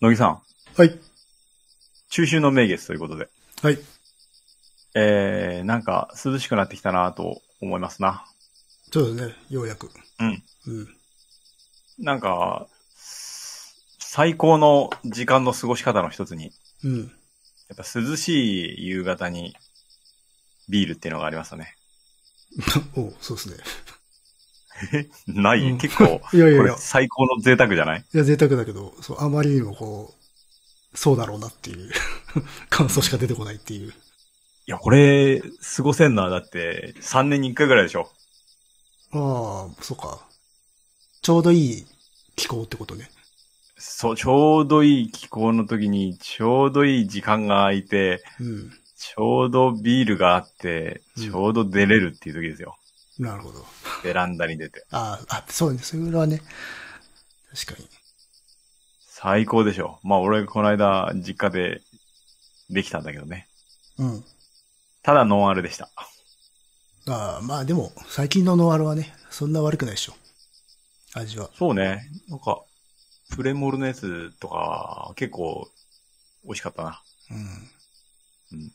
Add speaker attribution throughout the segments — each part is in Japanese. Speaker 1: 乃木さん、
Speaker 2: はい。
Speaker 1: 中秋の名月ということで、
Speaker 2: はい。
Speaker 1: えー、なんか涼しくなってきたなと思いますな。
Speaker 2: そうですね。ようやく。
Speaker 1: うん。
Speaker 2: うん。
Speaker 1: なんか、最高の時間の過ごし方の一つに、
Speaker 2: うん。
Speaker 1: やっぱ涼しい夕方にビールっていうのがありましたね。
Speaker 2: おうそうですね。
Speaker 1: ない、
Speaker 2: うん
Speaker 1: 結 構、こ
Speaker 2: いやいやい
Speaker 1: れ
Speaker 2: や。
Speaker 1: 最高の贅沢じゃない
Speaker 2: いや、贅沢だけど、そう、あまりにもこう、そうだろうなっていう 感想しか出てこないっていう。
Speaker 1: いや、これ、過ごせんのはだって3年に1回ぐらいでしょ。
Speaker 2: ああ、そうか。ちょうどいい気候ってことね。
Speaker 1: そう、ちょうどいい気候の時に、ちょうどいい時間が空いて、
Speaker 2: うん。
Speaker 1: ちょうどビールがあって、
Speaker 2: うん
Speaker 1: ちょうど出れるっていう時ですよ。
Speaker 2: なるほど。
Speaker 1: ベランダに出て。
Speaker 2: ああ、あ、そうね。それはね。確かに。
Speaker 1: 最高でしょ。まあ俺、この間、実家でできたんだけどね。
Speaker 2: うん。
Speaker 1: ただノンアルでした。
Speaker 2: ああ、まあでも、最近のノンアルはね、そんな悪くないでしょ。味は。
Speaker 1: そうね。なんか、プレモルのやつとか、結構、美味しかったな。
Speaker 2: うん。
Speaker 1: うん。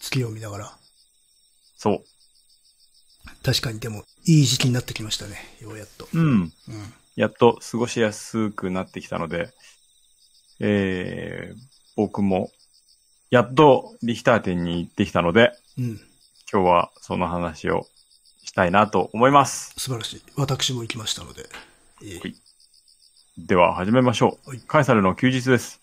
Speaker 2: 月を見ながら。
Speaker 1: そ
Speaker 2: 確かにでも、いい時期になってきましたね。ようやっと。
Speaker 1: う。うん。
Speaker 2: うん。
Speaker 1: やっと過ごしやすくなってきたので、えー、僕も、やっとリヒター店に行ってきたので、
Speaker 2: うん。
Speaker 1: 今日はその話をしたいなと思います。
Speaker 2: 素晴らしい。私も行きましたので。ええ
Speaker 1: はいでは始めましょう。
Speaker 2: はい
Speaker 1: カエサルの休日です。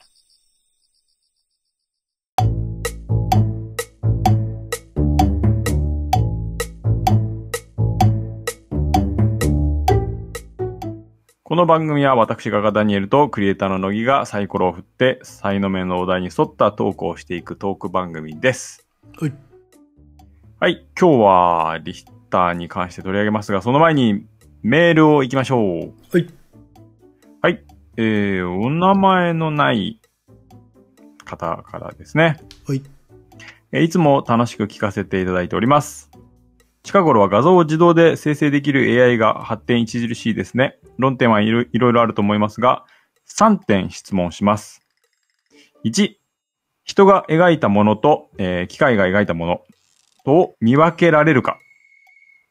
Speaker 1: この番組は私がガダニエルとクリエイターの乃木がサイコロを振って、才能面のお題に沿ったトークをしていくトーク番組です。
Speaker 2: はい。
Speaker 1: はい、今日はリヒターに関して取り上げますが、その前にメールを行きましょう。
Speaker 2: はい。
Speaker 1: はい、えー、お名前のない方からですね。
Speaker 2: はい。
Speaker 1: えーいつも楽しく聞かせていただいております。近頃は画像を自動で生成できる AI が発展著しいですね。論点はいろいろいろあると思いますが、3点質問します。1、人が描いたものと、えー機械が描いたものとを見分けられるか。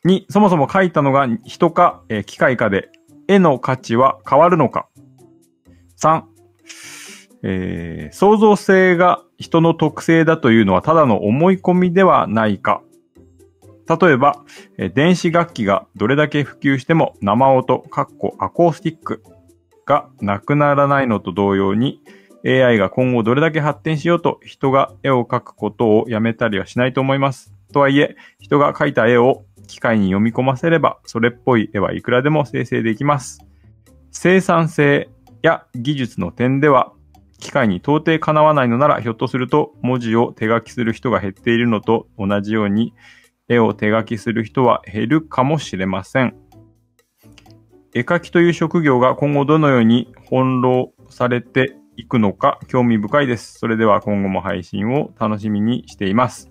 Speaker 1: 2、そもそも描いたのが人か、えー機械かで、絵の価値は変わるのか。3、えー創造性が人の特性だというのはただの思い込みではないか。例えば、えー電子楽器がどれだけ普及しても生音、かっこアコースティックがなくならないのと同様に、AI が今後どれだけ発展しようと人が絵を描くことをやめたりはしないと思います。とはいえ、人が描いた絵を機械に読み込ませれば、それっぽい絵はいくらでも生成できます。生産性や技術の点では、機械に到底かなわないのなら、ひょっとすると文字を手書きする人が減っているのと同じように、絵を手書きする人は減るかもしれません。絵描きという職業が今後どのように翻弄されていくのか興味深いです。それでは今後も配信を楽しみにしています。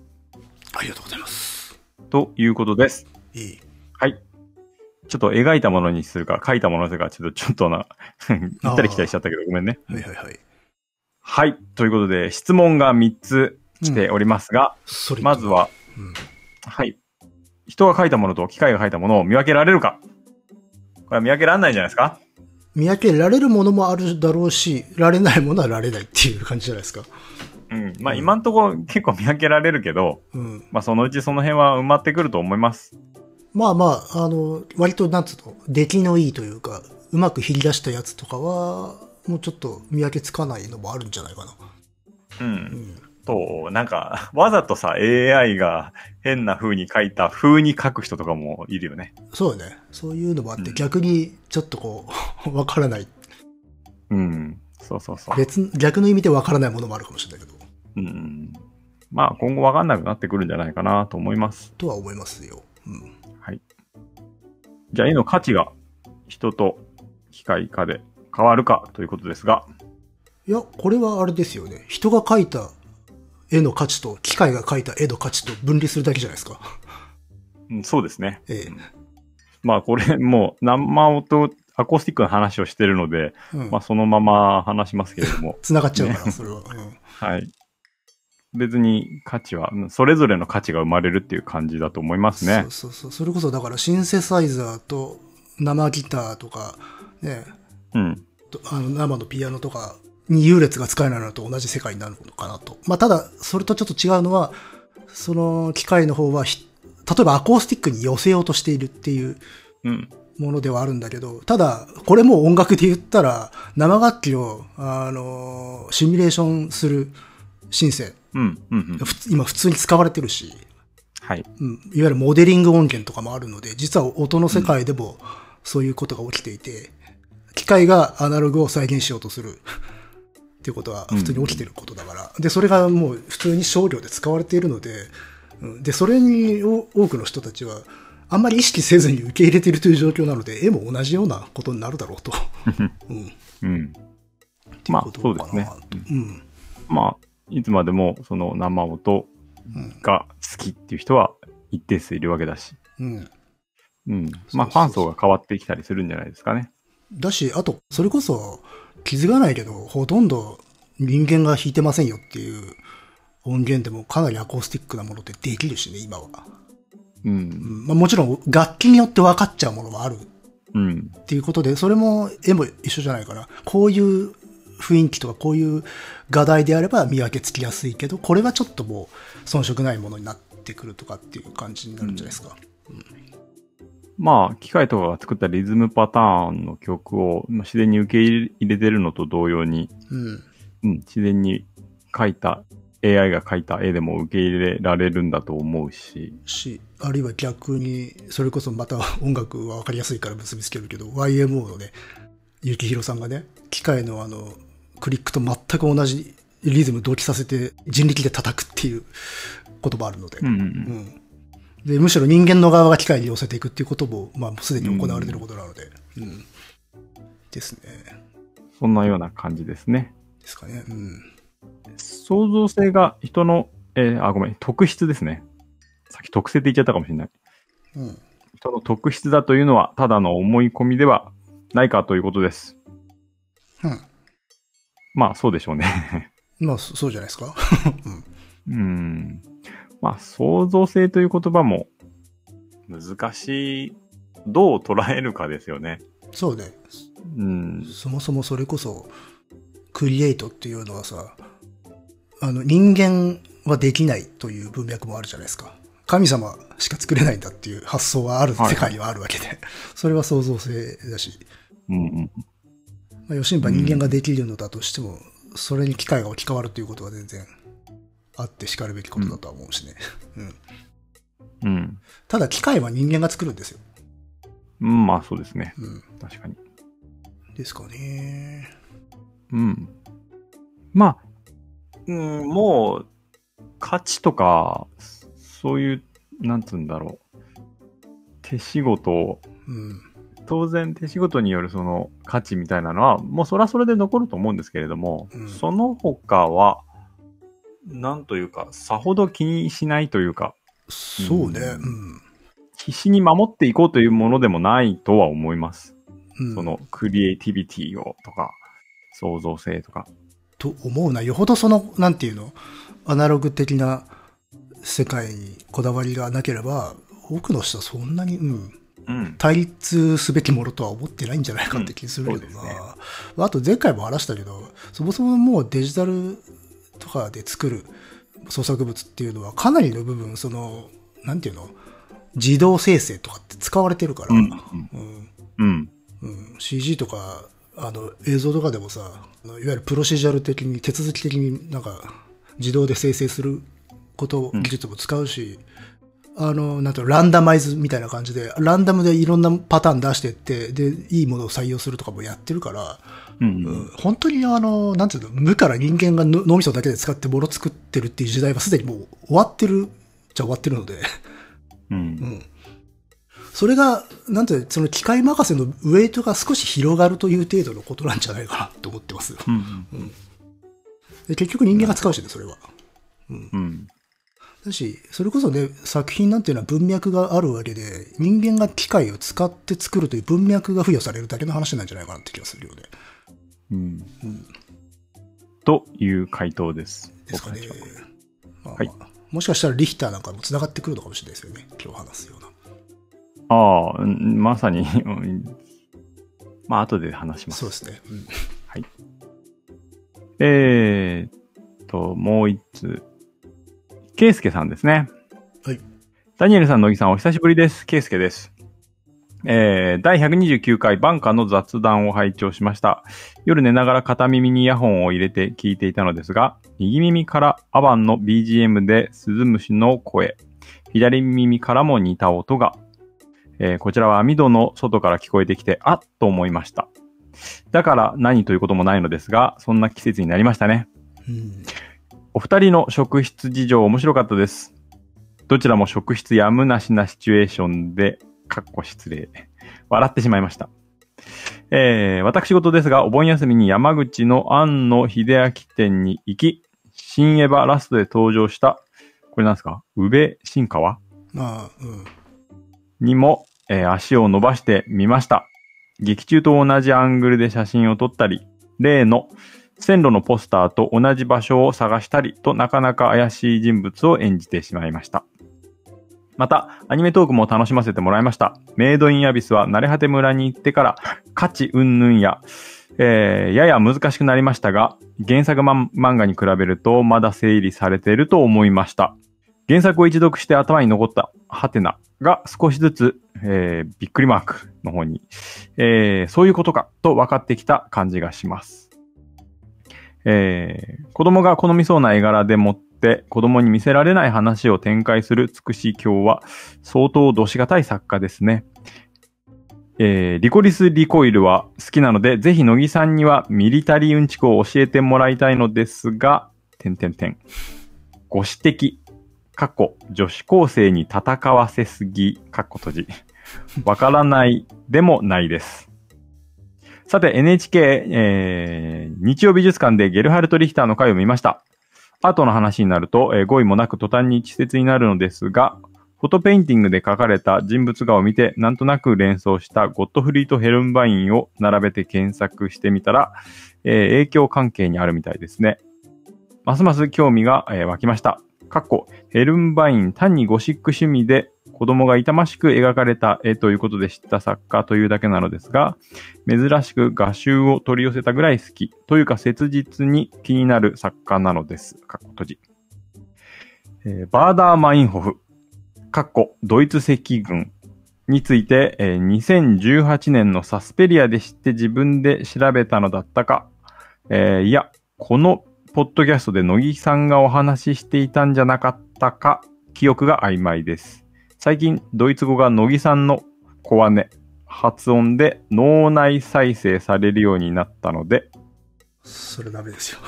Speaker 2: ありがとうございます。
Speaker 1: ということです。
Speaker 2: いい。
Speaker 1: ちょっと描いたものにするか、描いたものにするか、ちょっと、ちょっとな、 行ったり来たりしちゃったけど、ごめんね。
Speaker 2: はいはいはい。
Speaker 1: はい。ということで、質問が3つ来ておりますが、
Speaker 2: それ
Speaker 1: まず。は、
Speaker 2: うん。
Speaker 1: はい。人が書いたものと機械が書いたものを見分けられるか。これは見分けられないんじゃないですか
Speaker 2: 見分けられるものもあるだろうし、られないものはられないっていう感じじゃないですか。
Speaker 1: うん。まあ
Speaker 2: うん
Speaker 1: 今んとこ結構見分けられるけど、
Speaker 2: うん。
Speaker 1: まあそのうちその辺は埋まってくると思います。
Speaker 2: まあまあ、あの、割となんつうの、出来のいいというか、うまく引き出したやつとかは、もうちょっと見分けつかないのもあるんじゃないかな。
Speaker 1: う。
Speaker 2: うんん。
Speaker 1: と、なんか、 わざとさ、AI が変な風に書いた風に書く人とかもいるよね。
Speaker 2: そうだね。そういうのもあって、
Speaker 1: うん
Speaker 2: 逆にちょっとこう、 わからない。
Speaker 1: うん。そうそうそう。
Speaker 2: 別、逆の意味でわからないものもあるかもしれないけど、
Speaker 1: うん。まあ今後わかんなくなってくるんじゃないかなと思います。
Speaker 2: とは思いますよ。うん。
Speaker 1: じゃあ絵の価値が人と機械化で変わるかということですが、
Speaker 2: いや、これはあれですよね。人が描いた絵の価値と、機械が描いた絵の価値と分離するだけじゃないですか。
Speaker 1: うん、そうですね。
Speaker 2: ええ。
Speaker 1: まあこれもう生音アコースティックな話をしてるので、
Speaker 2: うん、
Speaker 1: まあ、そのまま話しますけれども
Speaker 2: 繋がっちゃうから、それ は。うん
Speaker 1: はい。別に価値は、うんそれぞれの価値が生まれるっていう感じだと思います ね
Speaker 2: そう。そうそう。それこそ、だから、シンセサイザーと生ギターとか、ね、
Speaker 1: うん。
Speaker 2: とあの生のピアノとかに優劣が使えないのと同じ世界になるのかなと。まあ、ただ、それとちょっと違うのは、その機械の方はひ、例えばアコースティックに寄せようとしているっていう
Speaker 1: うん。
Speaker 2: ものではあるんだけど、ただ、これも音楽で言ったら、生楽器を、あの、シミュレーションするシンセ、
Speaker 1: うん。うん。うん
Speaker 2: ふつ今普通に使われてるし、
Speaker 1: はい。
Speaker 2: うん、いわゆるモデリング音源とかもあるので、実は音の世界でもそういうことが起きていて、機械がアナログを再現しようとするっていうことは普通に起きてることだから、で、それがもう普通に少量で使われているので、うんで、それにお多くの人たちは、あんまり意識せずに受け入れているという状況なので、絵も同じようなことになるだろうと。うん、って
Speaker 1: うん。
Speaker 2: いうことかな、
Speaker 1: まあそうです
Speaker 2: うん。
Speaker 1: まあ、いつまでもその生音
Speaker 2: うん。
Speaker 1: が好きっていう人は一定数いるわけだし、
Speaker 2: うん。
Speaker 1: うん。
Speaker 2: そうそう
Speaker 1: まあ、
Speaker 2: そう
Speaker 1: ファン層が変わってきたりするんじゃないですかね。
Speaker 2: だし、あと、それこそ、気づかないけど、ほとんど人間が弾いてませんよっていう音源でもかなりアコースティックなものってできるしね、今は。
Speaker 1: う。
Speaker 2: うんんまあ、もちろん、楽器によって分かっちゃうものもあるっ
Speaker 1: うん。
Speaker 2: ていうことで、それも絵も一緒じゃないから、こういう雰囲気とか、こういう画題であれば見分けつきやすいけど、これはちょっともう遜色ないものになってくるとかっていう感じになるんじゃないですか。
Speaker 1: まあ、機械とかが作ったリズムパターンの曲をまあ自然に受け入れてるのと同様に、
Speaker 2: うん。
Speaker 1: うん、自然に描いた、AI が描いた絵でも受け入れられるんだと思うし、
Speaker 2: し、あるいは逆に、それこそまた音楽は分かりやすいから結びつけるけど、YMO のね、幸宏さんがね、機械のあの、クリックと全く同じリズム同期させて人力で叩くっていうこともあるので、
Speaker 1: うんうんう、
Speaker 2: うんんで、むしろ人間の側が機械に寄せていくっていうことも、まあ、もうすでに行われてることなので、うん。ですね。
Speaker 1: そんなような感じですね。
Speaker 2: ですかね。うん。
Speaker 1: 創造性が人の、えーあ、ごめん、特質ですね。さっき特性って言っちゃったかもしれない。
Speaker 2: うん。
Speaker 1: 人の特質だというのは、ただの思い込みではないかということです。
Speaker 2: うん。
Speaker 1: まあ、そうでしょうね。
Speaker 2: まあ、そそうじゃないですか。 うん。
Speaker 1: うん。まあ、創造性という言葉も難しい。どう捉えるかですよね。
Speaker 2: そうね。
Speaker 1: うん。
Speaker 2: そもそもそれこそ、クリエイトっていうのはさ、あの、人間はできないという文脈もあるじゃないですか。神様しか作れないんだっていう発想はある、
Speaker 1: はい
Speaker 2: 世界にはあるわけで。それは創造性だし、
Speaker 1: うんうん、
Speaker 2: まあ、よしんば人間ができるのだとしても、それに機械が置き換わるということは全然あってしかるべきことだとは思うしね。うん。
Speaker 1: うん。
Speaker 2: ただ機械は人間が作るんですよ。
Speaker 1: うん。まあ、そうですね。
Speaker 2: うん。
Speaker 1: 確かに。
Speaker 2: ですかね。
Speaker 1: うん。まあ、うん、もう、価値とか、そういう、なんつうんだろう。手仕事、
Speaker 2: うん。
Speaker 1: 当然手仕事によるその価値みたいなのは、もうそれはそれで残ると思うんですけれども、
Speaker 2: うん
Speaker 1: その他は、なんというか、さほど気にしないというか、
Speaker 2: そうね。
Speaker 1: う
Speaker 2: うん。
Speaker 1: 必死に守っていこうというものでもないとは思います。
Speaker 2: うん、
Speaker 1: そのクリエイティビティをとか、創造性とか。
Speaker 2: と思うな。よほどその、なんていうの、アナログ的な世界にこだわりがなければ、多くの人はそんなに、うん、
Speaker 1: うん。
Speaker 2: 対立すべきものとは思ってないんじゃないかって気するけどな。
Speaker 1: うんそうです
Speaker 2: あと前回も話したけど、そもそももうデジタルとかで作る創作物っていうのはかなりの部分、その、なんていうの、自動生成とかって使われてるから、
Speaker 1: うん
Speaker 2: うん
Speaker 1: うん。
Speaker 2: うん、CG とかあの映像とかでもさあのいわゆるプロシージャル的に手続き的になんか自動で生成することを
Speaker 1: うん
Speaker 2: 技術も使うし、あのなんていうのランダマイズみたいな感じでランダムでいろんなパターン出してってでいいものを採用するとかもやってるから、
Speaker 1: うん。
Speaker 2: うん本当にあのなんていうの無から人間がの脳みそだけで使ってもの作ってるっていう時代はすでにもう終わってるじゃ終わってるので。
Speaker 1: うん
Speaker 2: うん。それが、なんていうのその機械任せのウェイトが少し広がるという程度のことなんじゃないかなと思って ます。
Speaker 1: うん
Speaker 2: で結局人間が使うしね、それは。
Speaker 1: うん
Speaker 2: だし、それこそね、作品なんていうのは文脈があるわけで、人間が機械を使って作るという文脈が付与されるだけの話なんじゃないかなって気がするよね。
Speaker 1: うん。
Speaker 2: うん。
Speaker 1: という回答です。
Speaker 2: ですかね
Speaker 1: 僕たちはこれ。
Speaker 2: まあまあ
Speaker 1: はい
Speaker 2: もしかしたらリヒターなんかも繋がってくるのかもしれないですよね。今日話すような。
Speaker 1: ああ、うんまさに、うんまあ、後で話します。
Speaker 2: そうですね。うん
Speaker 1: えー、と、もう一つ。ケイスケさんですね。
Speaker 2: はい。
Speaker 1: ダニエルさん、乃木さん、お久しぶりです。ケイスケです。えー、第129回バンカーの雑談を拝聴しました。夜寝ながら片耳にイヤホンを入れて聞いていたのですが、右耳からアバンの BGM でスズムシの声、左耳からも似た音が、えーこちらは網戸の外から聞こえてきて、あっと思いました。だから何ということもないのですが、そんな季節になりましたね。
Speaker 2: うん。
Speaker 1: お二人の職質事情面白かったです。どちらも職質やむなしなシチュエーションで、かっこ失礼。笑ってしまいました。えー、私事ですが、お盆休みに山口の庵野秀明店に行き、新エヴァラストで登場した、これなんですか宇部新川
Speaker 2: まあ、うん。
Speaker 1: にも、えー足を伸ばしてみました。劇中と同じアングルで写真を撮ったり、例の線路のポスターと同じ場所を探したりとなかなか怪しい人物を演じてしまいました。また、アニメトークも楽しませてもらいました。メイドインアビスは慣れ果て村に行ってから、価値云々や、えーやや難しくなりましたが、原作マン漫画に比べるとまだ整理されていると思いました。原作を一読して頭に残ったハテナが少しずつ、えーびっくりマークの方に、えーそういうことかと分かってきた感じがします。えー子供が好みそうな絵柄でもって子供に見せられない話を展開するつくし教は相当どしがたい作家ですね。えーリコリス・リコイルは好きなので、ぜひ乃木さんにはミリタリーうんちくを教えてもらいたいのですが、てんてんてん。ご指摘、過去、女子高生に戦わせすぎ、過去閉じ。わからないでもないです。さて、NHK、えー、日曜美術館でゲルハルト・リヒターの回を見ました。アートの話になると、えー語彙もなく途端に稚拙になるのですが、フォトペインティングで描かれた人物画を見て、なんとなく連想したゴッドフリーとヘルンバインを並べて検索してみたら、えー影響関係にあるみたいですね。ますます興味が、えー湧きました。かっこ、ヘルンバイン単にゴシック趣味で子供が痛ましく描かれた絵ということで知った作家というだけなのですが、珍しく画集を取り寄せたぐらい好き、というか切実に気になる作家なのです。かっこ閉じ。えーバーダー・マインホフ、かっこ、ドイツ赤軍について、えー2018年のサスペリアで知って自分で調べたのだったか、えーいや、このポッドキャストで乃木さんがお話ししていたんじゃなかったか、記憶が曖昧です。最近、ドイツ語が乃木さんの小姉、発音で脳内再生されるようになったので、
Speaker 2: それダメですよ。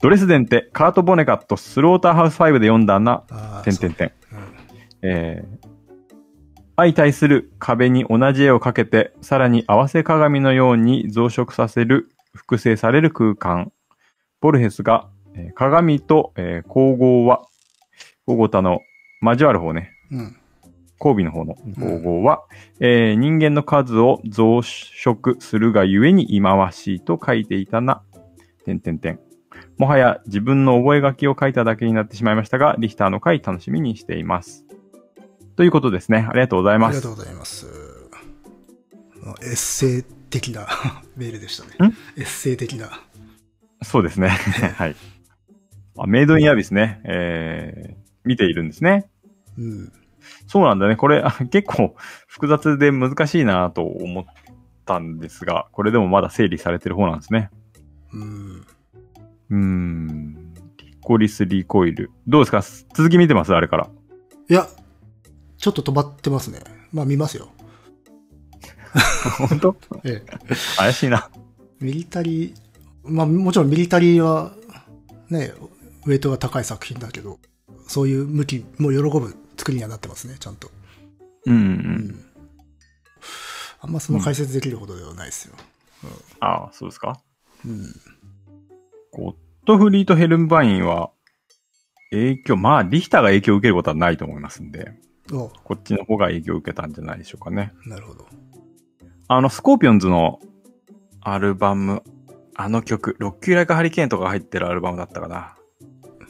Speaker 1: ドレスデンってカート・ボネカット、スローターハウス5で読んだな、
Speaker 2: あ
Speaker 1: てん
Speaker 2: あ。そ
Speaker 1: て
Speaker 2: うん
Speaker 1: てん。
Speaker 2: うん
Speaker 1: えー相対する壁に同じ絵をかけて、さらに合わせ鏡のように増殖させる、複製される空間。ボルヘスが、えー鏡と、えー光合は、ゴゴタの交わる方ね、
Speaker 2: うん。
Speaker 1: 交尾の方の光合は、えー人間の数を増殖するがゆえに忌まわしいと書いていたな、てんてんてん。もはや自分の覚書きを書いただけになってしまいましたが、リヒターの回楽しみにしています。ということですね。ありがとうござい
Speaker 2: あ
Speaker 1: ま
Speaker 2: り
Speaker 1: す
Speaker 2: がと。うございます。まあエッセイ的な メールでしたね
Speaker 1: ん。
Speaker 2: エッセイ的な。
Speaker 1: そうですね。 はい。あメイドインアビスね。えー、見ているんですね。
Speaker 2: うん。
Speaker 1: そうなんだね。これ、あ結構複雑で難しいなと思ったんですが、これでもまだ整理されてる方なんですね。
Speaker 2: うん。
Speaker 1: うーん。リコリス・リコイル。どうですか続き見てますあれから。
Speaker 2: いや、ちょっと止まってますね。まあ見ますよ。
Speaker 1: 本当
Speaker 2: ええ。
Speaker 1: 怪しいな。
Speaker 2: ミリタリー、まあもちろんミリタリーはね、ウェイトが高い作品だけど、そういう向きも喜ぶ作りにはなってますね、ちゃんと。
Speaker 1: うん、う。
Speaker 2: うんん。あんまその解説できるほどではないですよ。
Speaker 1: ああ、そうですか
Speaker 2: うん。
Speaker 1: ゴッドフリート・ヘルンバインは、影響、まあ、リヒターが影響を受けることはないと思いますんで、
Speaker 2: お
Speaker 1: こっちの方が影響を受けたんじゃないでしょうかね。
Speaker 2: なるほど。
Speaker 1: あの、スコーピオンズのアルバム、あの曲、ロッキーライカハリケーンとかが入ってるアルバムだったかな。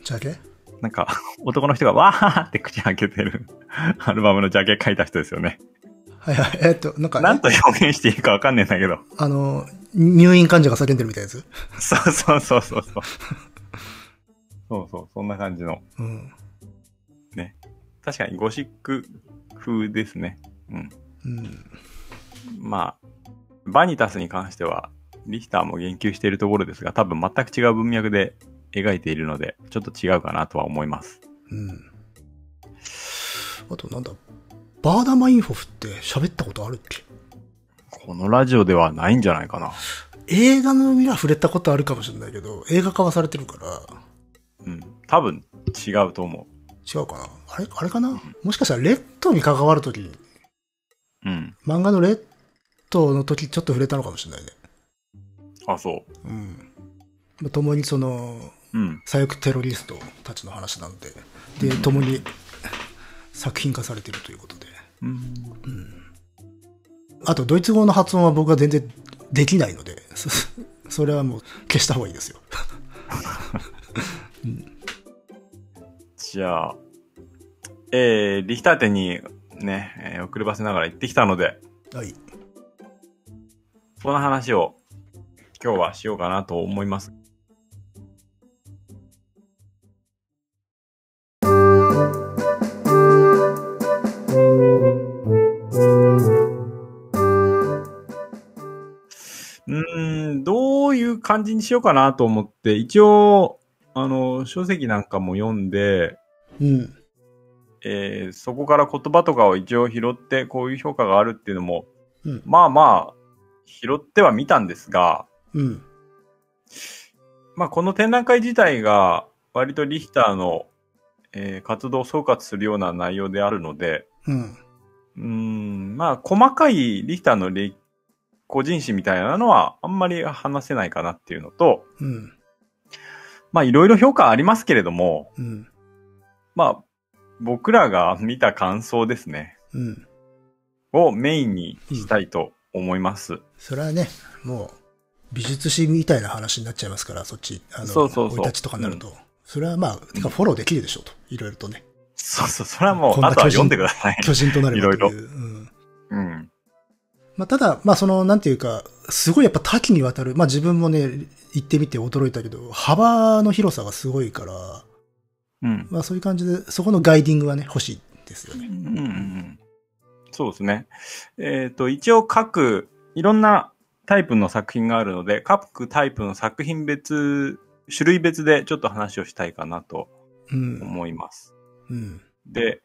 Speaker 2: ジャケ
Speaker 1: なんか、男の人がわーって口開けてるアルバムのジャケ書いた人ですよね。
Speaker 2: はいはい。えっと、なんか、
Speaker 1: なんと表現していいかわかんねえんだけど。
Speaker 2: あの、入院患者が叫んでるみたいなやつ。
Speaker 1: そうそうそうそうそう。そうそう、そんな感じの。
Speaker 2: うん。
Speaker 1: 確かにゴシック風ですね。うん。
Speaker 2: うん。
Speaker 1: まあ、バニタスに関しては、リヒターも言及しているところですが、多分全く違う文脈で描いているので、ちょっと違うかなとは思います。
Speaker 2: うん。あと、なんだ、バーダマインフォフって喋ったことあるっけ
Speaker 1: このラジオではないんじゃないかな。
Speaker 2: 映画の海は触れたことあるかもしれないけど、映画化はされてるから、
Speaker 1: うん。多分違うと思
Speaker 2: 違うかなあれ、あれかなもしかしたらレッドに関わるときに、
Speaker 1: う。うん。
Speaker 2: 漫画のレッドの時ちょっと触れたのかもしれないね。
Speaker 1: あ、そ
Speaker 2: うん。まあ共にその、
Speaker 1: う。うん。
Speaker 2: 左翼テロリストたちの話なんで、で、共に作品化されてるということで。
Speaker 1: うん。
Speaker 2: あと、ドイツ語の発音は僕は全然できないので、 そそれはもう消した方がいいですよ。
Speaker 1: じゃあ、えー、リヒター店にね、えー遅ればせながら行ってきたので、
Speaker 2: はい。
Speaker 1: その話を今日はしようかなと思います。うーん、どういう感じにしようかなと思って、一応、あの、書籍なんかも読んで、
Speaker 2: うん。
Speaker 1: えーそこから言葉とかを一応拾って、こういう評価があるっていうのも、
Speaker 2: うん
Speaker 1: まあまあ、拾ってはみたんですが、
Speaker 2: うん。
Speaker 1: まあ、この展覧会自体が、割とリヒターの、えー活動を総括するような内容であるので、
Speaker 2: うん。
Speaker 1: うーん、まあ、細かいリヒターの歴個人史みたいなのは、あんまり話せないかなっていうのと、
Speaker 2: うん。
Speaker 1: まあ、いろいろ評価ありますけれども、
Speaker 2: うん。
Speaker 1: まあ、僕らが見た感想ですね、
Speaker 2: うん。
Speaker 1: をメインにしたいと思います。
Speaker 2: それはね、もう、美術史みたいな話になっちゃいますから、そっち、あの、
Speaker 1: そうそうそう
Speaker 2: 生い立ちとかになると。それはまあ、てかフォローできるでしょうと。いろいろと ね。
Speaker 1: そうそう、それはも
Speaker 2: こ
Speaker 1: う、
Speaker 2: んな
Speaker 1: あとは
Speaker 2: 巨人
Speaker 1: 読んでください。
Speaker 2: 巨人となればという。
Speaker 1: いろい
Speaker 2: うん。
Speaker 1: うん。
Speaker 2: まあ、ただ、まあ、その、なんていうか、すごいやっぱ多岐にわたる、まあ、自分もね、行ってみて驚いたけど、幅の広さがすごいから、
Speaker 1: うん。
Speaker 2: まあ、そういう感じで、そこのガイディングはね、欲しいですよね。
Speaker 1: うんうんうんそうですね。えっ、と、一応各、いろんなタイプの作品があるので、各タイプの作品別、種類別でちょっと話をしたいかなと
Speaker 2: うん。
Speaker 1: 思います。
Speaker 2: うん。
Speaker 1: で、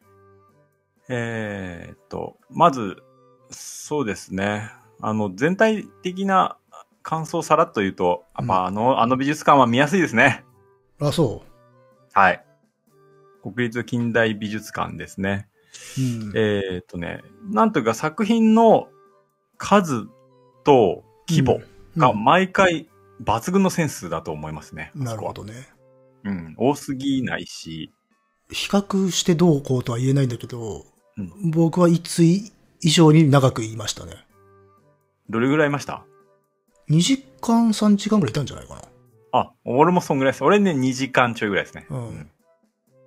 Speaker 1: えっ、と、まず、そうですね。あの、全体的な感想をさらっと言うと、やっぱあの、あの美術館は見やすいですね。
Speaker 2: あ、そ
Speaker 1: はい。国立近代美術館ですね。
Speaker 2: う。うん。
Speaker 1: えーっとね、なんというか作品の数と規模が
Speaker 2: うん
Speaker 1: 毎回抜群のセンスだと思いますね。
Speaker 2: なるほ
Speaker 1: ど。
Speaker 2: どね。
Speaker 1: うん。多すぎないし、
Speaker 2: 比較してどうこうとは言えないんだけど、
Speaker 1: うん
Speaker 2: 僕はいつ以上に長く言いましたね。
Speaker 1: どれぐらいいました
Speaker 2: 2時間、3時間ぐらいいたんじゃないかな。
Speaker 1: あ、俺もそんぐらいです。俺ね、2時間ちょいぐらいですね。
Speaker 2: うん。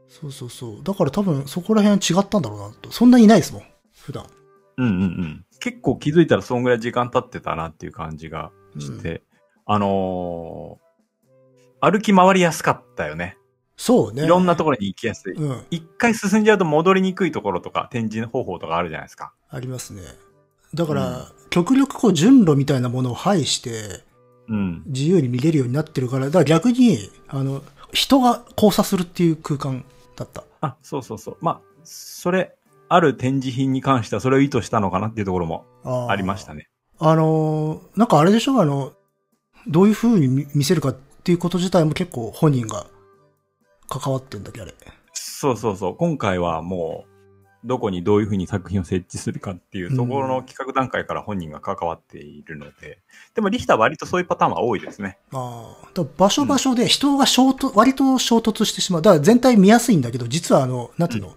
Speaker 2: そうそうそう。だから多分そこら辺違ったんだろうなと。そんなにいないですもん。普段。
Speaker 1: うんうんうん。結構気づいたらそんぐらい時間経ってたなっていう感じがして、あのー歩き回りやすかったよね。
Speaker 2: そうね。
Speaker 1: いろんなところに行きやすい。
Speaker 2: うん。
Speaker 1: 一回進んじゃうと戻りにくいところとか、展示方法とかあるじゃないですか。
Speaker 2: ありますね。だから、極力こう順路みたいなものを排して、
Speaker 1: うん。
Speaker 2: 自由に逃げるようになってるから、だから逆に、あの、人が交差するっていう空間だった。
Speaker 1: あ、そうそうそう。まあ、それ、ある展示品に関してはそれを意図したのかなっていうところも
Speaker 2: あー
Speaker 1: ありましたね。
Speaker 2: あのー、なんかあれでしょあの、どういう風に見見せるかっていうこと自体も結構本人が関わってんだっけ、あれ。
Speaker 1: そうそうそう。今回はもう、どこにどういうふうに作品を設置するかっていうところの企画段階から本人が関わっているので、でもリヒターは割とそういうパターンは多いですね。
Speaker 2: ああ、だから場所場所で人が衝突、割と衝突してしまう。だから全体見やすいんだけど、実はあの、なんていうの、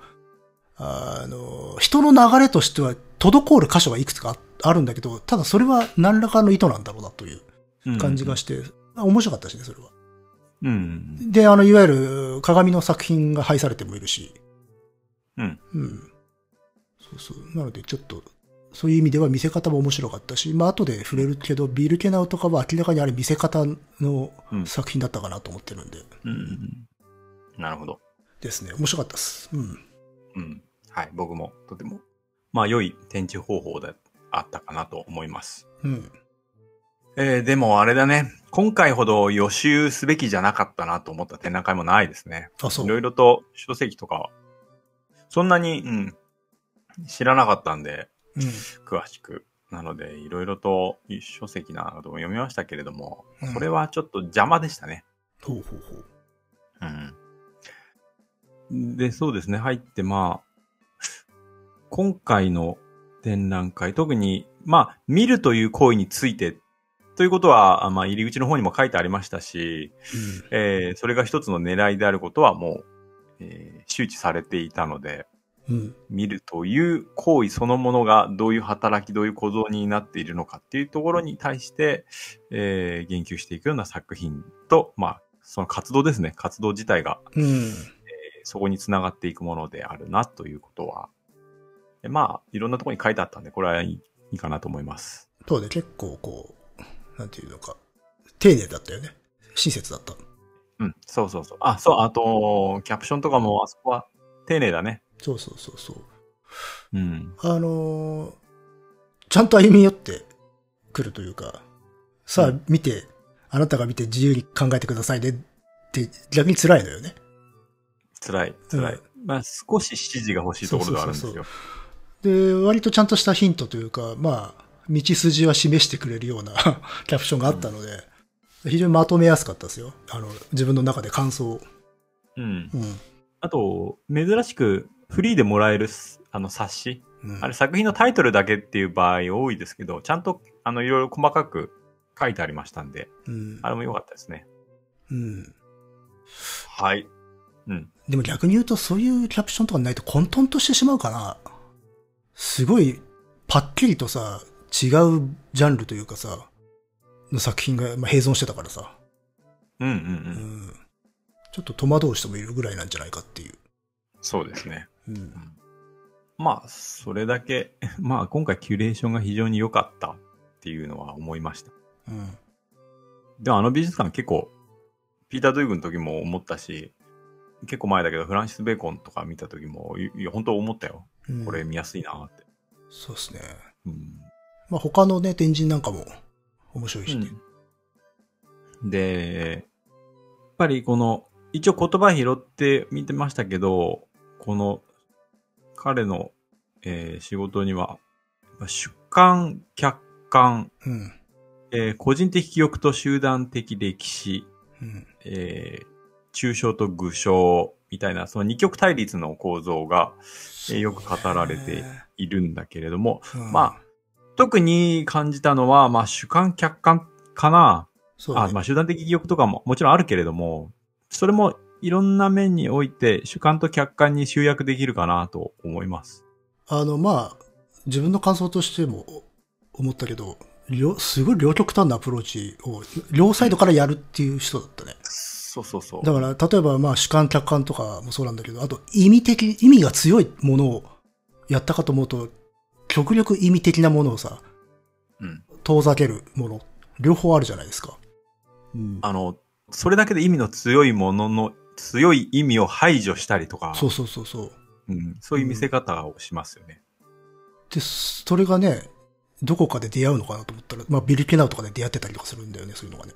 Speaker 2: あの、人の流れとしては滞る箇所がいくつかああるんだけど、ただそれは何らかの意図なんだろうなという
Speaker 1: うん
Speaker 2: 感じがして、あ面白かったしね、それは。
Speaker 1: うん。
Speaker 2: で、あの、いわゆる鏡の作品が配されてもいるし、
Speaker 1: うん。
Speaker 2: うん。そうそう。なので、ちょっと、そういう意味では見せ方も面白かったし、まあ、後で触れるけど、ビールケナウとかは明らかにあれ見せ方の
Speaker 1: うん
Speaker 2: 作品だったかなと思ってるんで、
Speaker 1: うん。なるほど。
Speaker 2: ですね。面白かったです。うん。
Speaker 1: うん。はい。僕もとても、まあ良い展示方法であったかなと思います。
Speaker 2: うん。
Speaker 1: えー、でもあれだね。今回ほど予習すべきじゃなかったなと思った展覧会もないですね。
Speaker 2: あ、そ
Speaker 1: いろ
Speaker 2: う。
Speaker 1: いろと書籍とかは、そんなに、うん、知らなかったんで、
Speaker 2: うん。
Speaker 1: 詳しく。なので、いろいろと書籍なども読みましたけれども、
Speaker 2: うん
Speaker 1: これはちょっと邪魔でしたね。
Speaker 2: ほうほうほう。
Speaker 1: うん。で、そうですね。入って、まあ、今回の展覧会、特に、まあ、見るという行為について、ということは、あまあ、入り口の方にも書いてありましたし、えーそれが一つの狙いであることはもう、えー周知されていたので、
Speaker 2: うん。うん。
Speaker 1: 見るという行為そのものがどういう働き、どういう構造になっているのかっていうところに対して、えー言及していくような作品と、まあ、その活動ですね。活動自体が
Speaker 2: うん。
Speaker 1: そこにつながっていくものであるなということは、でまあ、いろんなところに書いてあったんで、これはいいいいかなと思います。
Speaker 2: そうで、結構こう、なんていうのか、丁寧だったよね。親切だった。
Speaker 1: うん、そうそうそう。あ、そう、あと、キャプションとかも、あそこは丁寧だね。
Speaker 2: そうそうそうそう。
Speaker 1: うん。
Speaker 2: あのーちゃんと歩み寄ってくるというか、さ
Speaker 1: う
Speaker 2: あ見て、あなたが見て自由に考えてくださいねって逆に辛いのよね。
Speaker 1: 辛い、辛い。まあ、少し指示が欲しいところではあるんですよ。
Speaker 2: そうで、割とちゃんとしたヒントというか、まあ、道筋は示してくれるような キャプションがあったので、非常にまとめやすかったですよ。あの、自分の中で感想を。
Speaker 1: うん。
Speaker 2: うん。
Speaker 1: あと、珍しくフリーでもらえるすあの冊子。
Speaker 2: うん
Speaker 1: あれ作品のタイトルだけっていう場合多いですけど、ちゃんとあのいろいろ細かく書いてありましたんで、
Speaker 2: うん
Speaker 1: あれも良かったですね。
Speaker 2: うん。
Speaker 1: はい。うん。
Speaker 2: でも逆に言うと、そういうキャプションとかないと混沌としてしまうかな。すごい、パッキリとさ、違うジャンルというかさ、の作品が、まあ、併存してたからさ、
Speaker 1: うんうんう。
Speaker 2: うんん。ちょっと戸惑う人もいるぐらいなんじゃないかっていう。
Speaker 1: そうですね。
Speaker 2: うん。
Speaker 1: まあ、それだけ、 まあ今回キュレーションが非常に良かったっていうのは思いました。
Speaker 2: うん。
Speaker 1: でもあの美術館結構、ピーター・ドゥイグの時も思ったし、結構前だけどフランシス・ベーコンとか見た時も、いいや本当思ったよ。
Speaker 2: うん、
Speaker 1: これ。見やすいなって。
Speaker 2: そうですね。
Speaker 1: うん
Speaker 2: まあ、他のね、天神なんかも面白いしね。
Speaker 1: で、やっぱりこの、一応言葉拾って見てましたけど、この、彼の、えー仕事には、まあ主観、客観、
Speaker 2: うん。
Speaker 1: えー個人的記憶と集団的歴史、
Speaker 2: うん。
Speaker 1: えー抽象と具象みたいな、その二極対立の構造がえーよく語られているんだけれども、
Speaker 2: うん、
Speaker 1: ま特に感じたのは、まあ主観、客観かな。
Speaker 2: そう
Speaker 1: あ
Speaker 2: ね
Speaker 1: まあ、集団的記憶とかももちろんあるけれども、それもいろんな面において主観と客観に集約できるかなと思います。
Speaker 2: あの、まあ、自分の感想としてもお思ったけど、両すごい両極端なアプローチを、両サイドからやるっていう人だったね。
Speaker 1: そうそうそう。
Speaker 2: だから、例えば、まあ、主観、客観とかもそうなんだけど、あと、意味的、意味が強いものをやったかと思うと、極力意味的なものをさ、
Speaker 1: うん、
Speaker 2: 遠ざけるもの、両方あるじゃないですか。うん
Speaker 1: あの、それだけで意味の強いものの強い意味を排除したりとか、
Speaker 2: そうそうそうそう。
Speaker 1: うん、そういう見せ方をしますよね。
Speaker 2: で、それがね、どこかで出会うのかなと思ったら、まあ、ビルケナウとかで出会ってたりとかするんだよね、そういうのがね。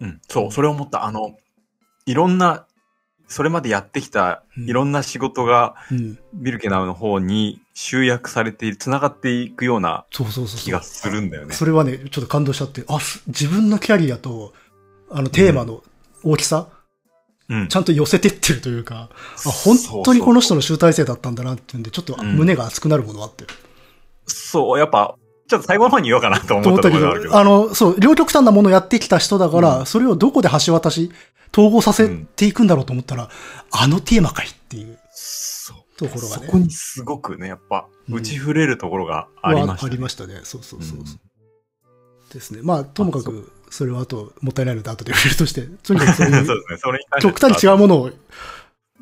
Speaker 1: うん、そう、それを思った。あの、いろんな、それまでやってきた
Speaker 2: うん
Speaker 1: いろんな仕事が
Speaker 2: うん。
Speaker 1: ビルケナウの方に集約されている、繋がっていくような
Speaker 2: そうそうそうそう。
Speaker 1: 気がするんだよね。
Speaker 2: それはね、ちょっと感動しちゃって、あ、す自分のキャリアと、あの、テーマの大きさ、
Speaker 1: うん
Speaker 2: ち。ゃんと寄せてってるというか、あ本当にこの人の集大成だったんだなっていうんで、ちょっと
Speaker 1: うん
Speaker 2: 胸が熱くなるものはあって。
Speaker 1: そう、やっぱ、ちょっと最後の方に言おうかなと
Speaker 2: と
Speaker 1: 思
Speaker 2: 思
Speaker 1: っ
Speaker 2: ったた
Speaker 1: こ
Speaker 2: け
Speaker 1: とがあるけ
Speaker 2: ど、
Speaker 1: ど。
Speaker 2: あの、そう、両極端なものをやってきた人だから、それをどこで橋渡し、統合させていくんだろうと思ったら、あのテーマかいっていう
Speaker 1: そう
Speaker 2: ところが
Speaker 1: そ
Speaker 2: ね。
Speaker 1: こにすごくね、やっぱ、
Speaker 2: うん
Speaker 1: 打ち触れるところがありました、
Speaker 2: はありましたね。そうそうそう。ですね。まあ、ともか
Speaker 1: あそ
Speaker 2: く、それは後、もったいないので後で触れるとして、とにかくそう
Speaker 1: うん
Speaker 2: い
Speaker 1: そううですね。それに関して
Speaker 2: 極端に違うものを
Speaker 1: う。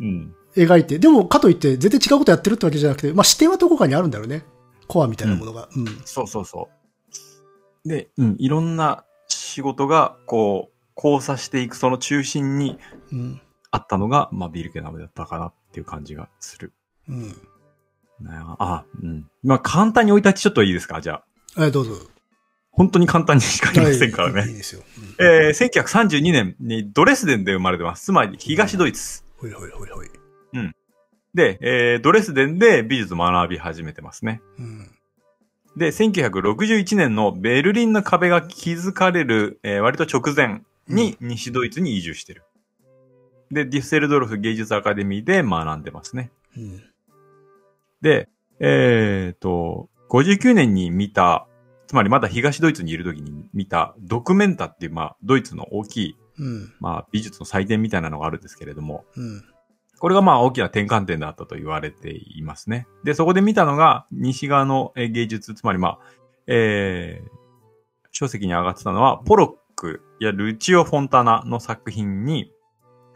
Speaker 1: うん。
Speaker 2: 描いて、でも、かといって全然違うことやってるってわけじゃなくて、まあ、視点はどこかにあるんだろうね。コアみたいなものが。うん。
Speaker 1: そうそうそう。で、うん、いろんな仕事が、こう、交差していくその中心に
Speaker 2: うん。
Speaker 1: あったのが、まあ、ビルケナムだったかなっていう感じがする。
Speaker 2: うん。
Speaker 1: なあ、うん。まあ、簡単に追い立ちちょっといいですかじゃあ。
Speaker 2: はい、どうぞ。
Speaker 1: 本当に簡単にしかありませんから
Speaker 2: はいいい
Speaker 1: ね。
Speaker 2: ですよ。うん
Speaker 1: えー、1932年にドレスデンで生まれてます。つまり、東ドイツ。
Speaker 2: ほいほいほいほい。
Speaker 1: で、えードレスデンで美術を学び始めてますね。
Speaker 2: うん。
Speaker 1: で、1961年のベルリンの壁が築かれる、えー割と直前に西ドイツに移住してる。で、ディッセルドルフ芸術アカデミーで学んでますね。
Speaker 2: うん。
Speaker 1: で、えっ、と、59年に見た、つまりまだ東ドイツにいる時に見たドクメンタっていう、まあ、ドイツの大きい、
Speaker 2: うん。
Speaker 1: まあ、美術の祭典みたいなのがあるんですけれども、
Speaker 2: うん。
Speaker 1: これがまあ大きな転換点だったと言われていますね。で、そこで見たのが西側のえー芸術、つまりまあ、えー、書籍に上がってたのは、ポロックやルチオ・フォンタナの作品に、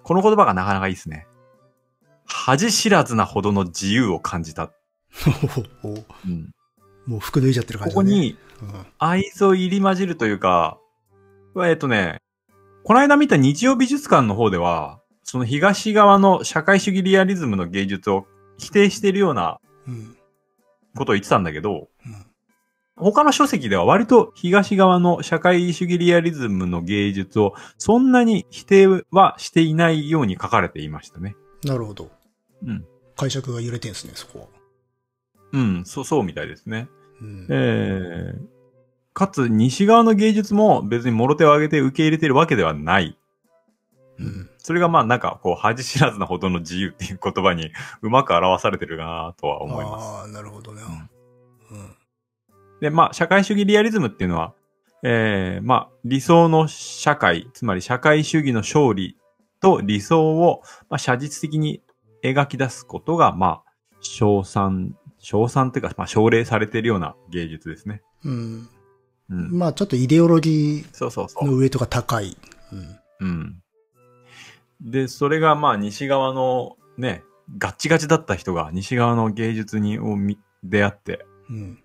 Speaker 1: この言葉がなかなかいいですね。恥知らずなほどの自由を感じた。
Speaker 2: ほほほほ
Speaker 1: うん
Speaker 2: もう服脱いじゃってる
Speaker 1: こ
Speaker 2: 感じ
Speaker 1: こ
Speaker 2: だね。
Speaker 1: に愛想入り混じるというか、えっとね、この間見た日曜美術館の方では、その東側の社会主義リアリズムの芸術を否定しているような
Speaker 2: うん。うん。
Speaker 1: ことを言ってたんだけど、
Speaker 2: うん。
Speaker 1: 他の書籍では割と東側の社会主義リアリズムの芸術をそんなに否定はしていないように書かれていましたね。
Speaker 2: なるほど。
Speaker 1: うん。
Speaker 2: 解釈が揺れてんすね、そこは。
Speaker 1: うん、そう、そうみたいですね。
Speaker 2: うん。
Speaker 1: えーかつ西側の芸術も別に諸手を挙げて受け入れてるわけではない。
Speaker 2: うん
Speaker 1: それがまあなんかこう恥知らずなほどの自由っていう言葉にうまく表されてるなとは思います。
Speaker 2: ああ、なるほどね。うん。
Speaker 1: でまあ社会主義リアリズムっていうのは、えーまあ理想の社会、つまり社会主義の勝利と理想を、まあ、写実的に描き出すことがまあ賞賛、賞賛というかまあ奨励されてるような芸術ですね。
Speaker 2: うん。
Speaker 1: うん。
Speaker 2: まあ、ちょっとイデオロギ
Speaker 1: そうそうそう
Speaker 2: ー。の上とか高い。うん。
Speaker 1: うん。で、それがまあ西側のね、ガッチガチだった人が西側の芸術にを見出会って、
Speaker 2: うん。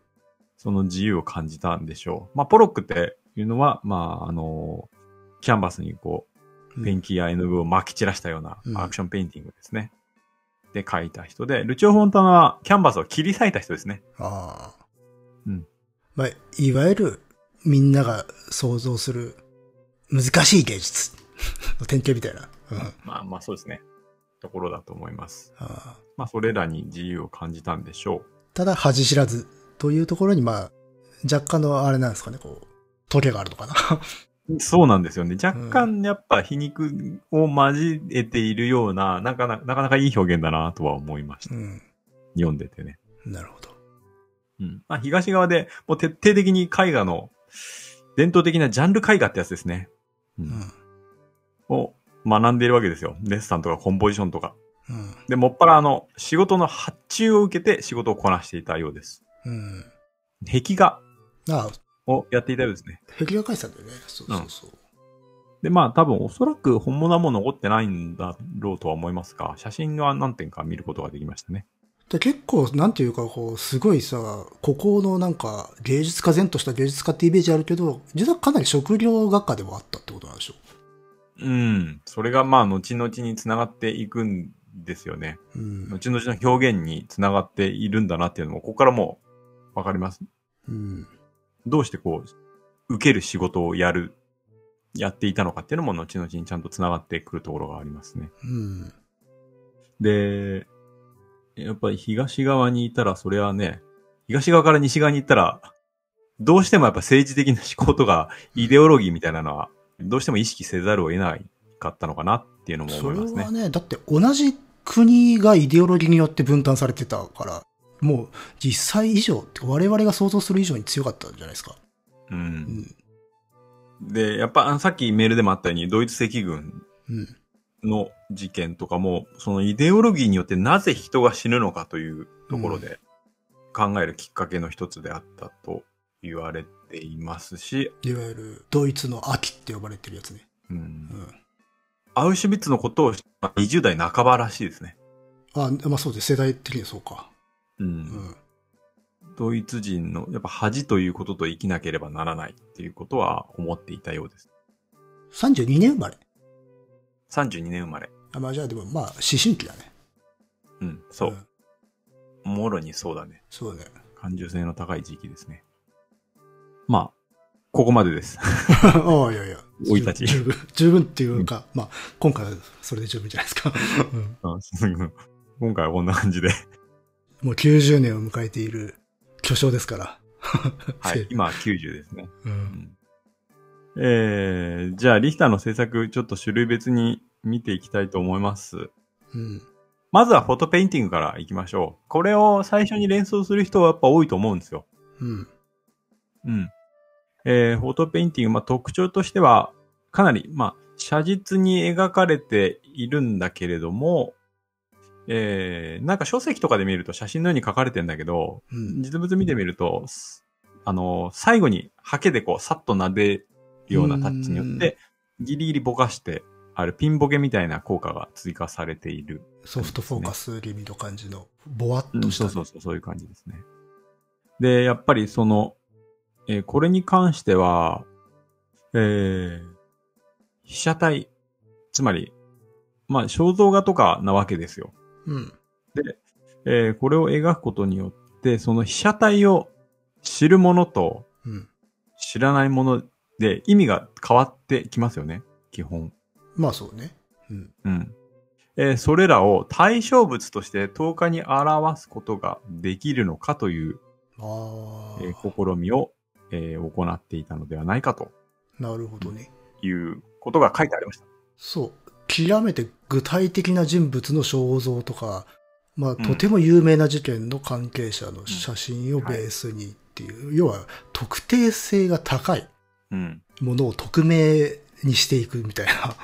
Speaker 1: その自由を感じたんでしょう。まあ、ポロックっていうのは、まあ、あのキャンバスにこ
Speaker 2: うん
Speaker 1: う、ペンキや絵の具を撒き散らしたような
Speaker 2: うん
Speaker 1: アクションペインティングですね。で、描いた人で、ルチオ・フォンタナはキャンバスを切り裂いた人ですね。
Speaker 2: ああ。
Speaker 1: うん。
Speaker 2: まあ、いわゆる、みんなが想像する、難しい芸術 の典型みたいな。うん。あ
Speaker 1: まあまあ、そうですね。ところだと思います。
Speaker 2: あ
Speaker 1: まあ、それらに自由を感じたんでしょう。
Speaker 2: ただ、恥知らずというところに、まあ、若干のあれなんですかね、こう、トゲがあるのかな。
Speaker 1: そうなんですよね。若干やっぱ皮肉を交えているような、なかなか、なかなかいい表現だなとは思いまし
Speaker 2: う
Speaker 1: た。
Speaker 2: ん。
Speaker 1: 読んでてね。
Speaker 2: なるほど。
Speaker 1: うん。まあ東側でもう徹底的に絵画の、伝統的なジャンル絵画ってやつですね。うん
Speaker 2: うん。
Speaker 1: を学んでいるわけですよ。デッサンとかコンポジションとか。
Speaker 2: うん。
Speaker 1: で、もっぱらあの、仕事の発注を受けて仕事をこなしていたようです。
Speaker 2: うん。
Speaker 1: 壁画
Speaker 2: ああ、
Speaker 1: をやっていたようですね。
Speaker 2: 壁画解散だよね。そうそうそう。
Speaker 1: で、まあ多分おそらく本物はもう残ってないんだろうとは思いますが、写真は何点か見ることができましたね。
Speaker 2: で結構、なんていうか、こう、すごいさ、ここのなんか、芸術家前とした芸術家ってイメージあるけど、実はかなり食料学科でもあったってことなんでしょ
Speaker 1: うん。それがまあ、後々につながっていくんですよね。
Speaker 2: う。うん。
Speaker 1: 後々の表現につながっているんだなっていうのも、ここからもう、わかります。
Speaker 2: うん。
Speaker 1: どうしてこう、受ける仕事をやる、やっていたのかっていうのも、後々にちゃんとつながってくるところがありますね。
Speaker 2: うん。
Speaker 1: で、やっぱり東側にいたら、それはね、東側から西側に行ったら、どうしてもやっぱ政治的な思考とか、イデオロギーみたいなのは、どうしても意識せざるを得ないかったのかなっっていうのも
Speaker 2: そ
Speaker 1: 思い
Speaker 2: れ
Speaker 1: ますね
Speaker 2: は。ね、だって同じ国がイデオロギーによって分担されてたから、もう実際以上って、我々が想像する以上に強かったんじゃないですか。
Speaker 1: う。
Speaker 2: うんん。
Speaker 1: で、やっぱあのさっきメールでもあったように、ドイツ赤軍
Speaker 2: うん。
Speaker 1: の事件とかも、そのイデオロギーによってなぜ人が死ぬのかというところで考えるきっかけの一つであったと言われていますし、
Speaker 2: いわゆるドイツの秋って呼ばれてるやつね。
Speaker 1: うん
Speaker 2: うん。
Speaker 1: アウシュビッツのことを20代半ばらしいですね。
Speaker 2: あ、まあそうです。世代的にはそうか。
Speaker 1: う。
Speaker 2: うんん。
Speaker 1: ドイツ人のやっぱ恥ということと生きなければならないっていうことは思っていたようです。
Speaker 2: 32年生まれ。
Speaker 1: 32年生まれ。
Speaker 2: あまあじゃあでもまあ思春期だね。
Speaker 1: うん、そうう。
Speaker 2: ん
Speaker 1: もろにそうだね。
Speaker 2: そうね。
Speaker 1: 感受性の高い時期ですね。まあ、ここまでです。
Speaker 2: ああ、いやいや。
Speaker 1: 生い立ち
Speaker 2: 十分、十分っていうか、まあ今回はそれで十分じゃないですか。うん
Speaker 1: うん今回はこんな感じで。
Speaker 2: もう90年を迎えている巨匠ですから。
Speaker 1: はい。 今は90ですね。
Speaker 2: う。
Speaker 1: うんんえー、じゃあ、リヒターの制作、ちょっと種類別に見ていきたいと思います。
Speaker 2: うん。
Speaker 1: まずはフォトペインティングからいきましょう。これを最初に連想する人はやっぱ多いと思うんですよ。
Speaker 2: うん。
Speaker 1: うん。えーフォトペインティング、まあ、特徴としては、かなり、まあ、写実に描かれているんだけれども、えーなんか書籍とかで見ると写真のように書かれてんだけど、
Speaker 2: うん。
Speaker 1: 実物見てみると、すあの、最後にハケでこう、さっと撫でるようなタッチによって、ギリギリぼかして、あるピンボケみたいな効果が追加されている
Speaker 2: ソフトフォーカス気味の感じの、ぼわっ
Speaker 1: う
Speaker 2: と
Speaker 1: ん
Speaker 2: し
Speaker 1: そう
Speaker 2: た、
Speaker 1: そうそう、そういう感じですね。で、やっぱりその、えーこれに関しては、えー被写体、つまり、まあ、肖像画とかなわけですよ。
Speaker 2: うん。
Speaker 1: えーこれを描くことによって、その被写体を知るものと
Speaker 2: うん。
Speaker 1: 知らないもので意味が変わってきますよね、基本。
Speaker 2: まあそうね。うん。
Speaker 1: うん。えーそれらを対象物として10日に表すことができるのかという
Speaker 2: ああ、
Speaker 1: えー試みを、えー行っていたのではないかと
Speaker 2: なるほどね。
Speaker 1: いうことが書いてありました。
Speaker 2: そう。極めて具体的な人物の肖像とか、まあ、
Speaker 1: ん
Speaker 2: とても有名な事件の関係者の写真をベースにっていう、要は特定性が高い
Speaker 1: うん。
Speaker 2: ものを匿名にしていくみたいな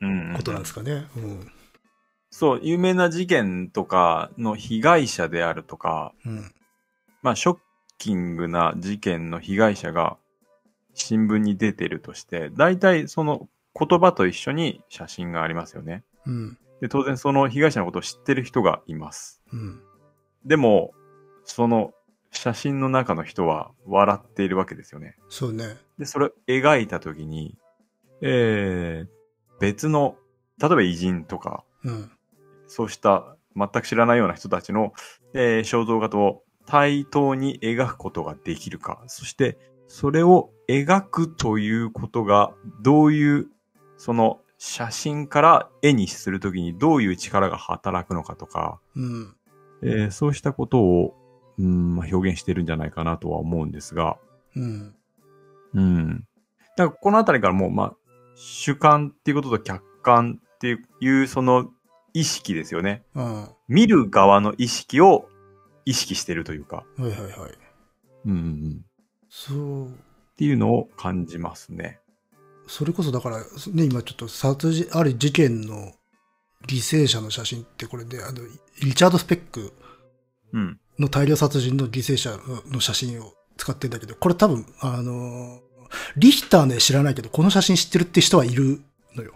Speaker 1: うん
Speaker 2: ことなんですかね。うん。
Speaker 1: そう、有名な事件とかの被害者であるとか、
Speaker 2: うん。
Speaker 1: まあ、ショッキングな事件の被害者が新聞に出てるとして、大体その言葉と一緒に写真がありますよね。
Speaker 2: うん。
Speaker 1: で、当然その被害者のことを知ってる人がいます。
Speaker 2: うん。
Speaker 1: でも、その写真の中の人は笑っているわけですよね。
Speaker 2: そうね。
Speaker 1: で、それを描いたときに、えー、別の、例えば偉人とか、
Speaker 2: うん。
Speaker 1: そうした全く知らないような人たちの、えー肖像画と対等に描くことができるか、そしてそれを描くということが、どういう、その写真から絵にするときにどういう力が働くのかとか、
Speaker 2: うん。
Speaker 1: えーそうしたことを、うん、まあ表現してるんじゃないかなとは思うんですが、
Speaker 2: うん。
Speaker 1: うん。だからこのあたりからもう、まあ、主観っていうことと客観っていう、その意識ですよね。
Speaker 2: うん。は
Speaker 1: 見る側の意識を意識してるというか、
Speaker 2: いはいはい。
Speaker 1: うんうんうん、
Speaker 2: そう。
Speaker 1: っていうのを感じますね。
Speaker 2: それこそだから、ね、今ちょっと殺人、ある事件の犠牲者の写真ってこれで、あの、リチャード・スペック
Speaker 1: うん。
Speaker 2: の大量殺人の犠牲者の写真を使ってんだけど、これ多分、あのー、リヒターね知らないけど、この写真知ってるって人はいるのよ。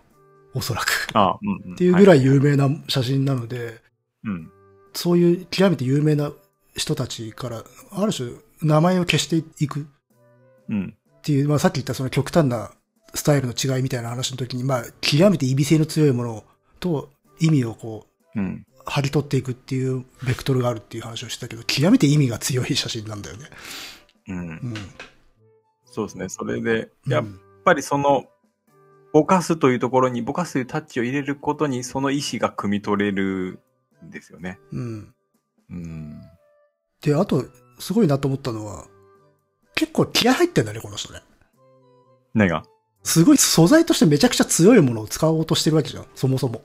Speaker 2: おそらく。っ
Speaker 1: ああ、うん、うん。って
Speaker 2: いうぐらい
Speaker 1: は
Speaker 2: 有名な写真なので、
Speaker 1: うん。
Speaker 2: そういう極めて有名な人たちから、ある種、名前を消していく
Speaker 1: うん。
Speaker 2: っていう、まあさっき言ったその極端なスタイルの違いみたいな話の時に、まあ極めて意味性の強いものと意味をこう、
Speaker 1: うん。
Speaker 2: 張り取っていくっていうベクトルがあるっていう話をしてたけど、極めて意味が強い写真なんだよね。
Speaker 1: うん
Speaker 2: う。ん。
Speaker 1: そうですね。それで、
Speaker 2: うん
Speaker 1: やっぱりその、ぼかすというところに、ぼかすというタッチを入れることに、その意思が汲み取れるんですよね。
Speaker 2: うん。
Speaker 1: うん。
Speaker 2: で、あと、すごいなと思ったのは、結構気合入ってんだね、この人ね。
Speaker 1: 何が
Speaker 2: すごい素材としてめちゃくちゃ強いものを使おうとしてるわけじゃん、そもそも。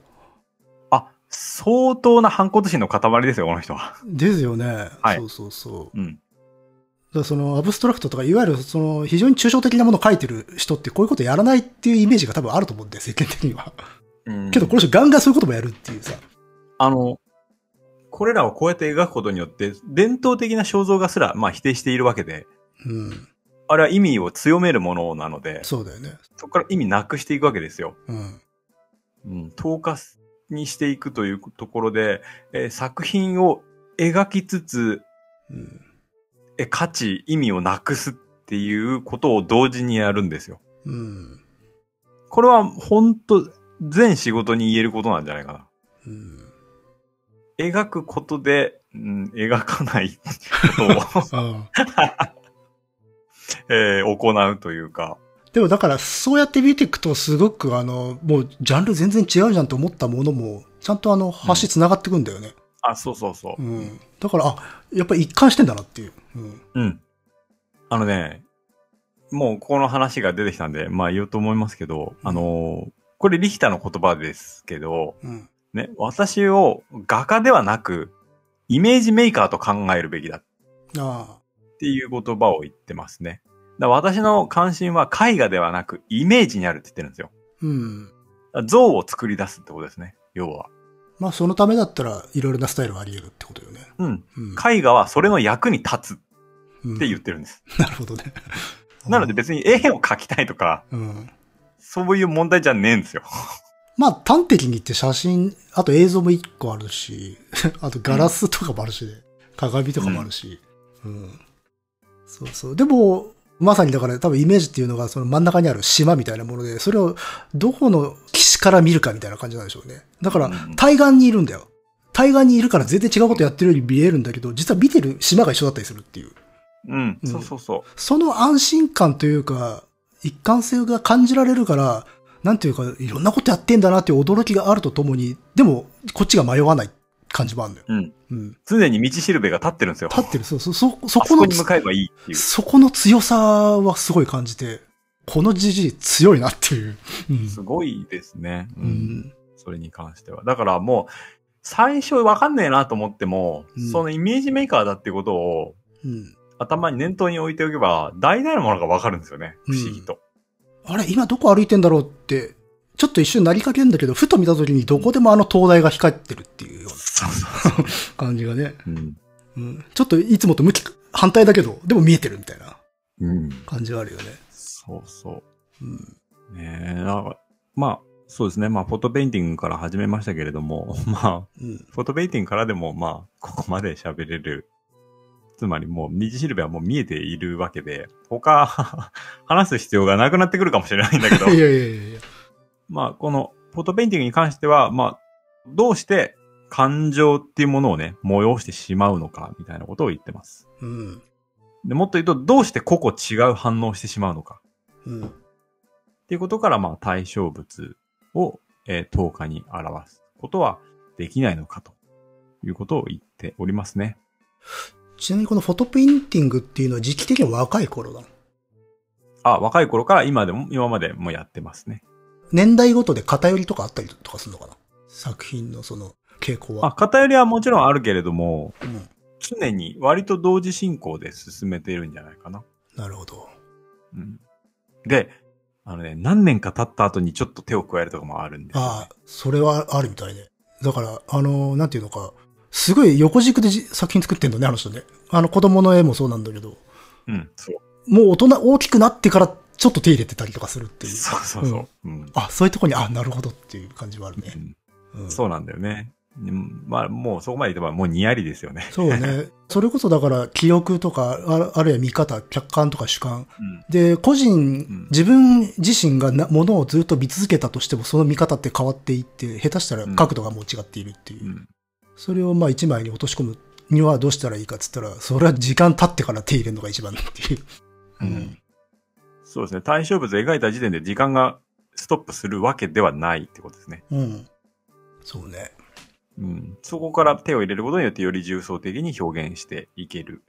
Speaker 1: あ、相当な反骨心の塊ですよ、この人は。
Speaker 2: ですよね。
Speaker 1: はい
Speaker 2: そうそうそう。
Speaker 1: うん。
Speaker 2: だからそのアブストラクトとか、いわゆるその非常に抽象的なものを書いてる人ってこういうことやらないっていうイメージが多分あると思うんだよ、世間的には。
Speaker 1: うん
Speaker 2: けどこの人ガンガンそういうこともやるっていうさ。
Speaker 1: あの、これらをこうやって描くことによって、伝統的な肖像画すら、まあ否定しているわけで、
Speaker 2: うん。
Speaker 1: あれは意味を強めるものなので、
Speaker 2: そうだよね。
Speaker 1: そこから意味なくしていくわけですよ。
Speaker 2: うん。
Speaker 1: うん、透過にしていくというところで、えー作品を描きつつ、
Speaker 2: うん。
Speaker 1: えー価値、意味をなくすっていうことを同時にやるんですよ。
Speaker 2: うん。
Speaker 1: これは本当全仕事に言えることなんじゃないかな。
Speaker 2: うん。
Speaker 1: 描くことで、うん、描かない ことを、
Speaker 2: あ
Speaker 1: えー行うというか、
Speaker 2: でもだから、そうやって見ていくと、すごくあの、もうジャンル全然違うじゃんと思ったものも、ちゃんとあの、橋繋がってくんだよね。
Speaker 1: あ、そうそうそうう。
Speaker 2: ん。だから、あ、やっぱり一貫してんだなっていう。うん。
Speaker 1: うん。あのね、もうこの話が出てきたんで、まあ言おうと思いますけど、あのーこれリヒタの言葉ですけど、
Speaker 2: うん。
Speaker 1: ね、私を画家ではなく、イメージメーカーと考えるべきだっ
Speaker 2: ああ。
Speaker 1: ていう言葉を言ってますね。だから私の関心は絵画ではなく、イメージにあるって言ってるんですよ。
Speaker 2: うん。
Speaker 1: だから像を作り出すってことですね、要は。
Speaker 2: まあ、そのためだったら、いろいろなスタイルがあり得るってことよね。
Speaker 1: うん。
Speaker 2: うん。
Speaker 1: 絵画はそれの役に立つ
Speaker 2: うん
Speaker 1: って言ってるんです。
Speaker 2: なるほどね。
Speaker 1: なので、別に絵を描きたいとか、
Speaker 2: うん。
Speaker 1: そういう問題じゃねえんですよ。
Speaker 2: まあ、端的に言って写真、あと映像も一個あるし、 あとガラスとかもあるしね、鏡とかもあるし、うん。そうそう。でも、まさにだから多分イメージっていうのがその真ん中にある島みたいなもので、それをどこの岸から見るかみたいな感じなんでしょうね。だから
Speaker 1: うん
Speaker 2: 対岸にいるんだよ。対岸にいるから全然違うことやってるように見えるんだけど、実は見てる島が一緒だったりするっていう。
Speaker 1: うん、
Speaker 2: うん
Speaker 1: そうそうそ
Speaker 2: その安心感というか、一貫性が感じられるから、なんていうか、いろんなことやってんだなっていう驚きがあるとともに、でも、こっちが迷わない感じもあるのよ。
Speaker 1: う。うん。
Speaker 2: うん。
Speaker 1: 常に道しるべが立ってるんですよ。
Speaker 2: 立ってる、そう、そう、そ、そ
Speaker 1: あそ
Speaker 2: こ
Speaker 1: こ
Speaker 2: の
Speaker 1: に向かえばいいっていう。
Speaker 2: そこの強さはすごい感じて、このじじい強いなっていう。うん。
Speaker 1: すごいですね。
Speaker 2: う。ん。
Speaker 1: それに関しては。だからもう、最初わかんねえなと思っても、
Speaker 2: うん
Speaker 1: そのイメージメーカーだってことを
Speaker 2: うん。
Speaker 1: 頭に念頭に置いておけば、大々のものがわかるんですよね。
Speaker 2: う
Speaker 1: 不
Speaker 2: ん
Speaker 1: 思議と。
Speaker 2: あれ、今どこ歩いてんだろうって、ちょっと一瞬なりかけんだけど、ふと見た時にどこでもあの灯台が光ってるっていうよう
Speaker 1: そうそうそう。
Speaker 2: な感じがね。
Speaker 1: うん。
Speaker 2: うん。ちょっといつもと向き、反対だけど、でも見えてるみたいな。
Speaker 1: うん。
Speaker 2: 感じはあるよね。
Speaker 1: そうそ
Speaker 2: うん。
Speaker 1: う。ねえ、なんか、まあ、そうですね。まあ、フォトペインティングから始めましたけれども、 まあ、
Speaker 2: うん。
Speaker 1: フォトペインティングからでも、まあ、ここまで喋れる。つまりもう、虹しるべはもう見えているわけで、他、 話す必要がなくなってくるかもしれないんだ けど。
Speaker 2: いやいやいやいや。
Speaker 1: まあ、このフォトペインティングに関しては、まあ、どうして感情っていうものをね、催してしまうのか、みたいなことを言ってます。
Speaker 2: うん。
Speaker 1: でもっと言うと、どうして個々違う反応をしてしまうのか、
Speaker 2: うん。
Speaker 1: っていうことから、まあ、対象物を、えー、10日に表すことはできないのか、ということを言っておりますね。
Speaker 2: ちなみにこのフォトペインティングっていうのは時期的には若い頃だ。
Speaker 1: あ、若い頃から今でも、今までもやってますね。
Speaker 2: 年代ごとで偏りとかあったりとかするのかな作品のその傾向
Speaker 1: まあ、
Speaker 2: は。
Speaker 1: 偏りはもちろんあるけれども、
Speaker 2: うん。
Speaker 1: 常に割と同時進行で進めているんじゃないかな。
Speaker 2: なるほど。
Speaker 1: うんで、あのね、何年か経った後にちょっと手を加えるとかもあるんですよ
Speaker 2: ああ、それはあるみたいね。だから、あのーなんていうのか、すごい横軸でじ作品作ってんだね、あの人ね。あの子供の絵もそうなんだけど、
Speaker 1: うん、そう。
Speaker 2: もう大人、大きくなってからちょっと手入れてたりとかするっていう。
Speaker 1: そうそうそう。うん
Speaker 2: あ、そういうとこに、あ、なるほどっていう感じはある
Speaker 1: う
Speaker 2: ね。
Speaker 1: ん
Speaker 2: うん、
Speaker 1: そうなんだよね。うんまあ、もうそこまで言えばもうにやりですよね。
Speaker 2: そう ね。それこそだから記憶とか、あるあるいは見方、客観とか主観。
Speaker 1: うん
Speaker 2: で、個人、
Speaker 1: ん
Speaker 2: 自分自身がなものをずっと見続けたとしても、その見方って変わっていって、下手したら
Speaker 1: うん
Speaker 2: 角度がもう違っているっていう。
Speaker 1: うん
Speaker 2: それをまあ一枚に落とし込むにはどうしたらいいかっつったら、それは時間経ってから手入れるのが一番だっていう。
Speaker 1: うんそうですね。対象物描いた時点で時間がストップするわけではないってことですね。
Speaker 2: うん。うん。そうね。
Speaker 1: うん、そこから手を入れることによってより重層的に表現していける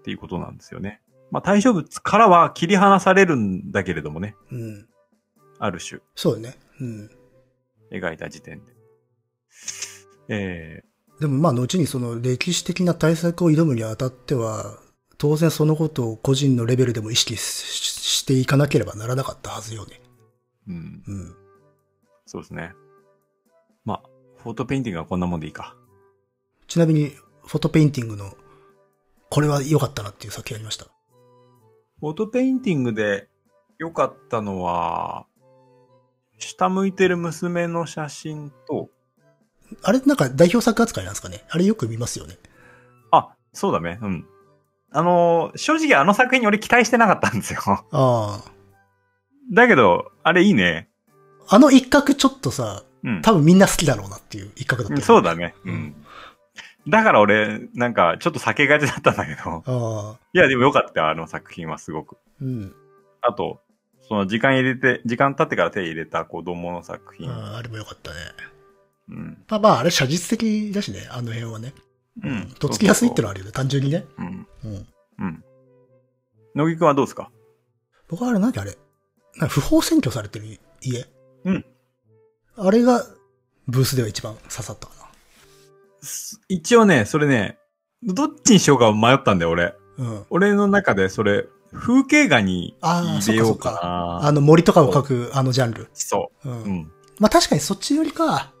Speaker 1: っていうことなんですよね。まあ対象物からは切り離されるんだけれどもね。
Speaker 2: うん。
Speaker 1: ある種
Speaker 2: そうよね。うん。
Speaker 1: 描いた時点で。え
Speaker 2: でもまあ、後にその歴史的な対策を挑むにあたっては、当然そのことを個人のレベルでも意識しししていかなければならなかったはずよね。
Speaker 1: ーうん、
Speaker 2: うん。
Speaker 1: そうですね。まあ、フォートペインティングはこんなもんでいいか。
Speaker 2: ちなみに、フォトペインティングの、これは良かったなっていう作品ありました。
Speaker 1: フォトペインティングで良かったのは、下向いてる娘の写真と、
Speaker 2: あれなんか代表作扱いなんですかねあれよく見ますよね。
Speaker 1: あ、そうだね、うん。あのー、正直あの作品に俺期待してなかったんですよ。
Speaker 2: ああ。
Speaker 1: だけど、あれいいね。
Speaker 2: あの一角ちょっとさ、
Speaker 1: うん。
Speaker 2: 多分みんな好きだろうなっていう一角だった
Speaker 1: う
Speaker 2: よ
Speaker 1: ん
Speaker 2: ね。
Speaker 1: そうだね。うん。だから俺、なんか、ちょっと避けがちだったんだけど。
Speaker 2: ああ。
Speaker 1: いや、でもよかったよ、あの作品はすごく。
Speaker 2: うん。
Speaker 1: あと、その時間入れて、時間経ってから手入れた子供の作
Speaker 2: う
Speaker 1: 品。
Speaker 2: ん、あれも良かったね。
Speaker 1: うん。
Speaker 2: まあまあ、あれ写実的だしね、あの辺はね。
Speaker 1: うん。
Speaker 2: とっつきやすいってのはあるよね、単純にね。
Speaker 1: そうそうそううん。
Speaker 2: うん。
Speaker 1: うん。野木くんはどうですか
Speaker 2: 僕はあれ何あれなんか不法占拠されてる家
Speaker 1: うん。
Speaker 2: あれが、ブースでは一番刺さったか
Speaker 1: す一応ね、それね、どっちにしようか迷ったんだよ、俺。
Speaker 2: な。うん。
Speaker 1: 俺の中で、それ、風景画に
Speaker 2: ああ、
Speaker 1: 入
Speaker 2: そっ
Speaker 1: れ
Speaker 2: か
Speaker 1: よ
Speaker 2: そうっ
Speaker 1: か
Speaker 2: か。
Speaker 1: な。
Speaker 2: あの森とかを描くあのジャンル。。
Speaker 1: そうう。うんん。
Speaker 2: まあ確かにそっちよりか。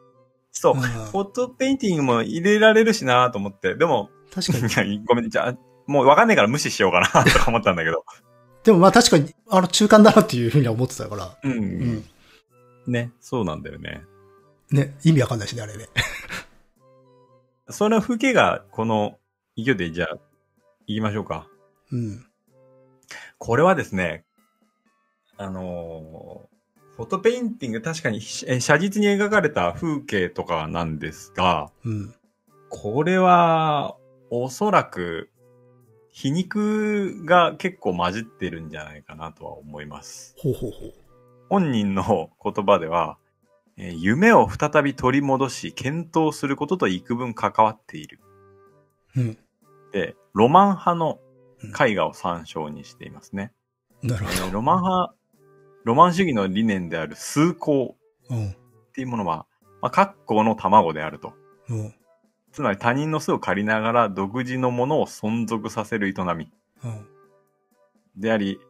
Speaker 1: そう。
Speaker 2: うん
Speaker 1: フォトペインティングも入れられるしなと思って。でも、
Speaker 2: 確かに。
Speaker 1: いやごめん、じゃあ、もうわかんないから無視しようかな とか思ったんだけど。
Speaker 2: でもまあ確かに、あの中間だなっていうふうには思ってたから。
Speaker 1: うん。
Speaker 2: うん。
Speaker 1: ね、そうなんだよね。
Speaker 2: ね、意味わかんないしね、あれね。
Speaker 1: その風景が、この勢いで、じゃあ、行きましょうか。
Speaker 2: うん。
Speaker 1: これはですね、あのーフォトペインティング確かにえ写実に描かれた風景とかなんですが、
Speaker 2: うん。
Speaker 1: これはおそらく皮肉が結構混じってるんじゃないかなとは思います。
Speaker 2: ほうほうほう。
Speaker 1: 本人の言葉では、えー夢を再び取り戻し検討することと幾分関わっている。
Speaker 2: うん。
Speaker 1: で、ロマン派の絵画を参照にしていますね。
Speaker 2: なる
Speaker 1: え
Speaker 2: ほ
Speaker 1: ーロマン派、ロマン主義の理念である崇高
Speaker 2: ど。うん。
Speaker 1: っていうものは、まあ、格好の卵であると。
Speaker 2: うん。
Speaker 1: つまり他人の巣を借りながら独自のものを存続させる営み
Speaker 2: うん。
Speaker 1: であり、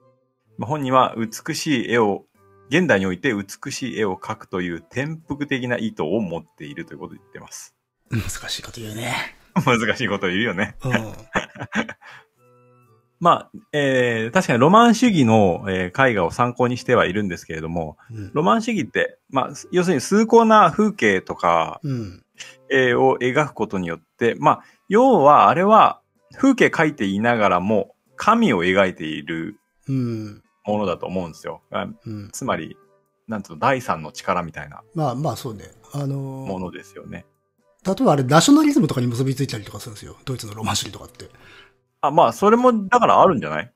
Speaker 1: まあ本人は美しい絵を、現代において美しい絵を描くという転覆的な意図を持っているということを言ってます。
Speaker 2: 難しいこと言うね。
Speaker 1: 難しいこと言うよね。
Speaker 2: うん。
Speaker 1: まあ、えー確かにロマン主義の、えー絵画を参考にしてはいるんですけれども、
Speaker 2: うん
Speaker 1: ロマン主義って、まあ、要するに崇高な風景とか、
Speaker 2: うん。
Speaker 1: えーを描くことによって、まあ、要はあれは風景描いていながらも神を描いている
Speaker 2: うん。
Speaker 1: ものだと思うんですよ。あ
Speaker 2: うん。
Speaker 1: つまり、なんつうの、第三の力みたいな
Speaker 2: まあまあそうね。あの
Speaker 1: も
Speaker 2: ー、
Speaker 1: のですよね。
Speaker 2: 例えばあれ、ナショナリズムとかに結びついたりとかするんですよ。ドイツのロマン主義とかって。
Speaker 1: あ、まあ、それも、だからあるんじゃない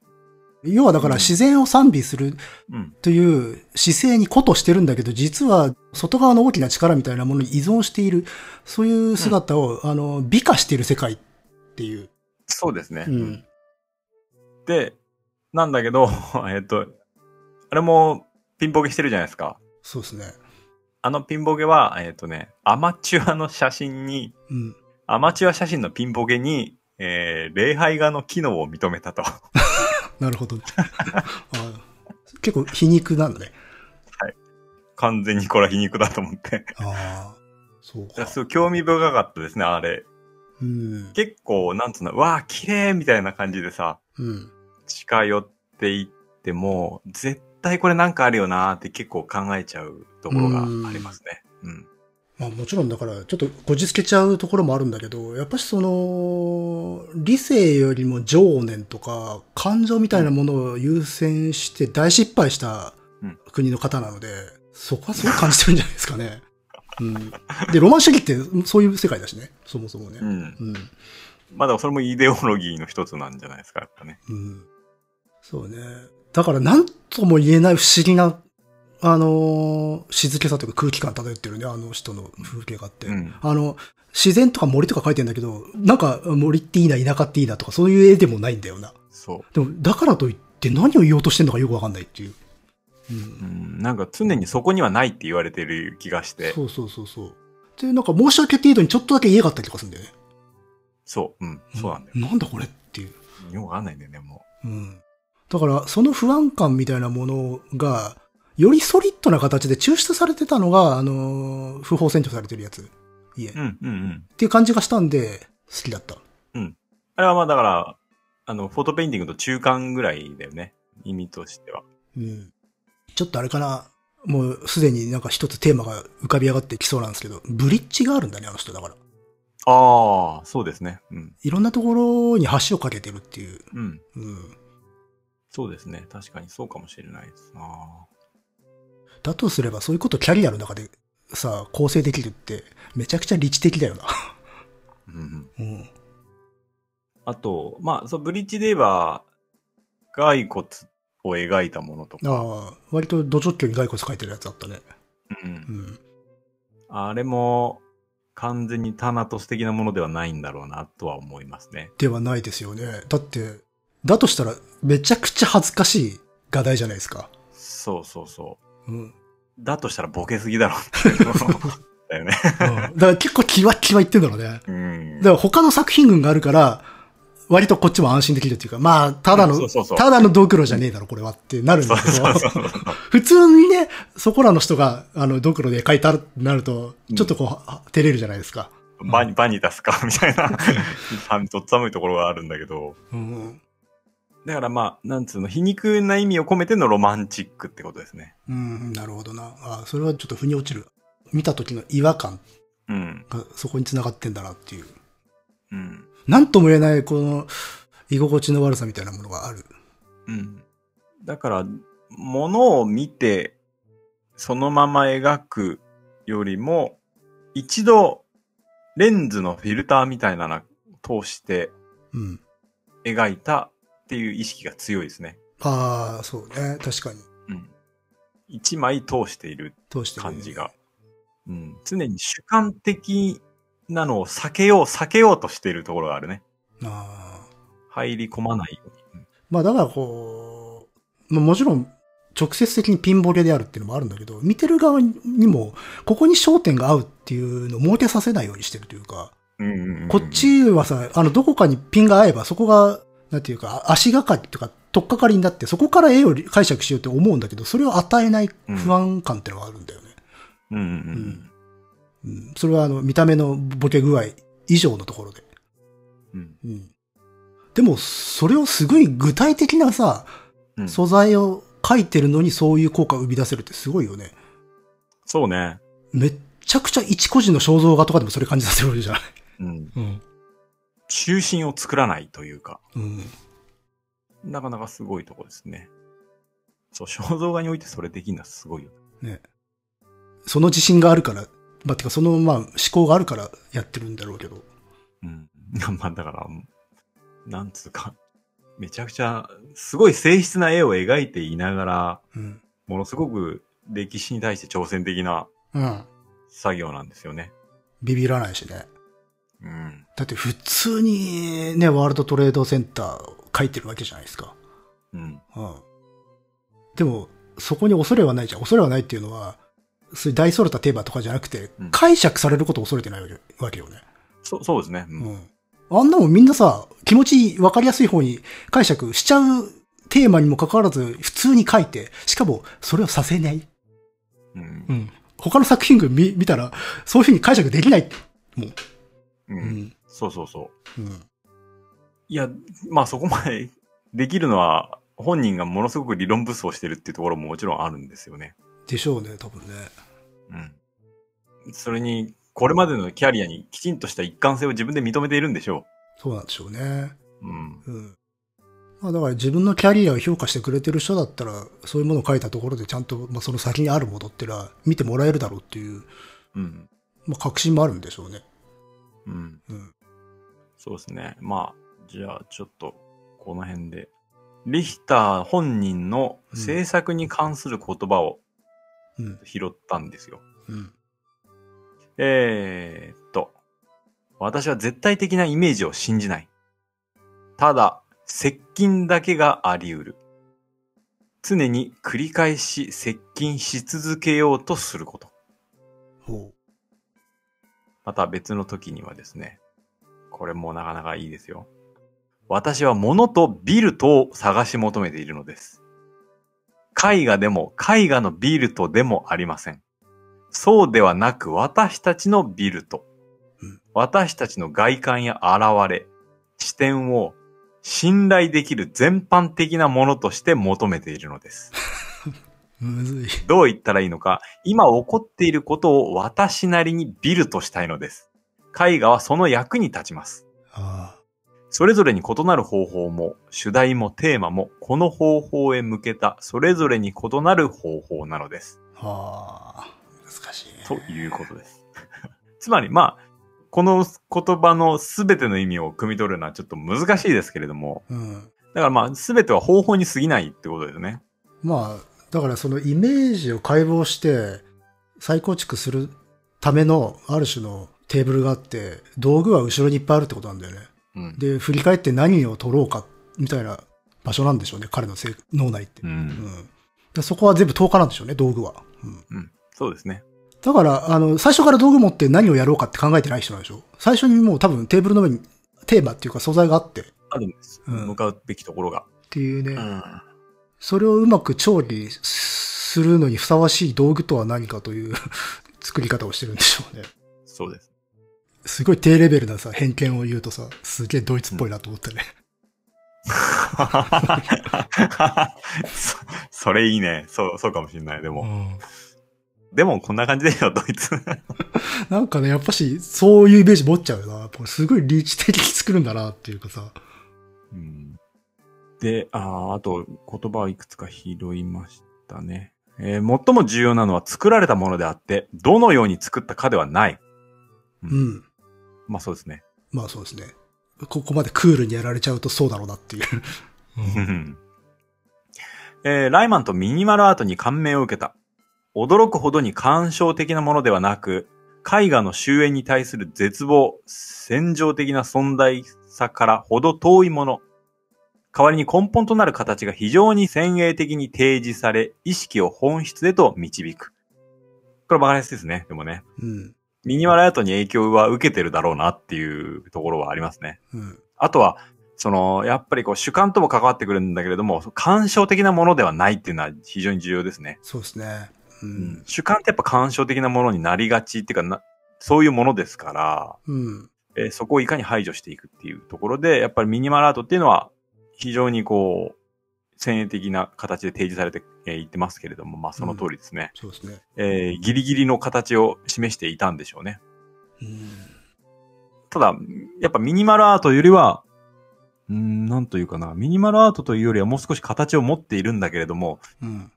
Speaker 2: 要はだから自然を賛美する
Speaker 1: うん。
Speaker 2: という姿勢に固としてるんだけど、実は外側の大きな力みたいなものに依存している、そういう姿を、あの、美化している世界っていう。
Speaker 1: そうですね。
Speaker 2: うん。
Speaker 1: で、なんだけど、 えっと、あれもピンボケしてるじゃないですか。
Speaker 2: そうですね。
Speaker 1: あのピンボケは、えっとね、アマチュアの写真に、
Speaker 2: うん。
Speaker 1: アマチュア写真のピンボケに、えー礼拝画の機能を認めたと。
Speaker 2: なるほど。あ結構皮肉なんだね。
Speaker 1: 完全にこれは皮肉だと 思って。
Speaker 2: ああ。そう
Speaker 1: だから
Speaker 2: か。
Speaker 1: すごい興味深かったですね、あれ。
Speaker 2: うん。
Speaker 1: 結構、なんつうの、わあ、綺麗みたいな感じでさ、
Speaker 2: うん。
Speaker 1: 近寄っていっても、絶対これなんかあるよなーって結構考えちゃうところがありますね。うん。
Speaker 2: まあもちろんだから、ちょっとこじつけちゃうところもあるんだけど、やっぱしその、理性よりも情念とか、感情みたいなものを優先して大失敗した
Speaker 1: うん
Speaker 2: 国の方なので、そこはすごく感じてるんじゃないですかね。うん。で、ロマン主義ってそういう世界だしね、そもそもね
Speaker 1: う。ん。
Speaker 2: うん。
Speaker 1: まあだからそれもイデオロギーの一つなんじゃないですか、やっぱね。
Speaker 2: うん。そうね。だからなんとも言えない不思議な、あのー静けさというか空気感漂ってるね、あの人の風景があって。
Speaker 1: うん。
Speaker 2: あの、自然とか森とか書いてんだけど、なんか森っていいな、田舎っていいなとかそういう絵でもないんだよな。
Speaker 1: そう。
Speaker 2: でも、だからといって何を言おうとしてんのかよくわかんないっていう。
Speaker 1: う
Speaker 2: う。
Speaker 1: んん、なんか常にそこにはないって言われてる気がして。
Speaker 2: そうそうそうそう。で、なんか申し訳程度にちょっとだけ家があったりとかするんだよね。
Speaker 1: そう、うん、そうなんだよ。
Speaker 2: なんだこれっていう。
Speaker 1: よくわかんないんだよね、も
Speaker 2: うん。だから、その不安感みたいなものが、よりソリッドな形で抽出されてたのが、あのー不法占拠されてるやつ。家。
Speaker 1: う。
Speaker 2: っ
Speaker 1: うん、うん、うん。
Speaker 2: ていう感じがしたんで、好きだった。
Speaker 1: あれはまあだから、あの、フォトペインティングと中間ぐらいだよね。意味としては。
Speaker 2: うん。ちょっとあれかな。もうすでになんか一つテーマが浮かび上がってきそうなんですけど、ブリッジがあるんだね、あの人だから。
Speaker 1: ああ、そうですね。うん。
Speaker 2: いろんなところに橋を架けてるっていう。
Speaker 1: うん。
Speaker 2: うん。
Speaker 1: そうですね。確かにそうかもしれないですな。
Speaker 2: だとすれば、そういうことキャリアの中でさ、構成できるって、めちゃくちゃ理知的だよな。
Speaker 1: うん、うん。
Speaker 2: うん。
Speaker 1: あと、まあ、そう、ブリッジで言えば、骸骨を描いたものとか、
Speaker 2: ああ、割と土直球に骸骨書いてるやつあったね。
Speaker 1: うん
Speaker 2: う、ん。
Speaker 1: あれも、完全にタナトス的なものではないんだろうな、とは思いますね。
Speaker 2: ではないですよね。だって、だとしたら、めちゃくちゃ恥ずかしい画題じゃないですか。
Speaker 1: そうそうそ
Speaker 2: うん。うん
Speaker 1: う。だとしたらボケすぎだろ、っていうのだよね。
Speaker 2: だから結構キワッキワ言ってんだろうね。
Speaker 1: うん。
Speaker 2: だから他の作品群があるから、割とこっちも安心できるっていうか、まあ、ただの
Speaker 1: そうそうそう
Speaker 2: ただのドクロじゃねえだろ、これはってなるん
Speaker 1: そう
Speaker 2: だけど
Speaker 1: そう、そうそう。
Speaker 2: 普通にね、そこらの人が、あの、ドクロで書いてあるってなると
Speaker 1: う、ん
Speaker 2: ちょっとこうは、照れるじゃないですか。
Speaker 1: バニ、バニ出すか、 みたいな、とっつぁむいところがあるんだけど。
Speaker 2: うん。
Speaker 1: だからまあ、なんつうの、皮肉な意味を込めてのロマンチックってことですね。
Speaker 2: うん、なるほどな。あそれはちょっと腑に落ちる。見た時の違和感
Speaker 1: うん。
Speaker 2: がそこに繋がってんだなっていう。
Speaker 1: うん。
Speaker 2: なんとも言えない、この、居心地の悪さみたいなものがある。
Speaker 1: うん。だから、ものを見て、そのまま描くよりも、一度、レンズのフィルターみたいなのを通して
Speaker 2: うん。
Speaker 1: 描いたっていう意識が強いですね。
Speaker 2: ああ、そうね。確かに。
Speaker 1: うん。一枚通している
Speaker 2: 通してる
Speaker 1: 感じが。。うん。常に主観的なのを避けよう、避けようとしているところがあるね。
Speaker 2: ああ。
Speaker 1: 入り込まないように。
Speaker 2: まあだからこう、まあ、もちろん直接的にピンボケであるっていうのもあるんだけど、見てる側にも、ここに焦点が合うっていうのを設けさせないようにしてるというか、
Speaker 1: うんうんうんうん
Speaker 2: こっ、ちはさ、あの、どこかにピンが合えば、そこが、なんていうか、あ足がかりとか、取っかかりになって、そこから絵を解釈しようって思うんだけど、それを与えない不安感っていうのがあるんだよね。
Speaker 1: うんうんう
Speaker 2: うんん。うんそれはあの、見た目のボケ具合以上のところで。
Speaker 1: うん
Speaker 2: うん。でも、それをすごい具体的なさ、
Speaker 1: うん
Speaker 2: 素材を書いてるのにそういう効果を生み出せるってすごいよね。
Speaker 1: そうね。
Speaker 2: めっちゃくちゃ一個人の肖像画とかでもそれ感じさせるわけじゃない。
Speaker 1: うん。
Speaker 2: うん。
Speaker 1: 中心を作らないというか、
Speaker 2: うん。
Speaker 1: なかなかすごいとこですね。そう、肖像画においてそれできるのはすごいよ。
Speaker 2: ね。その自信があるから、まあ、てかその、まあ、思考があるからやってるんだろうけど。
Speaker 1: うん。 まあだから、なんつうか、めちゃくちゃ、すごい静筆な絵を描いていながら、
Speaker 2: うん。
Speaker 1: ものすごく歴史に対して挑戦的な
Speaker 2: うん。
Speaker 1: 作業なんですよね。
Speaker 2: ビビらないしね。
Speaker 1: うん。
Speaker 2: だって普通にね、ワールドトレードセンターを書いてるわけじゃないですか。
Speaker 1: うん。
Speaker 2: うん。でも、そこに恐れはないじゃん。恐れはないっていうのは、そういう大それたテーマとかじゃなくて、
Speaker 1: うん
Speaker 2: 解釈されることを恐れてないわけわけよね。
Speaker 1: そそうですね。うん
Speaker 2: うん。あんなもんみんなさ、気持ち分かりやすい方に解釈しちゃうテーマにもかかわらず、普通に書いて、しかも、それをさせない。
Speaker 1: うん
Speaker 2: うん。他の作品群見見たら、そういうふうに解釈できない。
Speaker 1: う。。
Speaker 2: うん
Speaker 1: そうそうそう。
Speaker 2: うん。
Speaker 1: いや、まあそこまで できるのは本人がものすごく理論武装してるっていうところももちろんあるんですよね。
Speaker 2: でしょうね、多分ね。
Speaker 1: うん。それに、これまでのキャリアにきちんとした一貫性を自分で認めているんでしょ
Speaker 2: そうなんでしょうね。
Speaker 1: う。うん。
Speaker 2: うん。まあだから自分のキャリアを評価してくれてる人だったら、そういうものを書いたところでちゃんと、まあ、その先にあるものってのは見てもらえるだろうっていう、
Speaker 1: うん。
Speaker 2: まあ、確信もあるんでしょうね。
Speaker 1: うん。
Speaker 2: うん。
Speaker 1: そうですね。まあ、じゃあちょっと、この辺で。リヒター本人の制作に関する言葉を
Speaker 2: うん。
Speaker 1: 拾ったんですよ。
Speaker 2: うん。
Speaker 1: えーっと、私は絶対的なイメージを信じない。ただ、接近だけがあり得る。常に繰り返し接近し続けようとすること。
Speaker 2: ほ
Speaker 1: また別の時にはですね、これもなかなかいいですよ。私は物とビルとを探し求めているのです。絵画でも絵画のビルとでもありません。そうではなく私たちのビルと
Speaker 2: うん、
Speaker 1: 私たちの外観や現れ、視点を信頼できる全般的なものとして求めているのです。
Speaker 2: う。むずい。
Speaker 1: どう言ったらいいのか、今起こっていることを私なりにビルとしたいのです。絵画はその役に立ちます。
Speaker 2: あ
Speaker 1: それぞれに異なる方法も、主題もテーマも、この方法へ向けた、それぞれに異なる方法なのです。
Speaker 2: あ。ああ。難しいね。
Speaker 1: ということです。 つまり、まあ、この言葉の全ての意味を汲み取るのはちょっと難しいですけれども、
Speaker 2: うん。
Speaker 1: だからまあ、全ては方法に過ぎないってことですね。
Speaker 2: まあ、だからそのイメージを解剖して、再構築するための、ある種のテーブルがあって、道具は後ろにいっぱいあるってことなんだよね。
Speaker 1: うん。
Speaker 2: で、振り返って何を取ろうか、みたいな場所なんでしょうね、彼のせい脳内って。
Speaker 1: う
Speaker 2: うん
Speaker 1: ん。
Speaker 2: でそこは全部10日なんでしょうね、道具は。うん
Speaker 1: そうですね。
Speaker 2: だから、あの、最初から道具持って何をやろうかって考えてない人なんでしょ最初にもう多分テーブルの上にテーマっていうか素材があってっ
Speaker 1: あるんです。
Speaker 2: うん
Speaker 1: 向かうべきところが。
Speaker 2: ていうね、
Speaker 1: うん
Speaker 2: それをうまく調理するのにふさわしい道具とは何かという 作り方をしてるんでしょうね。
Speaker 1: そうです。
Speaker 2: すごい低レベルなさ、偏見を言うとさ、すげえドイツっぽいなと思ったね。
Speaker 1: そそれいいね。そう、そうかもしんない。でも、
Speaker 2: うん
Speaker 1: でもこんな感じでしょ、ドイツ。
Speaker 2: なんかね、やっぱし、そういうイメージ持っちゃうよな。やっぱすごいリーチ的に作るんだなっていうかさ。
Speaker 1: うんで、あーあと、言葉をいくつか拾いましたね。えー最も重要なのは作られたものであって、どのように作ったかではない。
Speaker 2: うん。
Speaker 1: まあそうですね。
Speaker 2: まあそうですね。ここまでクールにやられちゃうとそうだろうなっていう。
Speaker 1: えーライマンとミニマルアートに感銘を受けた。驚くほどに感傷的なものではなく、絵画の終焉に対する絶望、戦場的な存在さからほど遠いもの。代わりに根本となる形が非常に先鋭的に提示され、意識を本質へと導く。これバカりやすいですね。でもね。
Speaker 2: うん。
Speaker 1: ミニマルアートに影響は受けてるだろうなっていうところはありますね。
Speaker 2: うん。
Speaker 1: あとは、その、やっぱりこう主観とも関わってくるんだけれども、干渉的なものではないっていうのは非常に重要ですね。
Speaker 2: そうですね。う。
Speaker 1: うん主観ってやっぱ干渉的なものになりがちっていうかな、そういうものですから、
Speaker 2: うん。
Speaker 1: えーそこをいかに排除していくっていうところで、やっぱりミニマルアートっていうのは非常にこう、先鋭的な形で提示されてえーいってますけれども、まあその通りですね、
Speaker 2: そうですね。
Speaker 1: えーギリギリの形を示していたんでしょうね。
Speaker 2: うん。
Speaker 1: ただ、やっぱミニマルアートよりは、うーん、なんというかな、ミニマルアートというよりはもう少し形を持っているんだけれども、
Speaker 2: うん。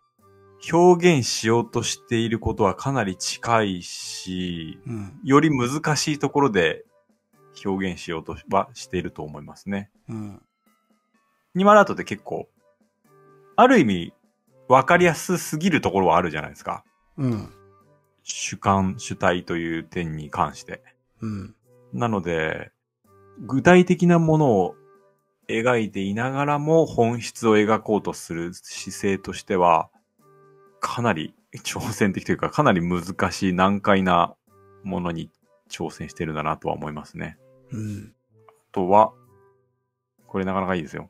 Speaker 1: 表現しようとしていることはかなり近いし、
Speaker 2: うん。
Speaker 1: より難しいところで表現しようとはしていると思いますね。
Speaker 2: うん。
Speaker 1: ミニマルアートって結構、ある意味、わかりやすすぎるところはあるじゃないですか。
Speaker 2: うん。
Speaker 1: 主観、主体という点に関して。
Speaker 2: うん。
Speaker 1: なので、具体的なものを描いていながらも本質を描こうとする姿勢としては、かなり挑戦的というか、かなり難しい難解なものに挑戦してるんだなとは思いますね。
Speaker 2: うん。
Speaker 1: あとは、これなかなかいいですよ。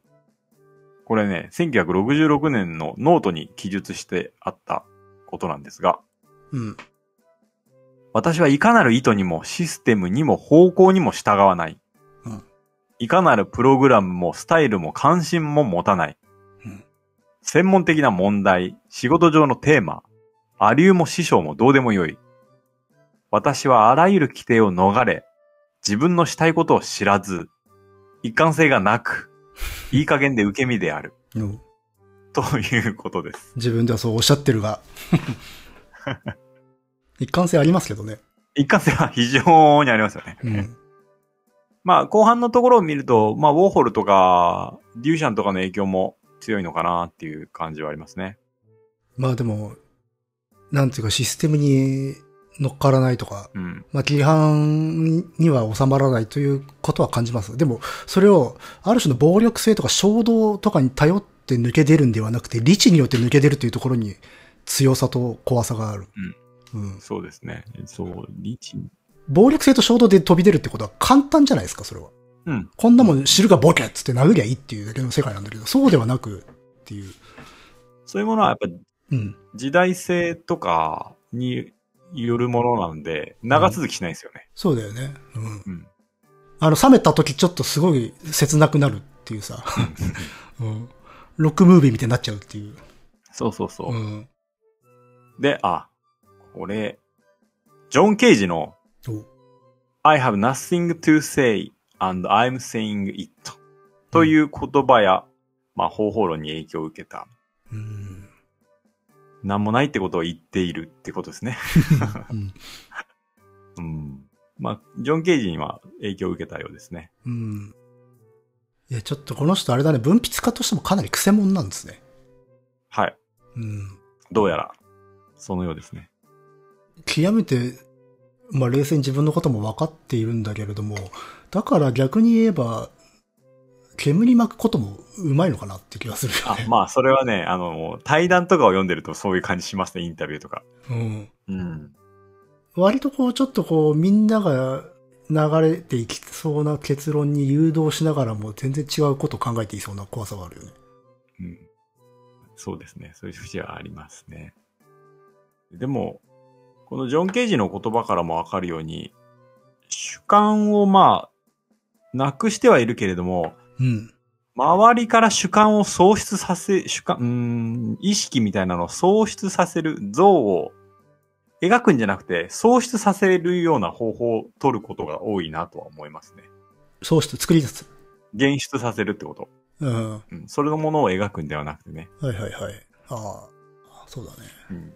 Speaker 1: これね、1966年のノートに記述してあったことなんですが、
Speaker 2: うん。
Speaker 1: 私はいかなる意図にもシステムにも方向にも従わない。
Speaker 2: うん
Speaker 1: いかなるプログラムもスタイルも関心も持たない。
Speaker 2: うん
Speaker 1: 専門的な問題、仕事上のテーマ、アリューも師匠もどうでもよい。私はあらゆる規定を逃れ、自分のしたいことを知らず、一貫性がな く、いい加減で受け身である。
Speaker 2: うん
Speaker 1: ということです。
Speaker 2: 自分ではそうおっしゃってる が。一貫性ありますけどね。
Speaker 1: 一貫性は非常にありますよね。
Speaker 2: うん。
Speaker 1: まあ、後半のところを見ると、まあ、ウォーホルとか、デューシャンとかの影響も強いのかなっていう感じはありますね。
Speaker 2: まあでも、なんていうかシステムに乗っからないとか、
Speaker 1: うん。
Speaker 2: まあ、規範には収まらないということは感じます。でも、それを、ある種の暴力性とか衝動とかに頼っって抜け出るんではなくて、理知によって抜け出るというところに強さと怖さがある。うん
Speaker 1: そうですね。そう、リーチ。
Speaker 2: 暴力性と衝動で飛び出るってことは簡単じゃないですか、それは。
Speaker 1: うん。
Speaker 2: こんなもん知るがボケっつって殴りゃいいっていうだけの世界なんだけど、そうではなくっていう。
Speaker 1: そういうものはやっぱ
Speaker 2: うん。
Speaker 1: 時代性とかによるものなんで、長続きしないですよね。
Speaker 2: そうだよね。うん。
Speaker 1: うん。
Speaker 2: あの、冷めた時ちょっとすごい切なくなるっていうさ。 うん。ロックムービーみたいになっちゃうっていう。
Speaker 1: そうそうそう。
Speaker 2: うん。
Speaker 1: で、あ、これ、ジョン・ケイジの
Speaker 2: お
Speaker 1: I have nothing to say and I'm saying it という言葉や、まあ方法論に影響を受けた。
Speaker 2: うん。
Speaker 1: なんもないってことを言っているってことですね。
Speaker 2: うん。
Speaker 1: うん。まあ、ジョン・ケイジには影響を受けたようですね。
Speaker 2: うん。いや、ちょっとこの人あれだね、文筆家としてもかなり癖者なんですね。
Speaker 1: はい。
Speaker 2: うん。
Speaker 1: どうやら、そのようですね。
Speaker 2: 極めて、まあ冷静に自分のことも分かっているんだけれども、だから逆に言えば、煙巻くこともうまいのかなって気がするよ
Speaker 1: あ
Speaker 2: ね。、
Speaker 1: まあ、それはね、あの、対談とかを読んでるとそういう感じしますね、インタビューとか。
Speaker 2: うん。
Speaker 1: うん。
Speaker 2: 割とこう、ちょっとこう、みんなが流れていきそうな結論に誘導しながらも全然違うことを考えていそうな怖さはあるよね。
Speaker 1: うん。そうですね。そういう節はありますね。でも、このジョン・ケージの言葉からもわかるように、主観をまあ、なくしてはいるけれども、
Speaker 2: うん。
Speaker 1: 周りから主観を喪失させ、主観、うーん、意識みたいなのを喪失させる像を描くんじゃなくて、喪失させるような方法を取ることが多いなとは思いますね。
Speaker 2: そうして作り出す。
Speaker 1: 現出させるってこと。
Speaker 2: うん。は
Speaker 1: うん、それのものを描くんではなくてね。
Speaker 2: いはいはい。ああ、そうだね。
Speaker 1: うん。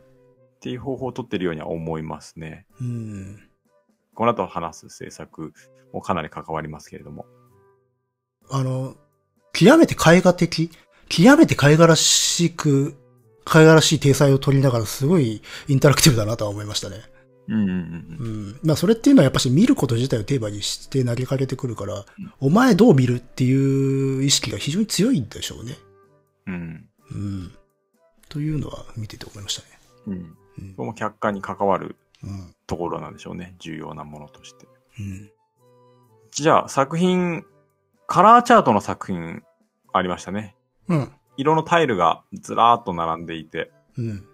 Speaker 1: っていう方法を取ってるようには思いますね。
Speaker 2: うん。
Speaker 1: この後話す制作もかなり関わりますけれども。
Speaker 2: あの、極めて絵画的、極めて絵画らしく、絵画らしい体裁を取りながらすごいインタラクティブだなとは思いましたね。
Speaker 1: うんうんう。
Speaker 2: うんん。まあそれっていうのはやっぱし見ること自体をテーマにして投げかけてくるから、お前どう見るっていう意識が非常に強いんでしょうね。
Speaker 1: うん。
Speaker 2: うん。というのは見てて思いましたね。
Speaker 1: うん。
Speaker 2: うん
Speaker 1: これも客観に関わる
Speaker 2: うん。
Speaker 1: ところなんでしょうね。重要なものとして。
Speaker 2: うん。
Speaker 1: じゃあ作品、カラーチャートの作品ありましたね。
Speaker 2: うん。
Speaker 1: 色のタイルがずらーっと並んでいて。
Speaker 2: うん。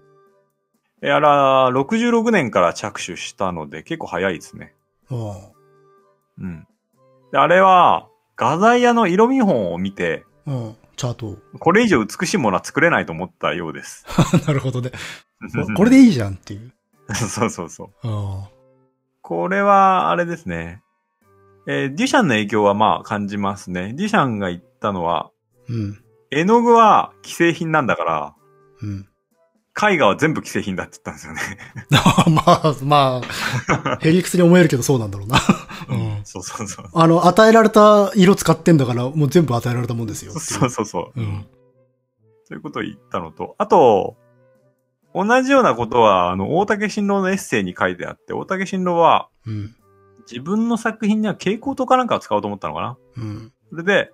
Speaker 1: えあら、66年から着手したので結構早いですね。
Speaker 2: あ
Speaker 1: うん。であれは、画材屋の色見本を見て、
Speaker 2: あ。うん。チャート。
Speaker 1: これ以上美しいものは作れないと思ったようです。
Speaker 2: なるほどね。 これでいいじゃんっていう。
Speaker 1: そうそうそう。
Speaker 2: ああ。
Speaker 1: これは、あれですね。えーデュシャンの影響はまあ感じますね。デュシャンが言ったのは、
Speaker 2: うん。
Speaker 1: 絵の具は既製品なんだから、
Speaker 2: うん。
Speaker 1: 絵画は全部既製品だって言ったんですよね。
Speaker 2: まあ、ま あ、へりくつに思えるけどそうなんだろうな。うん
Speaker 1: そうそうそう。
Speaker 2: あの、与えられた色使ってんだから、もう全部与えられたもんですよ。
Speaker 1: そうそうそう。
Speaker 2: うん。
Speaker 1: そういうことを言ったのと、あと、同じようなことは、あの、大竹新郎のエッセイに書いてあって、大竹新郎は、
Speaker 2: うん。
Speaker 1: 自分の作品には蛍光灯かなんかを使おうと思ったのかな
Speaker 2: うん。
Speaker 1: それで、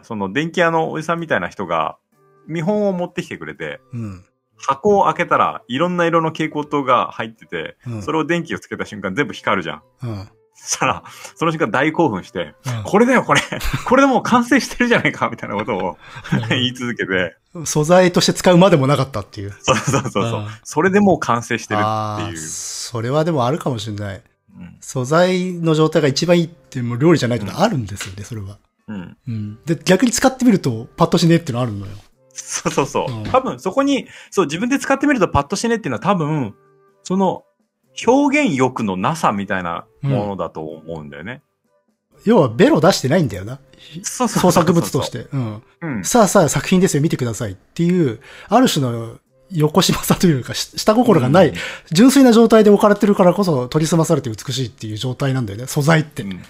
Speaker 1: その電気屋のおじさんみたいな人が、見本を持ってきてくれて、
Speaker 2: うん。
Speaker 1: 箱を開けたら、いろんな色の蛍光灯が入ってて、
Speaker 2: うん。
Speaker 1: それを電気をつけた瞬間全部光るじゃん。
Speaker 2: うん。うん。
Speaker 1: そしたら、その瞬間大興奮して、これだよ これこれでもう完成してるじゃないかみたいなことを言い続けて、
Speaker 2: 素材として使うまでもなかったっていう。。
Speaker 1: そうそうそうそううんそれでもう完成してる
Speaker 2: あ
Speaker 1: っ
Speaker 2: あ
Speaker 1: ていう。
Speaker 2: それはでもあるかもしれない。
Speaker 1: うん
Speaker 2: 素材の状態が一番いいって、もう料理じゃないってのはあるんですよね、それは。
Speaker 1: うん。
Speaker 2: うん。で、逆に使ってみると、パッとしねえってのあるのよ。
Speaker 1: そうそうそうう。
Speaker 2: ん
Speaker 1: 多分そこに、そう自分で使ってみるとパッとしねっていうのは多分、その表現欲のなさみたいなものだと思うんだよね。
Speaker 2: 要は、ベロ出してないんだよな。
Speaker 1: そうそうそう
Speaker 2: 創
Speaker 1: そう
Speaker 2: 作物とし。て。うん。
Speaker 1: うん。
Speaker 2: さあさあ作品ですよ、見てくださいっていう、ある種の横島さというか、し下心がな
Speaker 1: う
Speaker 2: い、
Speaker 1: ん
Speaker 2: 純粋な状態で置かれてるからこそ、取り澄まされて美しいっていう状態なんだよね、素材って。
Speaker 1: う
Speaker 2: うん。
Speaker 1: ん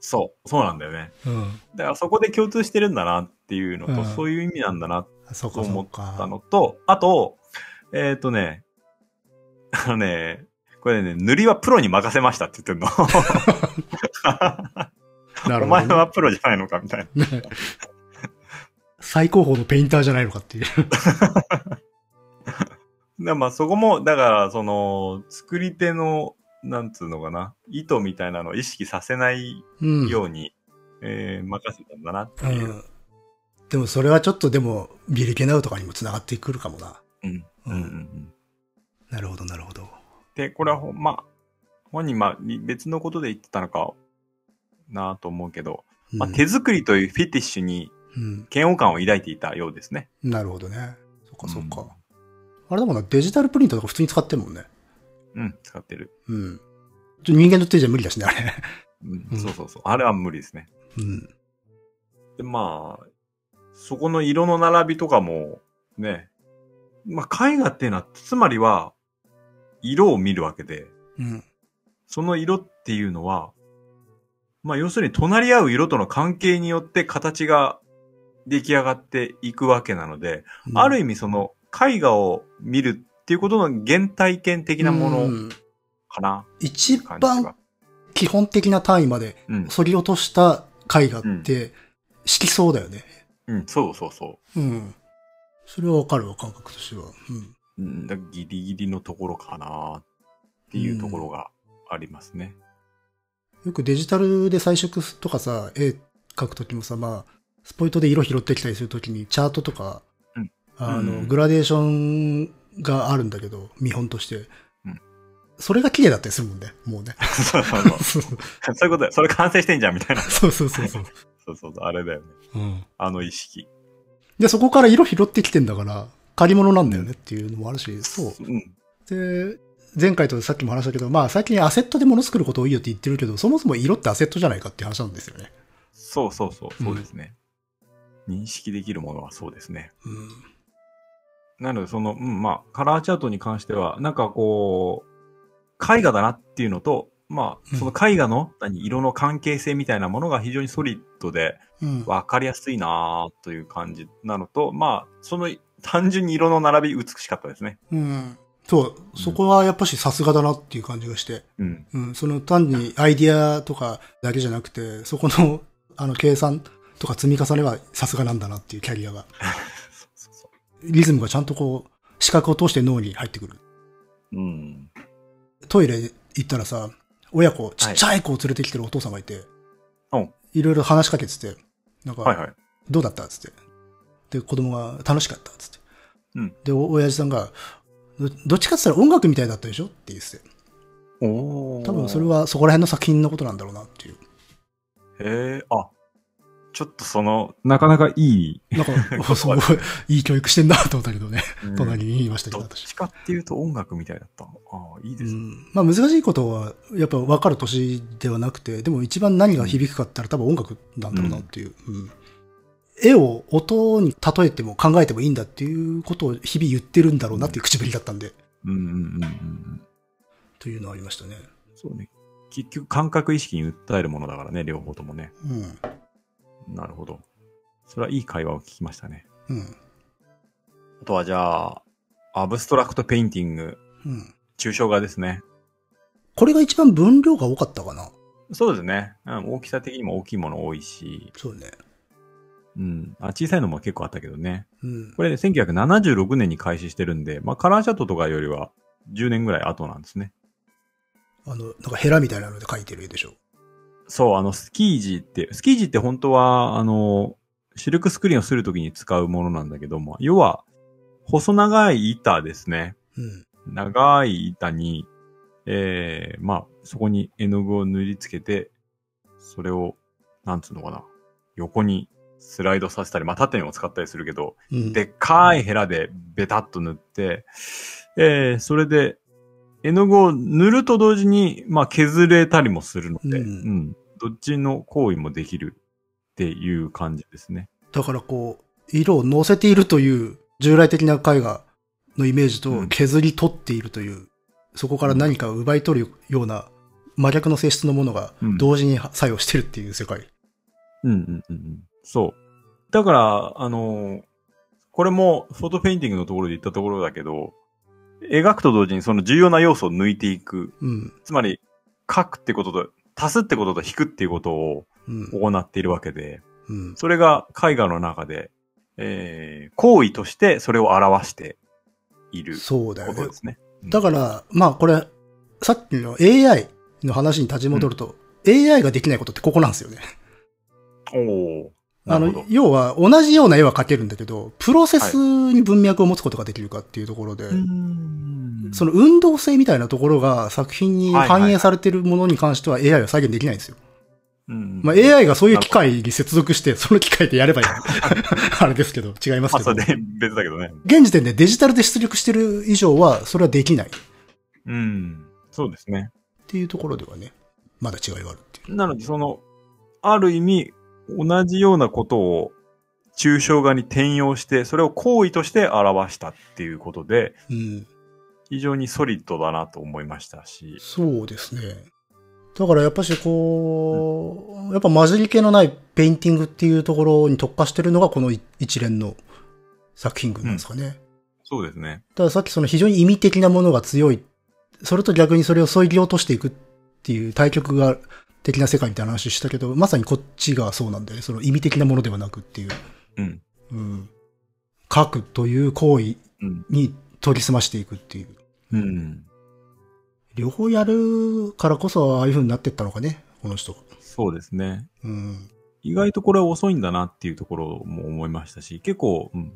Speaker 1: そう、そうなんだよね。
Speaker 2: うん。
Speaker 1: だからそこで共通してるんだなっていうのと、
Speaker 2: うん
Speaker 1: そういう意味なんだなっ
Speaker 2: そう
Speaker 1: と
Speaker 2: か、そ
Speaker 1: 思
Speaker 2: う
Speaker 1: った
Speaker 2: か。
Speaker 1: のと、あと、えっ、ー、とね、あのね、これね、塗りはプロに任せましたって言ってんの。
Speaker 2: な
Speaker 1: お前
Speaker 2: ね
Speaker 1: はプロじゃないのかみたいな。
Speaker 2: 最高峰のペインターじゃないのかっていう。
Speaker 1: でまあそこも、だから、その、作り手の、なんつうのかな、意図みたいなのを意識させない
Speaker 2: うん。
Speaker 1: ように、えー任せたんだなって
Speaker 2: う
Speaker 1: いう。
Speaker 2: ん。でもそれはちょっとでも、ビリケナウとかにも繋がってくるかもな。
Speaker 1: うん。
Speaker 2: う
Speaker 1: うんんうんうん
Speaker 2: なるほど、なるほど。
Speaker 1: で、これはほん、まあ、本人、まあ、に別のことで言ってたのかなと思うけど、
Speaker 2: うん
Speaker 1: まあ、手作りというフェティッシュに
Speaker 2: うん。
Speaker 1: 嫌悪感を抱いていたようですね。
Speaker 2: なるほどね。そっかそっか。
Speaker 1: うん
Speaker 2: あれだもんな、デジタルプリントとか普通に使ってるもんね。
Speaker 1: うん、使ってる。
Speaker 2: うん。ちょ人間の手じゃ無理だしね、あれ。
Speaker 1: うん
Speaker 2: うん
Speaker 1: そうそうそう。あれは無理ですね。
Speaker 2: うん。
Speaker 1: で、まあ、そこの色の並びとかも、ね、まあ、絵画っていうのは、つまりは、色を見るわけで、
Speaker 2: うん。
Speaker 1: その色っていうのは、まあ、要するに隣り合う色との関係によって形が出来上がっていくわけなので、ある
Speaker 2: 意
Speaker 1: 意味その絵画を見るっていうことの原体験的なものかな、
Speaker 2: 一
Speaker 1: 感じ
Speaker 2: 番
Speaker 1: が。
Speaker 2: 基本的な単位まで
Speaker 1: うん、
Speaker 2: 削り落とした絵画って、色相だよね。
Speaker 1: うん、そうそうそ
Speaker 2: うん。それはわかるわ、感覚としては。う
Speaker 1: う。う
Speaker 2: ん。
Speaker 1: ん、だからギリギリのところかなっていうところがありますね。
Speaker 2: よくデジタルで彩色とかさ、絵描くときもさ、まあ、スポイトで色拾ってきたりするときに、チャートとか、
Speaker 1: うん
Speaker 2: あ
Speaker 1: う
Speaker 2: の、
Speaker 1: ん
Speaker 2: グラデーションがあるんだけど、見本として。
Speaker 1: うん
Speaker 2: それが綺麗だったりするもんね、も うね。
Speaker 1: そうそうそう。
Speaker 2: そう
Speaker 1: そういうことだよ。それ完成してんじゃんみたいな。
Speaker 2: そうそうそうそう。
Speaker 1: そうそうそう、あれだよね。
Speaker 2: うん。
Speaker 1: あの意識。
Speaker 2: で、そこから色拾ってきてんだから、借り物なんだよねっていうのもあるし、そう。
Speaker 1: うん。
Speaker 2: で、前回とさっきも話したけど、まあ最近アセットで物作ること多いよって言ってるけど、そもそも色ってアセットじゃないかっていう話なんですよね。
Speaker 1: そうそうそう、そうですね。認識できるものはそうですね。
Speaker 2: うん。
Speaker 1: なので、その、うん、まあ、カラーチャートに関しては、なんかこう、絵画だなっていうのと、ま
Speaker 2: う
Speaker 1: あ、
Speaker 2: ん
Speaker 1: その絵画の、何、色の関係性みたいなものが非常にソリッドで、
Speaker 2: うん。
Speaker 1: わかりやすいなーという感じなのと、まあ、その、単純に色の並び美しかったですね。
Speaker 2: うん。そう、そこはやっぱしさすがだなっていう感じがして。
Speaker 1: うん。
Speaker 2: うん。その単にアイディアとかだけじゃなくて、そこの、あの、計算とか積み重ねはさすがなんだなっていうキャリアが。
Speaker 1: そうそうそ
Speaker 2: リズムがちゃんとこう、視覚を通して脳に入ってくる。
Speaker 1: う。うん。
Speaker 2: トイレ行ったらさ、親子、ちっちゃい子を連れてきてるお父さんがいて、
Speaker 1: うん
Speaker 2: いろいろ話しかけてて、なんか、
Speaker 1: はいはい。
Speaker 2: どうだったっつって。で、子供が楽しかったっつって。
Speaker 1: うん
Speaker 2: で、お親父さんが、どどっちかって言ったら音楽みたいだったでしょって言ってて。
Speaker 1: おー
Speaker 2: 多分それはそこら辺の作品のことなんだろうなっていう。
Speaker 1: へえ、あ、ちょっとその、なかなかいい、
Speaker 2: なん か、すごい、いい教育してんなと思ったけどね。隣にいましたけ
Speaker 1: ど
Speaker 2: ど、
Speaker 1: っ
Speaker 2: 私。
Speaker 1: ちかっていうと音楽みたいだった。ああ、いいです
Speaker 2: う
Speaker 1: ね。
Speaker 2: んまあ難しいことは、やっぱ分かる年ではなくて、でも一番何が響くかって言ったら多分音楽なんだろうなっていう。うん絵を音に例えても考えてもいいんだっていうことを日々言ってるんだろうなっていう口ぶりだったんで、
Speaker 1: うんうんうんうん。
Speaker 2: というのはありましたね。
Speaker 1: そうね。結局感覚意識に訴えるものだからね、両方ともね。
Speaker 2: うん。
Speaker 1: なるほど。それはいい会話を聞きましたね。
Speaker 2: うん。
Speaker 1: あとはじゃあ、アブストラクトペインティング、
Speaker 2: うん。
Speaker 1: 抽象画ですね。
Speaker 2: これが一番分量が多かったかな。
Speaker 1: そうですね。うん、大きさ的にも大きいもの多いし、
Speaker 2: そうね。
Speaker 1: うん。あ小さいのも結構あったけどね。
Speaker 2: うん
Speaker 1: こ。れ、1976年に開始してるんで、まあ、カラーシャットとかよりは10年ぐらい後なんですね。
Speaker 2: あの、なんかヘラみたいなので描いてる絵でしょ。
Speaker 1: そう、あの、スキージーって、スキージーって本当は、あの、シルクスクリーンをするときに使うものなんだけども、要は、細長い板ですね。
Speaker 2: うん。
Speaker 1: 長い板に、ええまあ、そこに絵の具を塗りつけて、それを、なんつうのかな、横にスライドさせたり、まあ、縦にも使ったりするけど、
Speaker 2: うん。
Speaker 1: でっかいヘラでベタっと塗って、えー、それで、絵の具を塗ると同時に、まあ、削れたりもするので、
Speaker 2: う
Speaker 1: うんん、どっちの行為もできるっていう感じですね。
Speaker 2: だからこう、色を乗せているという従来的な絵画のイメージ
Speaker 1: う
Speaker 2: と
Speaker 1: ん
Speaker 2: 削り取っているという、そこから何かを奪い取るような真逆の性質のものが
Speaker 1: うん
Speaker 2: 同時に作用してるっていう世界。
Speaker 1: うんうんうんうん。そう。だから、あのーこれも、フォトペインティングのところで言ったところだけど、描くと同時にその重要な要素を抜いていく。
Speaker 2: うん。
Speaker 1: つまり、書くってことと、足すってことと引くっていうことを
Speaker 2: うん。
Speaker 1: 行っているわけで、
Speaker 2: うん。
Speaker 1: それが絵画の中でえー行為としてそれを表している
Speaker 2: そうだ
Speaker 1: こ
Speaker 2: よ
Speaker 1: と
Speaker 2: ね
Speaker 1: で。すね。
Speaker 2: だから、まあこれ、さっきの AI の話に立ち戻ると、AI ができないことってここなんですよね。
Speaker 1: おおー
Speaker 2: あ
Speaker 1: なるほど、。
Speaker 2: の要は同じような絵は描けるんだけど、プロセスに文脈を持つことができるかっていうところで、そ
Speaker 1: の
Speaker 2: の運動性みたいなところが作品に
Speaker 1: はいはい
Speaker 2: 反映されてるものに関しては AI は再現できないんですよ。まあ、
Speaker 1: え
Speaker 2: AI がそういう機械に接続して、その機械でやればいい。 あれですけど、違います
Speaker 1: まあ
Speaker 2: け
Speaker 1: そ
Speaker 2: ど。
Speaker 1: れで別だけどね。
Speaker 2: 現時点でデジタルで出力してる以上は、それはできないっ
Speaker 1: うん。そうですね。
Speaker 2: ていうところではね、まだ違いがあるっていう。
Speaker 1: なので、その、ある意味、同じようなことを抽象画に転用して、それを行為として表したっていうことで、
Speaker 2: うん。
Speaker 1: 非常にソリッドだなと思いましたし。
Speaker 2: そうですね。だからやっぱしこう、やっぱ混じり気のないペインティングっていうところに特化してるのがこのい一連の作品群なんですかね。
Speaker 1: そうですね。
Speaker 2: たださっきその非常に意味的なものが強い。それと逆にそれを削ぎ落としていくっていう対極が的な世界みたいな話したけど、まさにこっちがそうなんだよね。その意味的なものではなくっていう。
Speaker 1: うん。
Speaker 2: うん。書くという行為
Speaker 1: うん。
Speaker 2: に研ぎ澄ましていくっていう。
Speaker 1: うん。
Speaker 2: 両方やるからこそああいう風になってったのかね、この人が。
Speaker 1: そうですね。
Speaker 2: うん。
Speaker 1: 意外とこれは遅いんだなっていうところも思いましたし、結構、うん、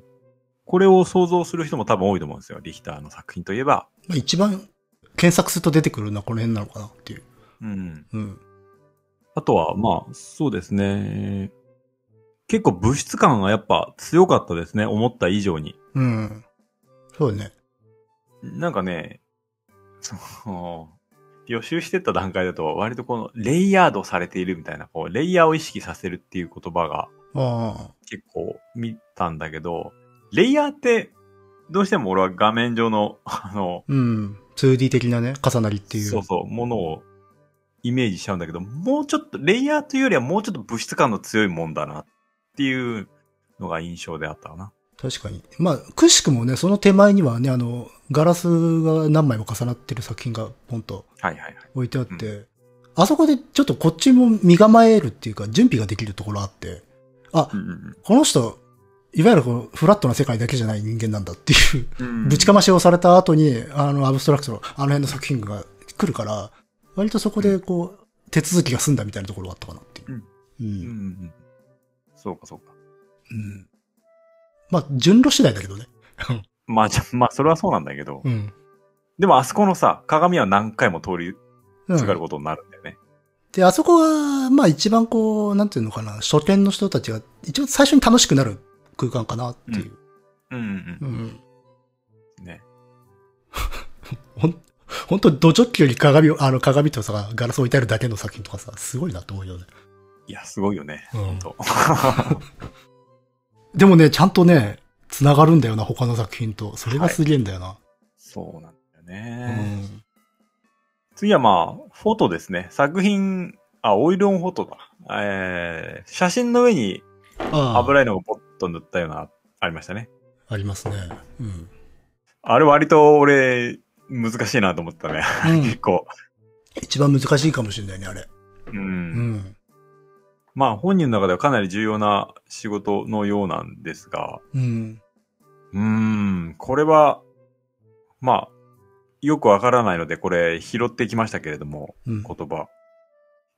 Speaker 1: これを想像する人も多分多いと思うんですよ。リヒターの作品といえば。
Speaker 2: まあ、一番検索すると出てくるのはこの辺なのかなっていう。
Speaker 1: うん。
Speaker 2: うん。
Speaker 1: あとは、まあ、そうですね。結構物質感がやっぱ強かったですね。思った以上に。
Speaker 2: うん。そうだね。
Speaker 1: なんかね、その、予習してった段階だと、割とこの、レイヤードされているみたいな、こう、レイヤーを意識させるっていう言葉が
Speaker 2: ああ。
Speaker 1: 結構見たんだけど、レイヤーって、どうしても俺は画面上の、 あの、
Speaker 2: うん。2D 的なね、重なりっていう。
Speaker 1: そうそう、ものをイメージしちゃうんだけど、もうちょっと、レイヤーというよりはもうちょっと物質感の強いもんだなっていうのが印象であったかな。
Speaker 2: 確かに。まあ、くしくもね、その手前にはね、あの、ガラスが何枚も重なってる作品がポンと
Speaker 1: はいはいはい。
Speaker 2: 置いてあって、あそこでちょっとこっちも身構えるっていうか、準備ができるところあって、あ、
Speaker 1: うんうん
Speaker 2: この人、いわゆるこのフラットな世界だけじゃない人間なんだっていう、
Speaker 1: うん。
Speaker 2: ぶちかましをされた後に、あの、アブストラクトのあの辺の作品が来るから、割とそこでこう、手続きが済んだみたいなところがあったかなっていう。う
Speaker 1: うんうん
Speaker 2: ん。
Speaker 1: うん。そうかそうか。
Speaker 2: うん。まあ、順路次第だけどね。
Speaker 1: まあじゃ、まあそれは そうなんだけど、
Speaker 2: うん。
Speaker 1: でもあそこのさ、鏡は何回も通り
Speaker 2: うん
Speaker 1: すがることになるんだよね。
Speaker 2: で、あそこが、まあ一番こう、なんていうのかな、初見の人たちが、一番最初に楽しくなる空間かなっていう。
Speaker 1: うんうん
Speaker 2: うん。
Speaker 1: うん。ね。
Speaker 2: ほん、ほんと、ドジョッキより鏡を、あの、鏡とさ、ガラス置いてあるだけの作品とかさ、すごいなと思うよね。
Speaker 1: いや、すごいよね。
Speaker 2: うん
Speaker 1: と
Speaker 2: でもね、ちゃんとね、繋がるんだよな、他の作品と。それがすげえんだよな。
Speaker 1: そうなんだよ
Speaker 2: う
Speaker 1: ね。
Speaker 2: ん。
Speaker 1: 次はまあ、フォトですね。作品、あ、オイルオンフォトだ。えー、写真の上に
Speaker 2: ああ、
Speaker 1: 油絵のがポッと塗ったような、ありましたね。
Speaker 2: ありますね。うん。
Speaker 1: あれ割と俺、難しいなと思ったね。
Speaker 2: うん
Speaker 1: 結構。
Speaker 2: 一番難しいかもしれないね、あれ。
Speaker 1: うん。
Speaker 2: うん。
Speaker 1: まあ本人の中ではかなり重要な仕事のようなんですが、
Speaker 2: うん。
Speaker 1: うーん、これは、まあ、よくわからないので、これ拾ってきましたけれども、
Speaker 2: うん。
Speaker 1: 言葉。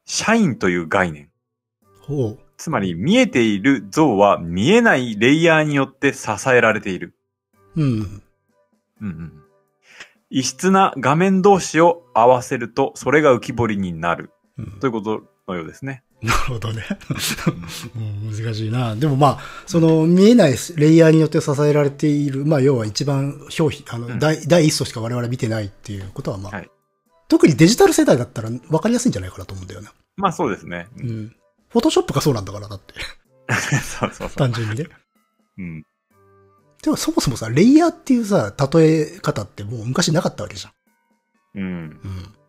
Speaker 1: 社員という概念。
Speaker 2: ほう。
Speaker 1: つまり、見えている像は見えないレイヤーによって支えられている。
Speaker 2: うん。
Speaker 1: うんうん。異質な画面同士を合わせると、それが浮き彫りになる。
Speaker 2: うん
Speaker 1: ということのようですね。
Speaker 2: なるほどね。 うん難しいな。でもまあ、その見えないレイヤーによって支えられている、まあ要は一番表皮、あの、
Speaker 1: うん
Speaker 2: 第第一層しか我々見てないっていうことはまあ、
Speaker 1: はい
Speaker 2: 特にデジタル世代だったら分かりやすいんじゃないかなと思うんだよね。
Speaker 1: まあそうですね。
Speaker 2: うん。フォトショップがそうなんだからだって、
Speaker 1: そうそうそう。
Speaker 2: 単純にね。
Speaker 1: うん。
Speaker 2: でもそもそもさ、レイヤーっていうさ、例え方ってもう昔なかったわけじゃ
Speaker 1: うん。
Speaker 2: ん。うん。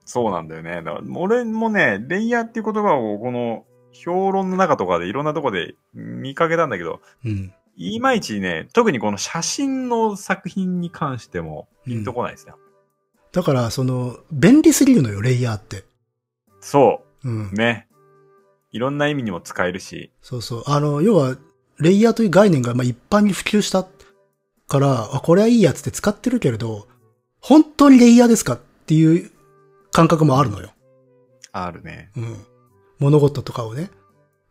Speaker 1: そうなんだよね。だから俺もね、レイヤーっていう言葉をこの評論の中とかでいろんなとこで見かけたんだけど、
Speaker 2: うん。
Speaker 1: いまいちね、特にこの写真の作品に関してもピンとこないですね。
Speaker 2: だから、その、便利すぎるのよ、レイヤーって。
Speaker 1: そ
Speaker 2: うん
Speaker 1: う。。ね。いろんな意味にも使えるし。
Speaker 2: そうそう。あの、要は、レイヤーという概念がまあ一般に普及したから、あ、これはいいやつって使ってるけれど、本当にレイヤーですかっていう感覚もあるのよ。
Speaker 1: あるね。
Speaker 2: うん。物事とかをね、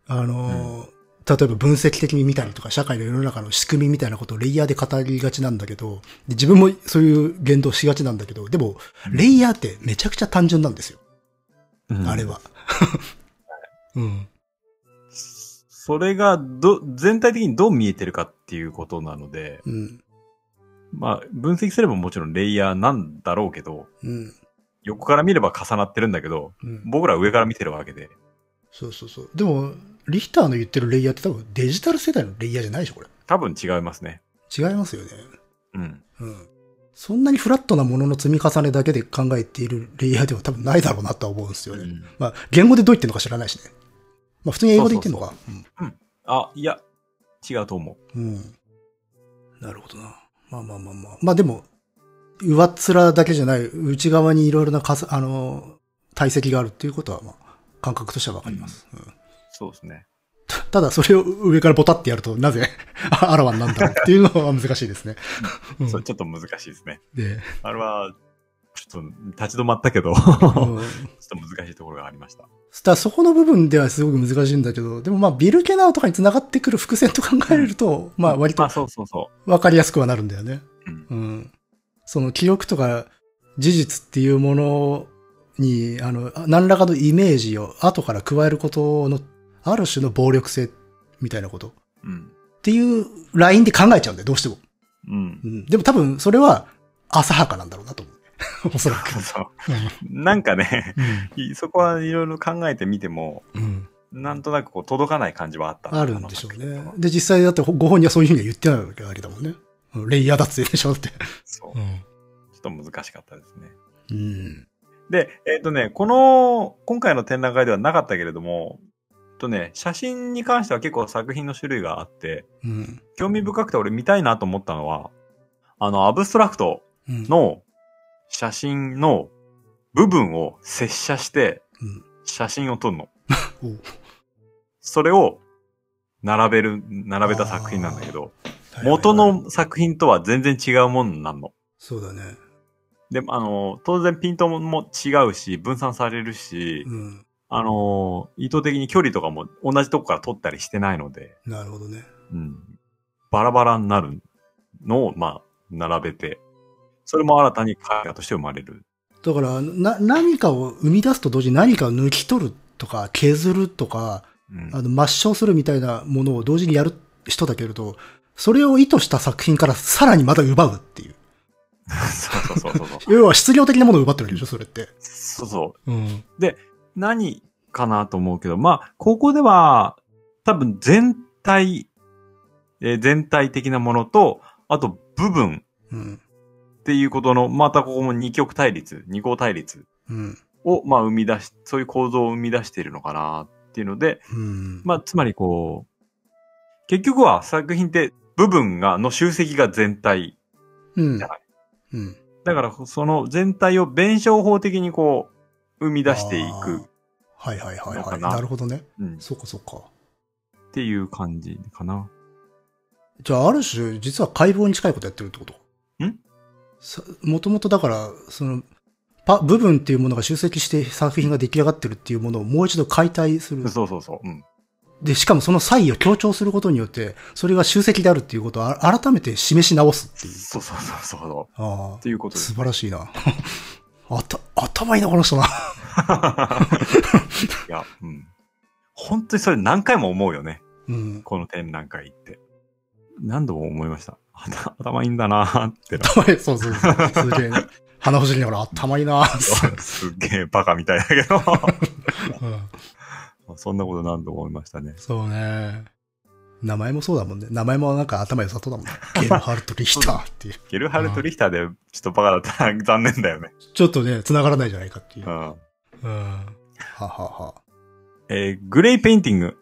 Speaker 2: あのー例えば分析的に見たりとか、社会の世の中の仕組みみたいなことをレイヤーで語りがちなんだけど、で自分もそういう言動しがちなんだけど、でも、レイヤーってめちゃくちゃ単純なんですよ。
Speaker 1: うん
Speaker 2: あれは。うん。
Speaker 1: それがど、全体的にどう見えてるかっていうことなので、
Speaker 2: うん。
Speaker 1: まあ、分析すればもちろんレイヤーなんだろうけど、
Speaker 2: うん。
Speaker 1: 横から見れば重なってるんだけど、
Speaker 2: うん。
Speaker 1: 僕らは上から見てるわけで。
Speaker 2: そうそうそう。でも、リヒターの言ってるレイヤーって多分デジタル世代のレイヤーじゃないでしょ、これ。
Speaker 1: 多分違いますね。
Speaker 2: 違いますよね。
Speaker 1: うん。
Speaker 2: うん。そんなにフラットなものの積み重ねだけで考えているレイヤーでは多分ないだろうなとは思うんですよね。まあ、言語でどう言ってるのか知らないしね。まあ、普通に英語で言ってるのか。
Speaker 1: あ、いや、違うと思う。
Speaker 2: うん。うんなるほどな。まあまあまあまあ。まあでも、上っ面だけじゃない、内側にいろいろなかさ、あの、体積があるっていうことは、まあ、感覚としてはわかります。うん
Speaker 1: そうですね。
Speaker 2: たただ、それを上からボタってやると、なぜ、 ああらわになるんだろうっていうのは難しい ですね。うん
Speaker 1: それちょっと難しいですね。
Speaker 2: で、
Speaker 1: あれは、ちょっと立ち止まったけ ど、ち
Speaker 2: う
Speaker 1: ょっ
Speaker 2: ん
Speaker 1: と難しいところがありました。
Speaker 2: だからそこの部分ではすごく難しいんだけど、でもまあ、ビルケナウとかに繋がってくる伏線と考えると、まあ、割と
Speaker 1: まあ、そうそうそ
Speaker 2: わかりやすくはなるんだよね。うん。その記憶とか事実っていうものに、あの、何らかのイメージを後から加えることの、ある種の暴力性みたいなことっ
Speaker 1: う。うん。
Speaker 2: ていうラインで考えちゃうんだよ、どうしても。
Speaker 1: うん
Speaker 2: う。ん。でも多分それは浅はかなんだろうなと思 う。おそらく。
Speaker 1: そう。なんかね、そこはいろいろ考えてみても、
Speaker 2: うん。うん。
Speaker 1: なんとなくこう届かない感じはあった。
Speaker 2: あるんでしょう
Speaker 1: あ
Speaker 2: ね
Speaker 1: の。
Speaker 2: で、実際だってごご本人はそういうふうには言ってないわけわけだもんね。うんレイヤーだって言ってんでしょだって。
Speaker 1: そう。
Speaker 2: う
Speaker 1: ち
Speaker 2: ん。
Speaker 1: ょっと難しかったですね。
Speaker 2: うん。
Speaker 1: で、えっ、とね、この、今回の展覧会ではなかったけれども、えっとね、写真に関しては結構作品の種類があって、
Speaker 2: うん。
Speaker 1: 興味深くて俺見たいなと思ったのは、あの、アブストラクト
Speaker 2: うん。
Speaker 1: の写真の部分を接写して
Speaker 2: うん
Speaker 1: 写真を撮るの。
Speaker 2: おう
Speaker 1: それを並べる、並べた作品なんだけど、
Speaker 2: はい
Speaker 1: 元
Speaker 2: はいはい
Speaker 1: の作品とは全然違うもんなんの。
Speaker 2: そうだね。
Speaker 1: で、あの、当然ピントも違うし、分散されるし、
Speaker 2: うん。
Speaker 1: あの、意図的に距離とかも同じとこから撮ったりしてないので、
Speaker 2: なるほどね。
Speaker 1: うん、バラバラになるのを、まあ、並べて、それも新たに絵画として生まれる。
Speaker 2: だから、な、何かを生み出すと同時に何かを抜き取るとか、削るとか、
Speaker 1: うん
Speaker 2: あの、抹消するみたいなものを同時にやる人だけれど、それを意図した作品からさらにまた奪うっていう。
Speaker 1: そうそうそうそう。
Speaker 2: 要は質量的なものを奪ってるわけでしょ、それって。
Speaker 1: そうそ
Speaker 2: うん。
Speaker 1: う。何かなと思うけど、まあ、ここでは、多分全体、えー全体的なものと、あと部分
Speaker 2: うん。
Speaker 1: っていうことの、またここも二極対立、二項対立
Speaker 2: うん。
Speaker 1: を、まあ、生み出し、そういう構造を生み出しているのかなっていうので、
Speaker 2: うん。
Speaker 1: まあ、つまりこう、結局は作品って部分が、の集積が全体。
Speaker 2: うん
Speaker 1: じゃない。
Speaker 2: うん。
Speaker 1: だから、その全体を弁証法的にこう、生み出してい
Speaker 2: あー
Speaker 1: く。。
Speaker 2: はいはいはい
Speaker 1: の
Speaker 2: は
Speaker 1: か
Speaker 2: い。
Speaker 1: な
Speaker 2: なるほどね。
Speaker 1: うん、っ
Speaker 2: そうかそうか。
Speaker 1: ていう感じかな。
Speaker 2: じゃあ、ある種、実は解剖に近いことやってるってこと
Speaker 1: ん
Speaker 2: もともとだから、その、パ、部分っていうものが集積して作品が出来上がってるっていうものをもう一度解体する。
Speaker 1: そうそうそう。うん。
Speaker 2: で、しかもその差異を強調することによって、それが集積であるっていうことをあ改めて示し直すっていう。
Speaker 1: そうそうそうそうそう。
Speaker 2: あ
Speaker 1: っていうこ
Speaker 2: あ、
Speaker 1: とです。
Speaker 2: 素晴らしいな。 あた、頭いいな、この人な。
Speaker 1: いや、うん。本当にそれ何回も思うよね。
Speaker 2: うん。
Speaker 1: この展覧会行って。何度も思いました。頭頭いいんだなーってな。
Speaker 2: 頭いい、そうそうそう。すげえ。鼻ほじりながら頭いいな。
Speaker 1: すっげえバカみたいだけど。
Speaker 2: うん
Speaker 1: そんなこと何度も思いましたね。
Speaker 2: そうね。名前もそうだもんね。名前もなんか頭良さそうだもんね。ゲルハルト・リヒターっていう。
Speaker 1: ゲルハルト・リヒターでちょっとバカだったら 残念だよね。
Speaker 2: ちょっとね、繋がらないじゃないかっていうう。
Speaker 1: ん。
Speaker 2: うん。ははは。
Speaker 1: えーグレーペインティング。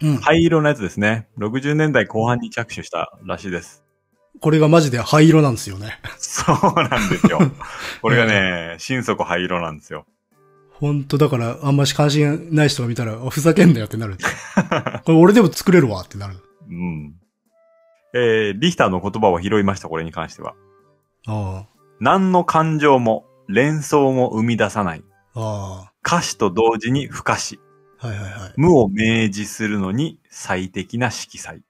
Speaker 2: うん。
Speaker 1: 灰色のやつですね。60年代後半に着手したらしいです。
Speaker 2: これがマジで灰色なんですよね。
Speaker 1: そうなんですよ。これがね、心底灰色なんですよ。
Speaker 2: ほんと、だから、あんまし関心ない人が見たら、あふざけんなよってなる。これ俺でも作れるわってなる。
Speaker 1: うん。えー、リヒターの言葉を拾いました、これに関しては。
Speaker 2: あ
Speaker 1: 何の感情も、連想も生み出さない。
Speaker 2: あ、あ
Speaker 1: 可視と同時に不可視。
Speaker 2: あ、はいはいはい。
Speaker 1: 無を明示するのに最適な色彩。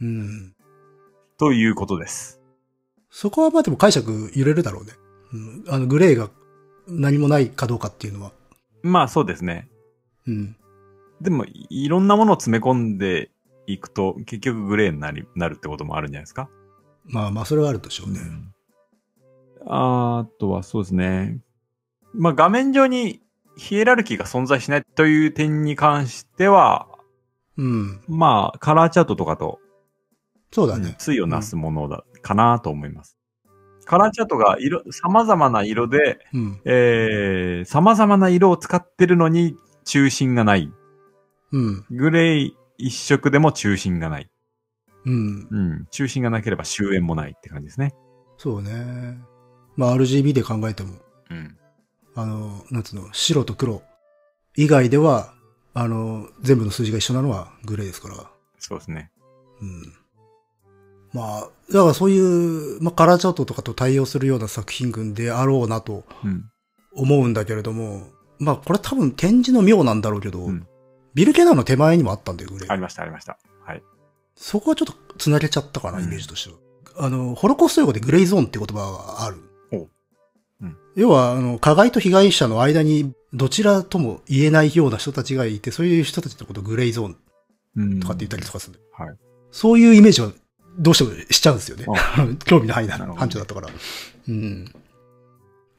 Speaker 2: うん。
Speaker 1: ということです。
Speaker 2: そこはまあでも解釈揺れるだろうね。うん、あの、グレーが何もないかどうかっていうのは。
Speaker 1: まあそうですね。
Speaker 2: うん。
Speaker 1: でも、いいろんなものを詰め込んでいくと、結局グレーになりなるってこともあるんじゃないですか。
Speaker 2: まあまあ、それはあるでしょうね。
Speaker 1: あとはそうですね。まあ画面上にヒエラルキーが存在しないという点に関しては、
Speaker 2: うん。
Speaker 1: まあカラーチャートとかと
Speaker 2: そうだね。
Speaker 1: 対をなすものだ、かなと思います。カラーチャートが色、様々な色で、
Speaker 2: うん。
Speaker 1: えー、様々な色を使ってるのに中心がない。
Speaker 2: うん。
Speaker 1: グレー一色でも中心がない。
Speaker 2: うん。
Speaker 1: うん。中心がなければ終焉もないって感じですね。
Speaker 2: そうね。まあ、RGB で考えても、
Speaker 1: うん。
Speaker 2: あの、なんつうの、白と黒以外では、あの、全部の数字が一緒なのはグレーですから。
Speaker 1: そうですね。
Speaker 2: うん。まあ、だからそういう、まあ、カラーチャートとかと対応するような作品群であろうなと
Speaker 1: うん。
Speaker 2: 思うんだけれども、まあ、これ多分展示の妙なんだろうけど、
Speaker 1: うん
Speaker 2: ビルケナーの手前にもあったんだよ、グレ
Speaker 1: あ
Speaker 2: ー。
Speaker 1: りました、ありました。はい。
Speaker 2: そこはちょっと繋げちゃったかな、
Speaker 1: うん
Speaker 2: イメージとしては。あの、ホロコースト用語でグレイゾーンって言葉がある。
Speaker 1: おううん
Speaker 2: 要は、あの、加害と被害者の間にどちらとも言えないような人たちがいて、そういう人たちのことをグレイゾーン
Speaker 1: うん
Speaker 2: とかって言ったりとかする、
Speaker 1: うんはい
Speaker 2: そういうイメージはどうしてもしちゃうんですよね。 興味の範囲な
Speaker 1: なるほど
Speaker 2: 範疇だったから。うん。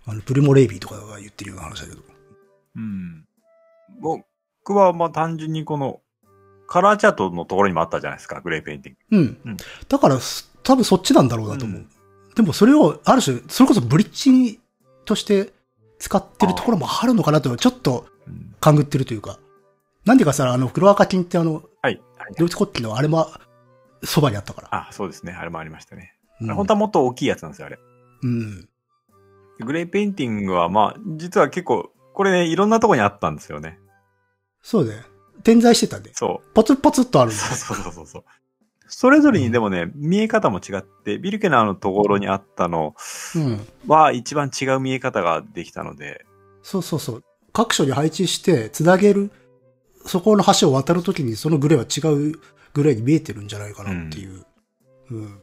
Speaker 2: あの、プルモレイビーとかが言ってるような話だけど。
Speaker 1: うん。僕はまあ単純にこの、カラーチャートのところにもあったじゃないですか、グレーペインティング。
Speaker 2: うん。
Speaker 1: うん
Speaker 2: だから、す多分そっちなんだろうなと思う。
Speaker 1: うん
Speaker 2: でもそれを、ある種、それこそブリッジとして使ってるところもあるのかなと、ちょっと
Speaker 1: うん
Speaker 2: 勘ぐってるというか。なんでかさ、あの、黒赤金ってあの、
Speaker 1: はい。はい
Speaker 2: ドイツ国旗のあれも、そばにあったから。
Speaker 1: あ、そうですね。あれもありましたね。
Speaker 2: うん、
Speaker 1: 本当はもっと大きいやつなんですよ、あれ。
Speaker 2: うん。
Speaker 1: グレーペインティングはまあ、実は結構、これね、いろんなとこにあったんですよね。
Speaker 2: そうだよ。点在してたんで。
Speaker 1: そう。
Speaker 2: ポツポツっとあるんだよ
Speaker 1: そうそうそうそう。それぞれにでもね、見え方も違って、ビルケナーのところにあったの
Speaker 2: うん。
Speaker 1: は一番違う見え方ができたので、
Speaker 2: そうそうそう。各所に配置して、つなげる、そこの橋を渡るときに、そのグレーは違うグレーに見えてるんじゃないかなっていう。うん。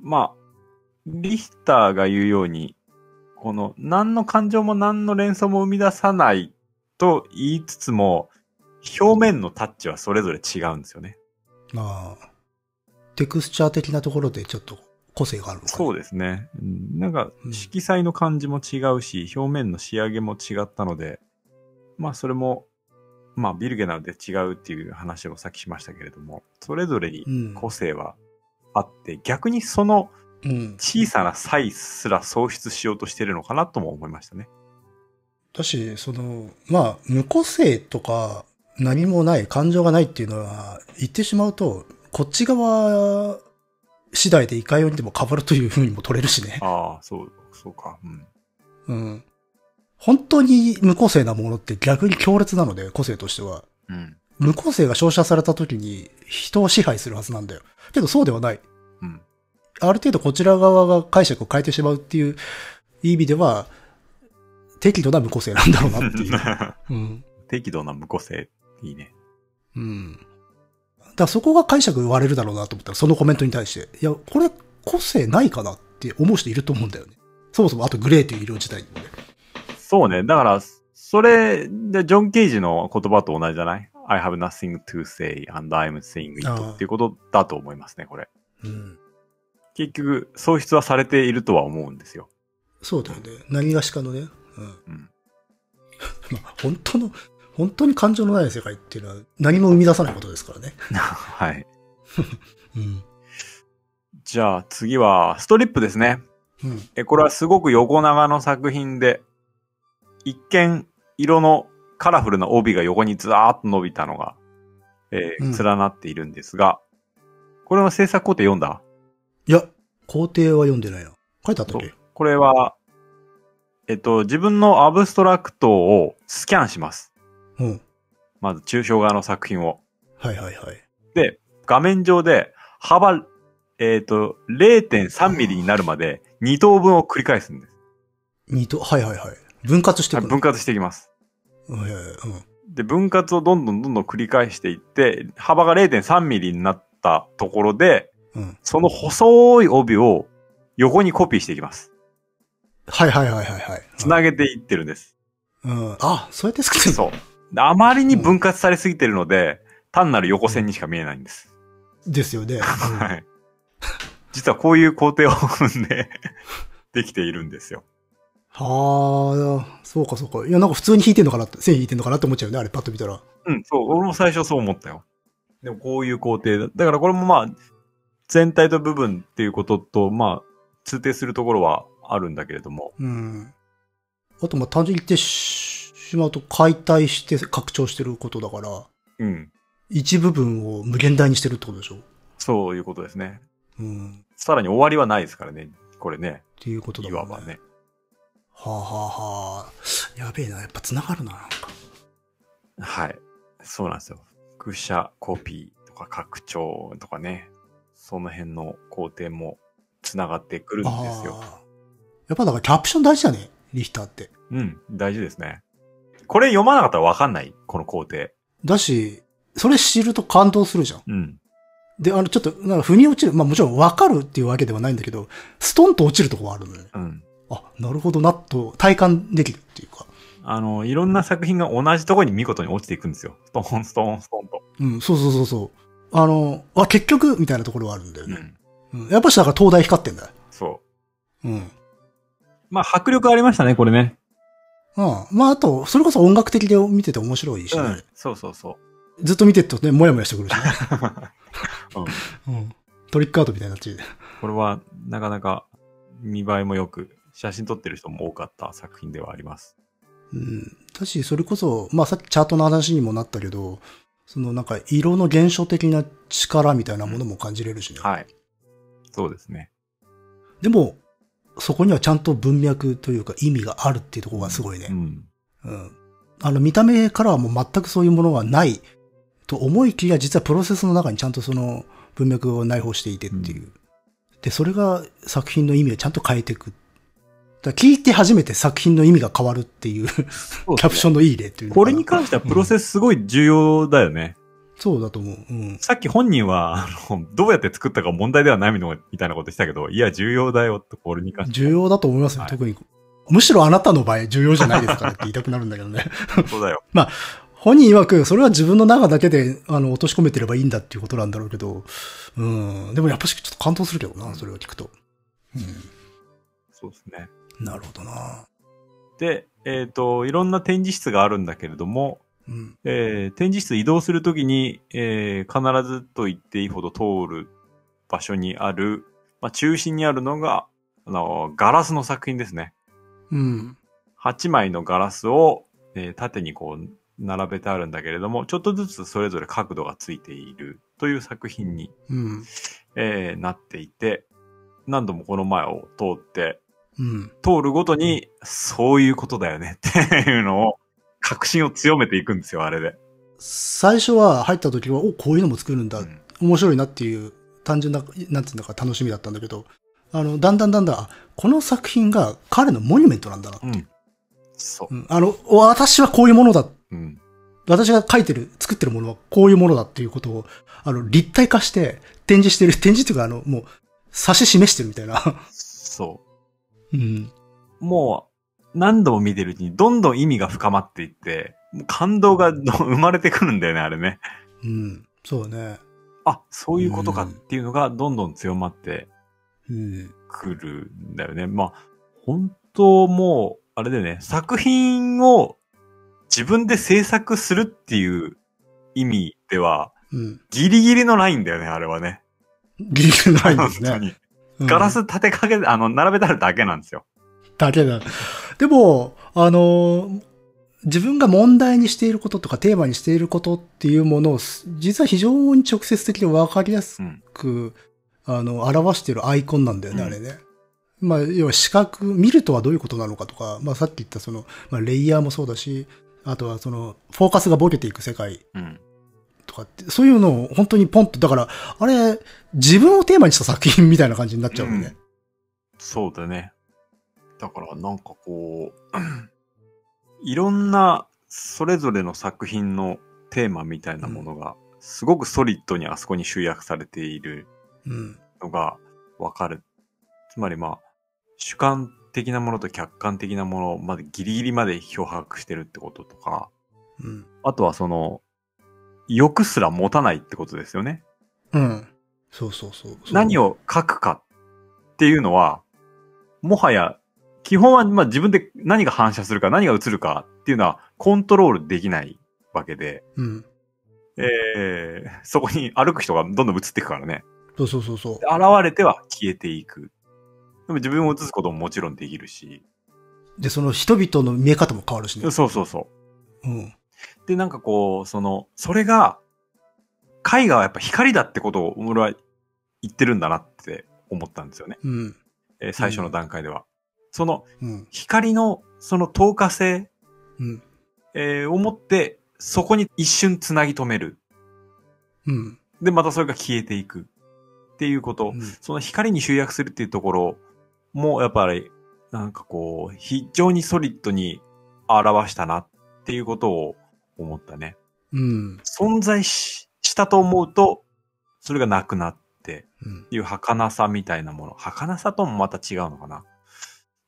Speaker 1: まあ、リヒターが言うように、この何の感情も何の連想も生み出さないと言いつつも、表面のタッチはそれぞれ違うんですよね。
Speaker 2: まあ、テクスチャー的なところでちょっと個性があるのかな
Speaker 1: そうですね。うんなんか、色彩の感じも違うし、表面の仕上げも違ったので、まあ、それも、まあ、ビルゲナウで違うっていう話をさっきしましたけれども、それぞれに
Speaker 2: うん。
Speaker 1: 個性はあって、逆にその
Speaker 2: うん。
Speaker 1: 小さな差異すら創出しようとしてるのかなとも思いましたね。
Speaker 2: だし、その、まあ、無個性とか、何もない、感情がないっていうのは、言ってしまうと、こっち側次第でいかようにでも変わるというふうにも取れるしね。
Speaker 1: ああ、そう、そうか。うん。
Speaker 2: うん。本当に無個性なものって逆に強烈なので、個性としては。
Speaker 1: うん。
Speaker 2: 無個性が照射された時に人を支配するはずなんだよ。けどそうではない。
Speaker 1: うん。
Speaker 2: ある程度こちら側が解釈を変えてしまうっていう意味では、適度な無個性なんだろうなっていう。うん。
Speaker 1: 適度な無個性。いいね。
Speaker 2: うん。だからそこが解釈割れるだろうなと思ったら、そのコメントに対して。いや、これ個性ないかなって思う人いると思うんだよね。そもそもあとグレーという色自体にもね。
Speaker 1: そうね。だから、それで、ジョン・ケージの言葉と同じじゃない ?I have nothing to say and I'm saying it
Speaker 2: ああ
Speaker 1: っていうことだと思いますね、これ。
Speaker 2: うん。
Speaker 1: 結局、喪失はされているとは思うんですよ。
Speaker 2: そうだよね。何がしかのね。うん。
Speaker 1: うん。
Speaker 2: まあ、本当の、本当に感情のない世界っていうのは何も生み出さないことですからね。
Speaker 1: はい。
Speaker 2: うん。
Speaker 1: じゃあ次は、ストリップですね。
Speaker 2: うん。
Speaker 1: え、これはすごく横長の作品で、一見、色のカラフルな帯が横にずらーっと伸びたのが、えー
Speaker 2: うん
Speaker 1: 連なっているんですが、これの制作工程読んだ
Speaker 2: いや、工程は読んでないな。書いてあったっけ
Speaker 1: これは、えっと、自分のアブストラクトをスキャンします。
Speaker 2: うん。
Speaker 1: まず、抽象画の作品を。
Speaker 2: はいはいはい。
Speaker 1: で、画面上で幅、えっ、と、0.3ミリになるまで2等分を繰り返すんです。
Speaker 2: 二等、はいはいはい。分割してい
Speaker 1: は
Speaker 2: く
Speaker 1: い
Speaker 2: の。
Speaker 1: 分割していきます。
Speaker 2: はいはいはいうん
Speaker 1: で、分割をどんどんどんどん繰り返していって、幅が0.3ミリになったところで、
Speaker 2: うん。
Speaker 1: その細い帯を横にコピーしていきます。
Speaker 2: はいはいはいはいはい。
Speaker 1: つなげていってるんです。
Speaker 2: うん。あ、そうやって作ってんの
Speaker 1: そう。であまりに分割されすぎてるので、単なる横線にしか見えないんです。
Speaker 2: ですよね。うん
Speaker 1: はい。実はこういう工程を踏んでできているんですよ。
Speaker 2: はあ、そうかそうか。いや、なんか普通に引いてんのかなって、線引いてんのかなって思っちゃうよね、あれパッと見たら。
Speaker 1: うん、そう、俺も最初そう思ったよ。でもこういう工程だ。だからこれもまあ、全体と部分っていうことと、まあ、通底するところはあるんだけれども。
Speaker 2: うん。あと、まあ、単純に言ってししまうと解体して拡張してることだから、
Speaker 1: うん。
Speaker 2: 一部分を無限大にしてるってことでしょ。
Speaker 1: そういうことですね。
Speaker 2: うん。
Speaker 1: さらに終わりはないですからね。これね。
Speaker 2: っていうことだ
Speaker 1: い
Speaker 2: もん
Speaker 1: わばね。
Speaker 2: はあ、はあはあ、やべえな、やっぱ繋がるな、なんか。
Speaker 1: はい。そうなんですよ。複写、コピーとか拡張とかね。その辺の工程も繋がってくるんですよ。
Speaker 2: ああやっぱだからキャプション大事だね、リヒターって。
Speaker 1: うん、大事ですね。これ読まなかったらわかんない。この工程。
Speaker 2: だし、それ知ると感動するじゃん。
Speaker 1: うん。
Speaker 2: で、あの、ちょっと、なんか、腑に落ちる。まあ、もちろん分かるっていうわけではないんだけど、ストンと落ちるとこはあるのね。
Speaker 1: うん。
Speaker 2: あ、なるほどな、と体感できるっていうか。
Speaker 1: あの、いろんな作品が同じところに見事に落ちていくんですよ。ストーン、ストーン、ストーンと。
Speaker 2: うん、そうそうそうそう。あの、あ、結局、みたいなところはあるんだよ
Speaker 1: う
Speaker 2: ね。
Speaker 1: ん。
Speaker 2: うん。やっぱし、だから、東大光ってんだよ。
Speaker 1: そ
Speaker 2: うん。
Speaker 1: う。まあ、迫力ありましたね、これね。
Speaker 2: うん。まあ、あと、それこそ音楽的で見てて面白いしね、。
Speaker 1: そうそうそ
Speaker 2: ずっと見てるとね、もやもやしてくるしね。
Speaker 1: う。 うん。
Speaker 2: うん。トリックアウトみたいになっちゃう。
Speaker 1: これは、なかなか、見栄えも良く、写真撮ってる人も多かった作品ではあります。
Speaker 2: うん。だし、それこそ、まあさっきチャートの話にもなったけど、そのなんか色の現象的な力みたいなものも感じれるしね。
Speaker 1: はい。そうですね。
Speaker 2: でも、そこにはちゃんと文脈というか意味があるっていうところがすごいね
Speaker 1: う。ん。
Speaker 2: うん。あの、見た目からはもう全くそういうものはないと思いきや、実はプロセスの中にちゃんとその文脈を内包していてっていう。で、それが作品の意味をちゃんと変えていく。だから聞いて初めて作品の意味が変わるっていう、キ
Speaker 1: そう
Speaker 2: ャプションのいい例っていうのか
Speaker 1: こ
Speaker 2: な。
Speaker 1: れに関してはプロセスすごい重要だよね。
Speaker 2: そうだと思う。うん。
Speaker 1: さっき本人は、あの、どうやって作ったか問題ではないのみたいなことしたけど、いや、重要だよって、これに関して
Speaker 2: 重要だと思いますよ、
Speaker 1: はい
Speaker 2: 特に。むしろあなたの場合、重要じゃないで すからって言いたくなるんだけどね。
Speaker 1: はそうだよ。
Speaker 2: 本人曰く、それは自分の中だけで、あの、落とし込めてればいいんだっていうことなんだろうけど、うん。でもやっぱしちょっと感動するけどな、それを聞くと。う
Speaker 1: そうですね。
Speaker 2: ん。なるほどな。
Speaker 1: で、えっ、と、いろんな展示室があるんだけれども、
Speaker 2: うん。
Speaker 1: えー展示室移動するときに、えー必ずと言っていいほど通る場所にある、まあ、中心にあるのが、あの、ガラスの作品ですね。
Speaker 2: うん。
Speaker 1: 8枚のガラスを、えー縦にこう、並べてあるんだけれども、ちょっとずつそれぞれ角度がついているという作品に、
Speaker 2: うん。
Speaker 1: えーなっていて、何度もこの前を通って、
Speaker 2: うん。
Speaker 1: 通るごとに、そういうことだよねっていうのを、確信を強めていくんですよ、あれで。
Speaker 2: 最初は入った時は、お、こういうのも作るんだ。
Speaker 1: うん
Speaker 2: 面白いなっていう、単純な、なんていうんだか楽しみだったんだけど、あの、だんだんだんだん、あこの作品が彼のモニュメントなんだな。
Speaker 1: うん。そ
Speaker 2: うん。あの、私はこういうものだ
Speaker 1: う。うん。
Speaker 2: 私が書いてる、作ってるものはこういうものだっていうことを、あの、立体化して展示してる、展示っていうか、あの、もう、指し示してるみたいな。
Speaker 1: そ
Speaker 2: うん。
Speaker 1: う。もう、何度も見てるうちに、どんどん意味が深まっていって、もう感動がど生まれてくるんだよね、あれね。
Speaker 2: うん。そうね。
Speaker 1: あ、そういうことか
Speaker 2: う
Speaker 1: っ
Speaker 2: ん
Speaker 1: ていうのが、どんどん強まって
Speaker 2: うん。
Speaker 1: くるんだよね。まあ、本当もう、あれだよね、作品を自分で制作するっていう意味では、
Speaker 2: うん。
Speaker 1: ギリギリのラインだよね、あれはね。
Speaker 2: ギリギリないんです
Speaker 1: 本当
Speaker 2: ね。
Speaker 1: に。ガラ
Speaker 2: うん
Speaker 1: ス立てかけて、あの、並べてあるだけなんですよ。
Speaker 2: だけだ。でも、あの、自分が問題にしていることとかテーマにしていることっていうものを、実は非常に直接的に分かりやす
Speaker 1: うん。
Speaker 2: く、あの、表してるアイコンなんだよね、
Speaker 1: うん
Speaker 2: あれね。まあ、要は視覚、見るとはどういうことなのかとか、まあさっき言ったその、まあレイヤーもそうだし、あとはその、フォーカスがボケていく世界
Speaker 1: うん。
Speaker 2: ととかって、そういうのを本当にポンと、だから、あれ、自分をテーマにした作品みたいな感じになっちゃうのね。
Speaker 1: そうだね。だからなんかこう、 いろんなそれぞれの作品のテーマみたいなものが、すごくソリッドにあそこに集約されている
Speaker 2: うん。
Speaker 1: のがわかる。つまりまあ、主観的なものと客観的なものまでギリギリまで漂白してるってこととか、
Speaker 2: うん。
Speaker 1: あとはその、欲すら持たないってことですよね。
Speaker 2: うん。そうそうそうそう。
Speaker 1: 何を書くかっていうのは、もはや、基本はまあ自分で何が反射するか何が映るかっていうのはコントロールできないわけで、
Speaker 2: うん。
Speaker 1: えー、そこに歩く人がどんどん映っていくからね。
Speaker 2: そうそうそうそう
Speaker 1: 現。れては消えていく。でも自分を映すことももちろんできるし。
Speaker 2: で、その人々の見え方も変わるしね。
Speaker 1: そうそうそ
Speaker 2: うん。
Speaker 1: う。で、なんかこう、その、それが、絵画はやっぱ光だってことを俺は言ってるんだなって思ったんですよね。
Speaker 2: うん。
Speaker 1: えー最初の段階では。その
Speaker 2: うん。
Speaker 1: 光のその透過性、
Speaker 2: うん。
Speaker 1: えーを持って、そこに一瞬つなぎ止める。
Speaker 2: うん。
Speaker 1: で、またそれが消えていく。っていうこと。
Speaker 2: うん
Speaker 1: その光に集約するっていうところも、やっぱり、なんかこう、非常にソリッドに表したなっていうことを思ったね。
Speaker 2: うん。
Speaker 1: 存在ししたと思うと、それがなくなって、
Speaker 2: うん。
Speaker 1: いう儚さみたいなもの。儚さともまた違うのかな。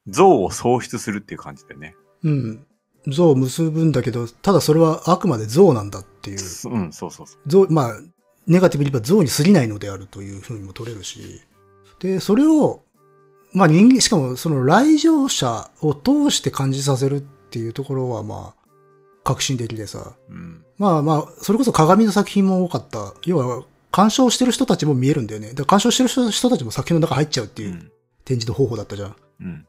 Speaker 1: 像を喪失するっていう感じでね。
Speaker 2: うん。像を結ぶんだけど、ただそれはあくまで像なんだっていう。
Speaker 1: うん、そうそうそう。
Speaker 2: 像、まあ、ネガティブに言えば像に過ぎないのであるというふうにも取れるし。で、それを、まあ人間、しかもその来場者を通して感じさせるっていうところはまあ、革新的でさ。
Speaker 1: うん。
Speaker 2: まあまあ、それこそ鏡の作品も多かった。要は、鑑賞してる人たちも見えるんだよね。だから鑑賞してる人人たちも作品の中入っちゃうって
Speaker 1: う。
Speaker 2: いうん展示の方法だったじゃん。
Speaker 1: うん。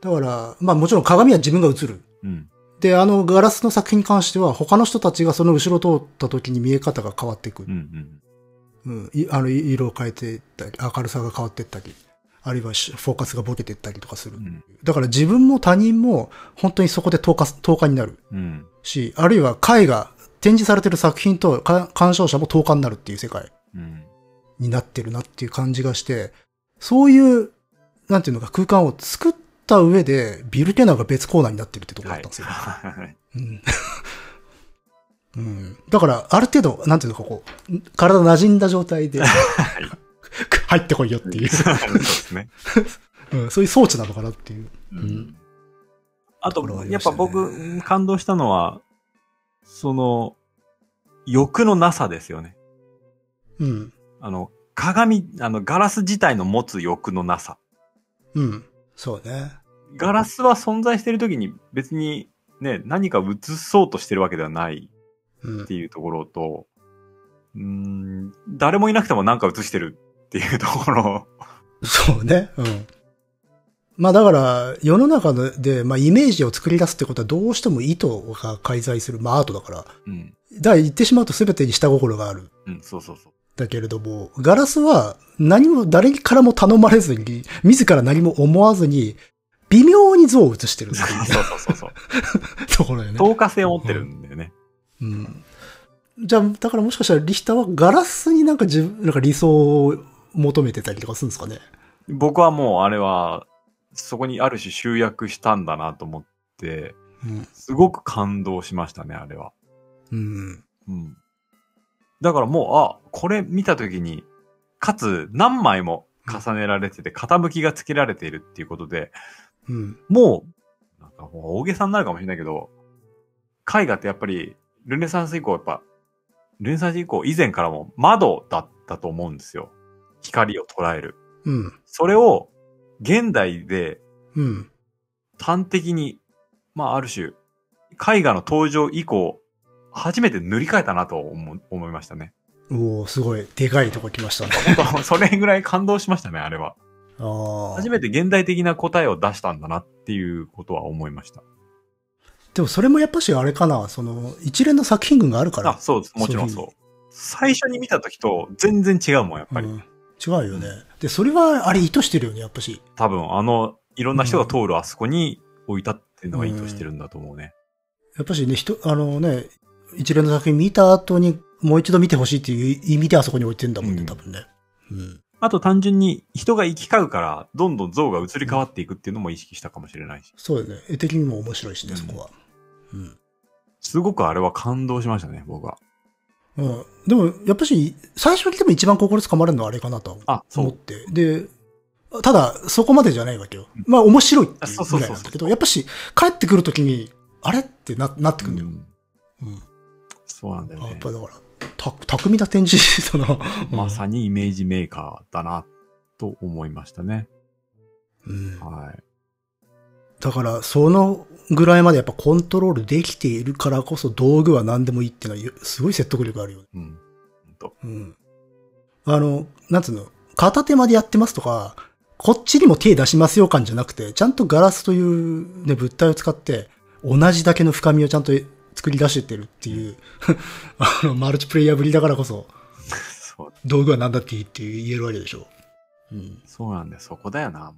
Speaker 2: だから、まあもちろん鏡は自分が映る。
Speaker 1: うん。
Speaker 2: で、あのガラスの作品に関しては、他の人たちがその後ろを通った時に見え方が変わっていく
Speaker 1: うん。う。ん。
Speaker 2: うん、いあのい色を変えていったり、明るさが変わっていったり、あるいはしフォーカスがボケていったりとかする。
Speaker 1: うん。
Speaker 2: だから自分も他人も本当にそこで投下投下になる
Speaker 1: うん。
Speaker 2: し、あるいは絵画、展示されてる作品とか鑑賞者も投下になるっていう世界
Speaker 1: うん。
Speaker 2: になってるなっていう感じがして、そういう、なんていうのか空間を作った上で、ビルテナーが別コーナーになってるってところだったんですよ。
Speaker 1: はい。
Speaker 2: うん。 うんだから、ある程度、なんていうのか、こう、体馴染んだ状態で、 入ってこいよっていう、
Speaker 1: そうですね。
Speaker 2: うんそういう装置なのかなっていう。ん
Speaker 1: あと
Speaker 2: ところがあ、り
Speaker 1: や
Speaker 2: ま
Speaker 1: っ
Speaker 2: した
Speaker 1: ぱ
Speaker 2: ね
Speaker 1: 僕、感動したのは、その、欲のなさですよね。
Speaker 2: うん。
Speaker 1: あの、鏡、あの、ガラス自体の持つ欲のなさ。
Speaker 2: うん。そうね。
Speaker 1: ガラスは存在してる時に別にね、何か映そうとしてるわけではない
Speaker 2: うん
Speaker 1: って。いうところと、うーん、誰もいなくても何か映してるっていうところ。
Speaker 2: そうね。うん。まあだから、世の中ので、まあイメージを作り出すってことはどうしても意図が介在する、まあアートだから。だか
Speaker 1: うん。
Speaker 2: ら言ってしまうと全てに下心がある。
Speaker 1: うん、そうそうそう。
Speaker 2: だけれども、ガラスは何も誰からも頼まれずに、自ら何も思わずに、微妙に像を映 してるってい
Speaker 1: そうそうそうそう。
Speaker 2: うところよね。
Speaker 1: 透過性を持ってるんだよね。
Speaker 2: うん、じゃあ、だからもしかしたらリヒターはガラスになんか自分、なんか理想を求めてたりとかするんですかね。
Speaker 1: 僕はもうあれは、そこにある種集約したんだなと思って、
Speaker 2: うん。
Speaker 1: すごく感動しましたね、あれは。
Speaker 2: うん。
Speaker 1: うん。だからもう、あ、これ見たときに、かつ何枚も重ねられてて、傾きがつけられているっていうことで、
Speaker 2: うん。
Speaker 1: もう、なんかもう大げさになるかもしれないけど、絵画ってやっぱり、ルネサンス以降やっぱ、ルネサンス以降以前からも窓だったと思うんですよ。光を捉える。
Speaker 2: うん。
Speaker 1: それを、現代で
Speaker 2: うん。
Speaker 1: 端的に、まあある種、絵画の登場以降、初めて塗り替えたなと思う思いましたね。
Speaker 2: おおすごい。でかいとこ来ました ね。
Speaker 1: それぐらい感動しましたね、あれは。
Speaker 2: ああ
Speaker 1: 初。めて現代的な答えを出したんだなっていうことは思いました。
Speaker 2: でもそれもやっぱしあれかな、その、一連の作品群があるから。
Speaker 1: あ、そうです。もちろん
Speaker 2: そう
Speaker 1: そ
Speaker 2: いううふ。
Speaker 1: 最初に見た時と全然違うもん、やっぱり。
Speaker 2: うん違うよね。で、それはあれ意図してるよね、やっぱし。
Speaker 1: 多分、あの、いろんな人が通るあそこに置いたっていうのが意図してるんだと思うね。
Speaker 2: やっぱしね、人、あのね、一連の作品見た後にもう一度見てほしいっていう意味であそこに置いてんだもん
Speaker 1: う
Speaker 2: ね、
Speaker 1: ん
Speaker 2: 多分ね。うん。
Speaker 1: あと単純に人が行き交うから、どんどん像が移り変わっていくっていうのも意識したかもしれないし。
Speaker 2: そうだよね。絵的にも面白いし
Speaker 1: う
Speaker 2: ね、
Speaker 1: ん
Speaker 2: そこは。うん。
Speaker 1: すごくあれは感動しましたね、僕は。
Speaker 2: うん。でも、やっぱし、最初にでも一番心つかまれるのはあれかなと
Speaker 1: あ、そ
Speaker 2: 思っ
Speaker 1: う。
Speaker 2: て。で、ただ、そこまでじゃないわけよ。まあ、面白いって
Speaker 1: あ
Speaker 2: いう
Speaker 1: そうそ
Speaker 2: ぐ
Speaker 1: う
Speaker 2: ら
Speaker 1: そう
Speaker 2: い
Speaker 1: そう
Speaker 2: なんだけど、やっぱし、帰ってくるときに、あれってななってくるんだよ。
Speaker 1: うん
Speaker 2: うん。
Speaker 1: そうなんだよ
Speaker 2: あやっ
Speaker 1: ね。
Speaker 2: ぱだから、た、巧みな展示だな。
Speaker 1: まさにイメージメーカーだな、と思いましたね。
Speaker 2: うん。
Speaker 1: はい。
Speaker 2: だから、そのぐらいまでやっぱコントロールできているからこそ道具は何でもいいっていうのは、すごい説得力あるよね。
Speaker 1: うん。ほんと
Speaker 2: うん。あの、なんつうの、片手までやってますとか、こっちにも手出しますよ感じゃなくて、ちゃんとガラスというね、物体を使って、同じだけの深みをちゃんと作り出してってるっていう、 あの、マルチプレイヤーぶりだからこそ、
Speaker 1: そう、
Speaker 2: 道具は何だっていいって言えるわけでしょ。うん。
Speaker 1: そうなんだよ。そこだよな。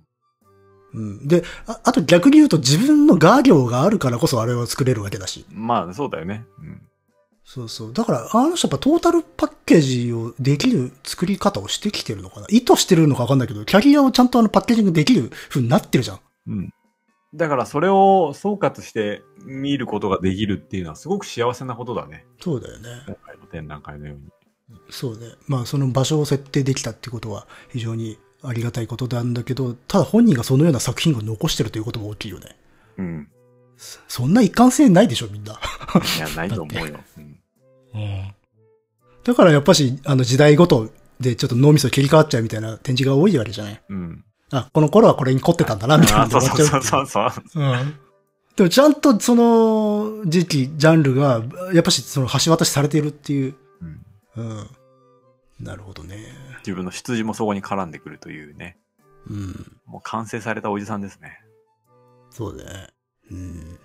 Speaker 2: うん。で、ああと逆に言うと自分の画業があるからこそあれを作れるわけだし。
Speaker 1: まあ、そうだよね。うん。
Speaker 2: そうそう。だから、あの人やっぱトータルパッケージをできる作り方をしてきてるのかな意図してるのかわかんないけど、キャリアをちゃんとあのパッケージングできる風になってるじゃん。
Speaker 1: うん。だからそれを総括して見ることができるっていうのはすごく幸せなことだね。
Speaker 2: そうだよね。
Speaker 1: 今回の展覧会のように。
Speaker 2: そうね。まあ、その場所を設定できたってことは非常にありがたいことなんだけど、ただ本人がそのような作品を残してるということも大きいよね。
Speaker 1: うん。
Speaker 2: そんな一貫性ないでしょ、みんな。
Speaker 1: いや、ないと 思うよ。うん。
Speaker 2: だからやっぱし、あの時代ごとでちょっと脳みそ切り替わっちゃうみたいな展示が多いわけじゃない
Speaker 1: うん。
Speaker 2: あ、この頃はこれに凝ってたんだな、みたいな
Speaker 1: あ、
Speaker 2: の
Speaker 1: そ
Speaker 2: で
Speaker 1: う
Speaker 2: 終わっち
Speaker 1: そ
Speaker 2: ゃ
Speaker 1: う
Speaker 2: うって
Speaker 1: そ
Speaker 2: いう
Speaker 1: そうそう。
Speaker 2: うんでもちゃんとその時期、ジャンルが、やっぱしその橋渡しされているっていう。
Speaker 1: うん
Speaker 2: うん。なるほどね。
Speaker 1: 自分の出自もそこに絡んでくるというね。
Speaker 2: うん。
Speaker 1: もう完成されたおじさんですね。
Speaker 2: そうだね。うん。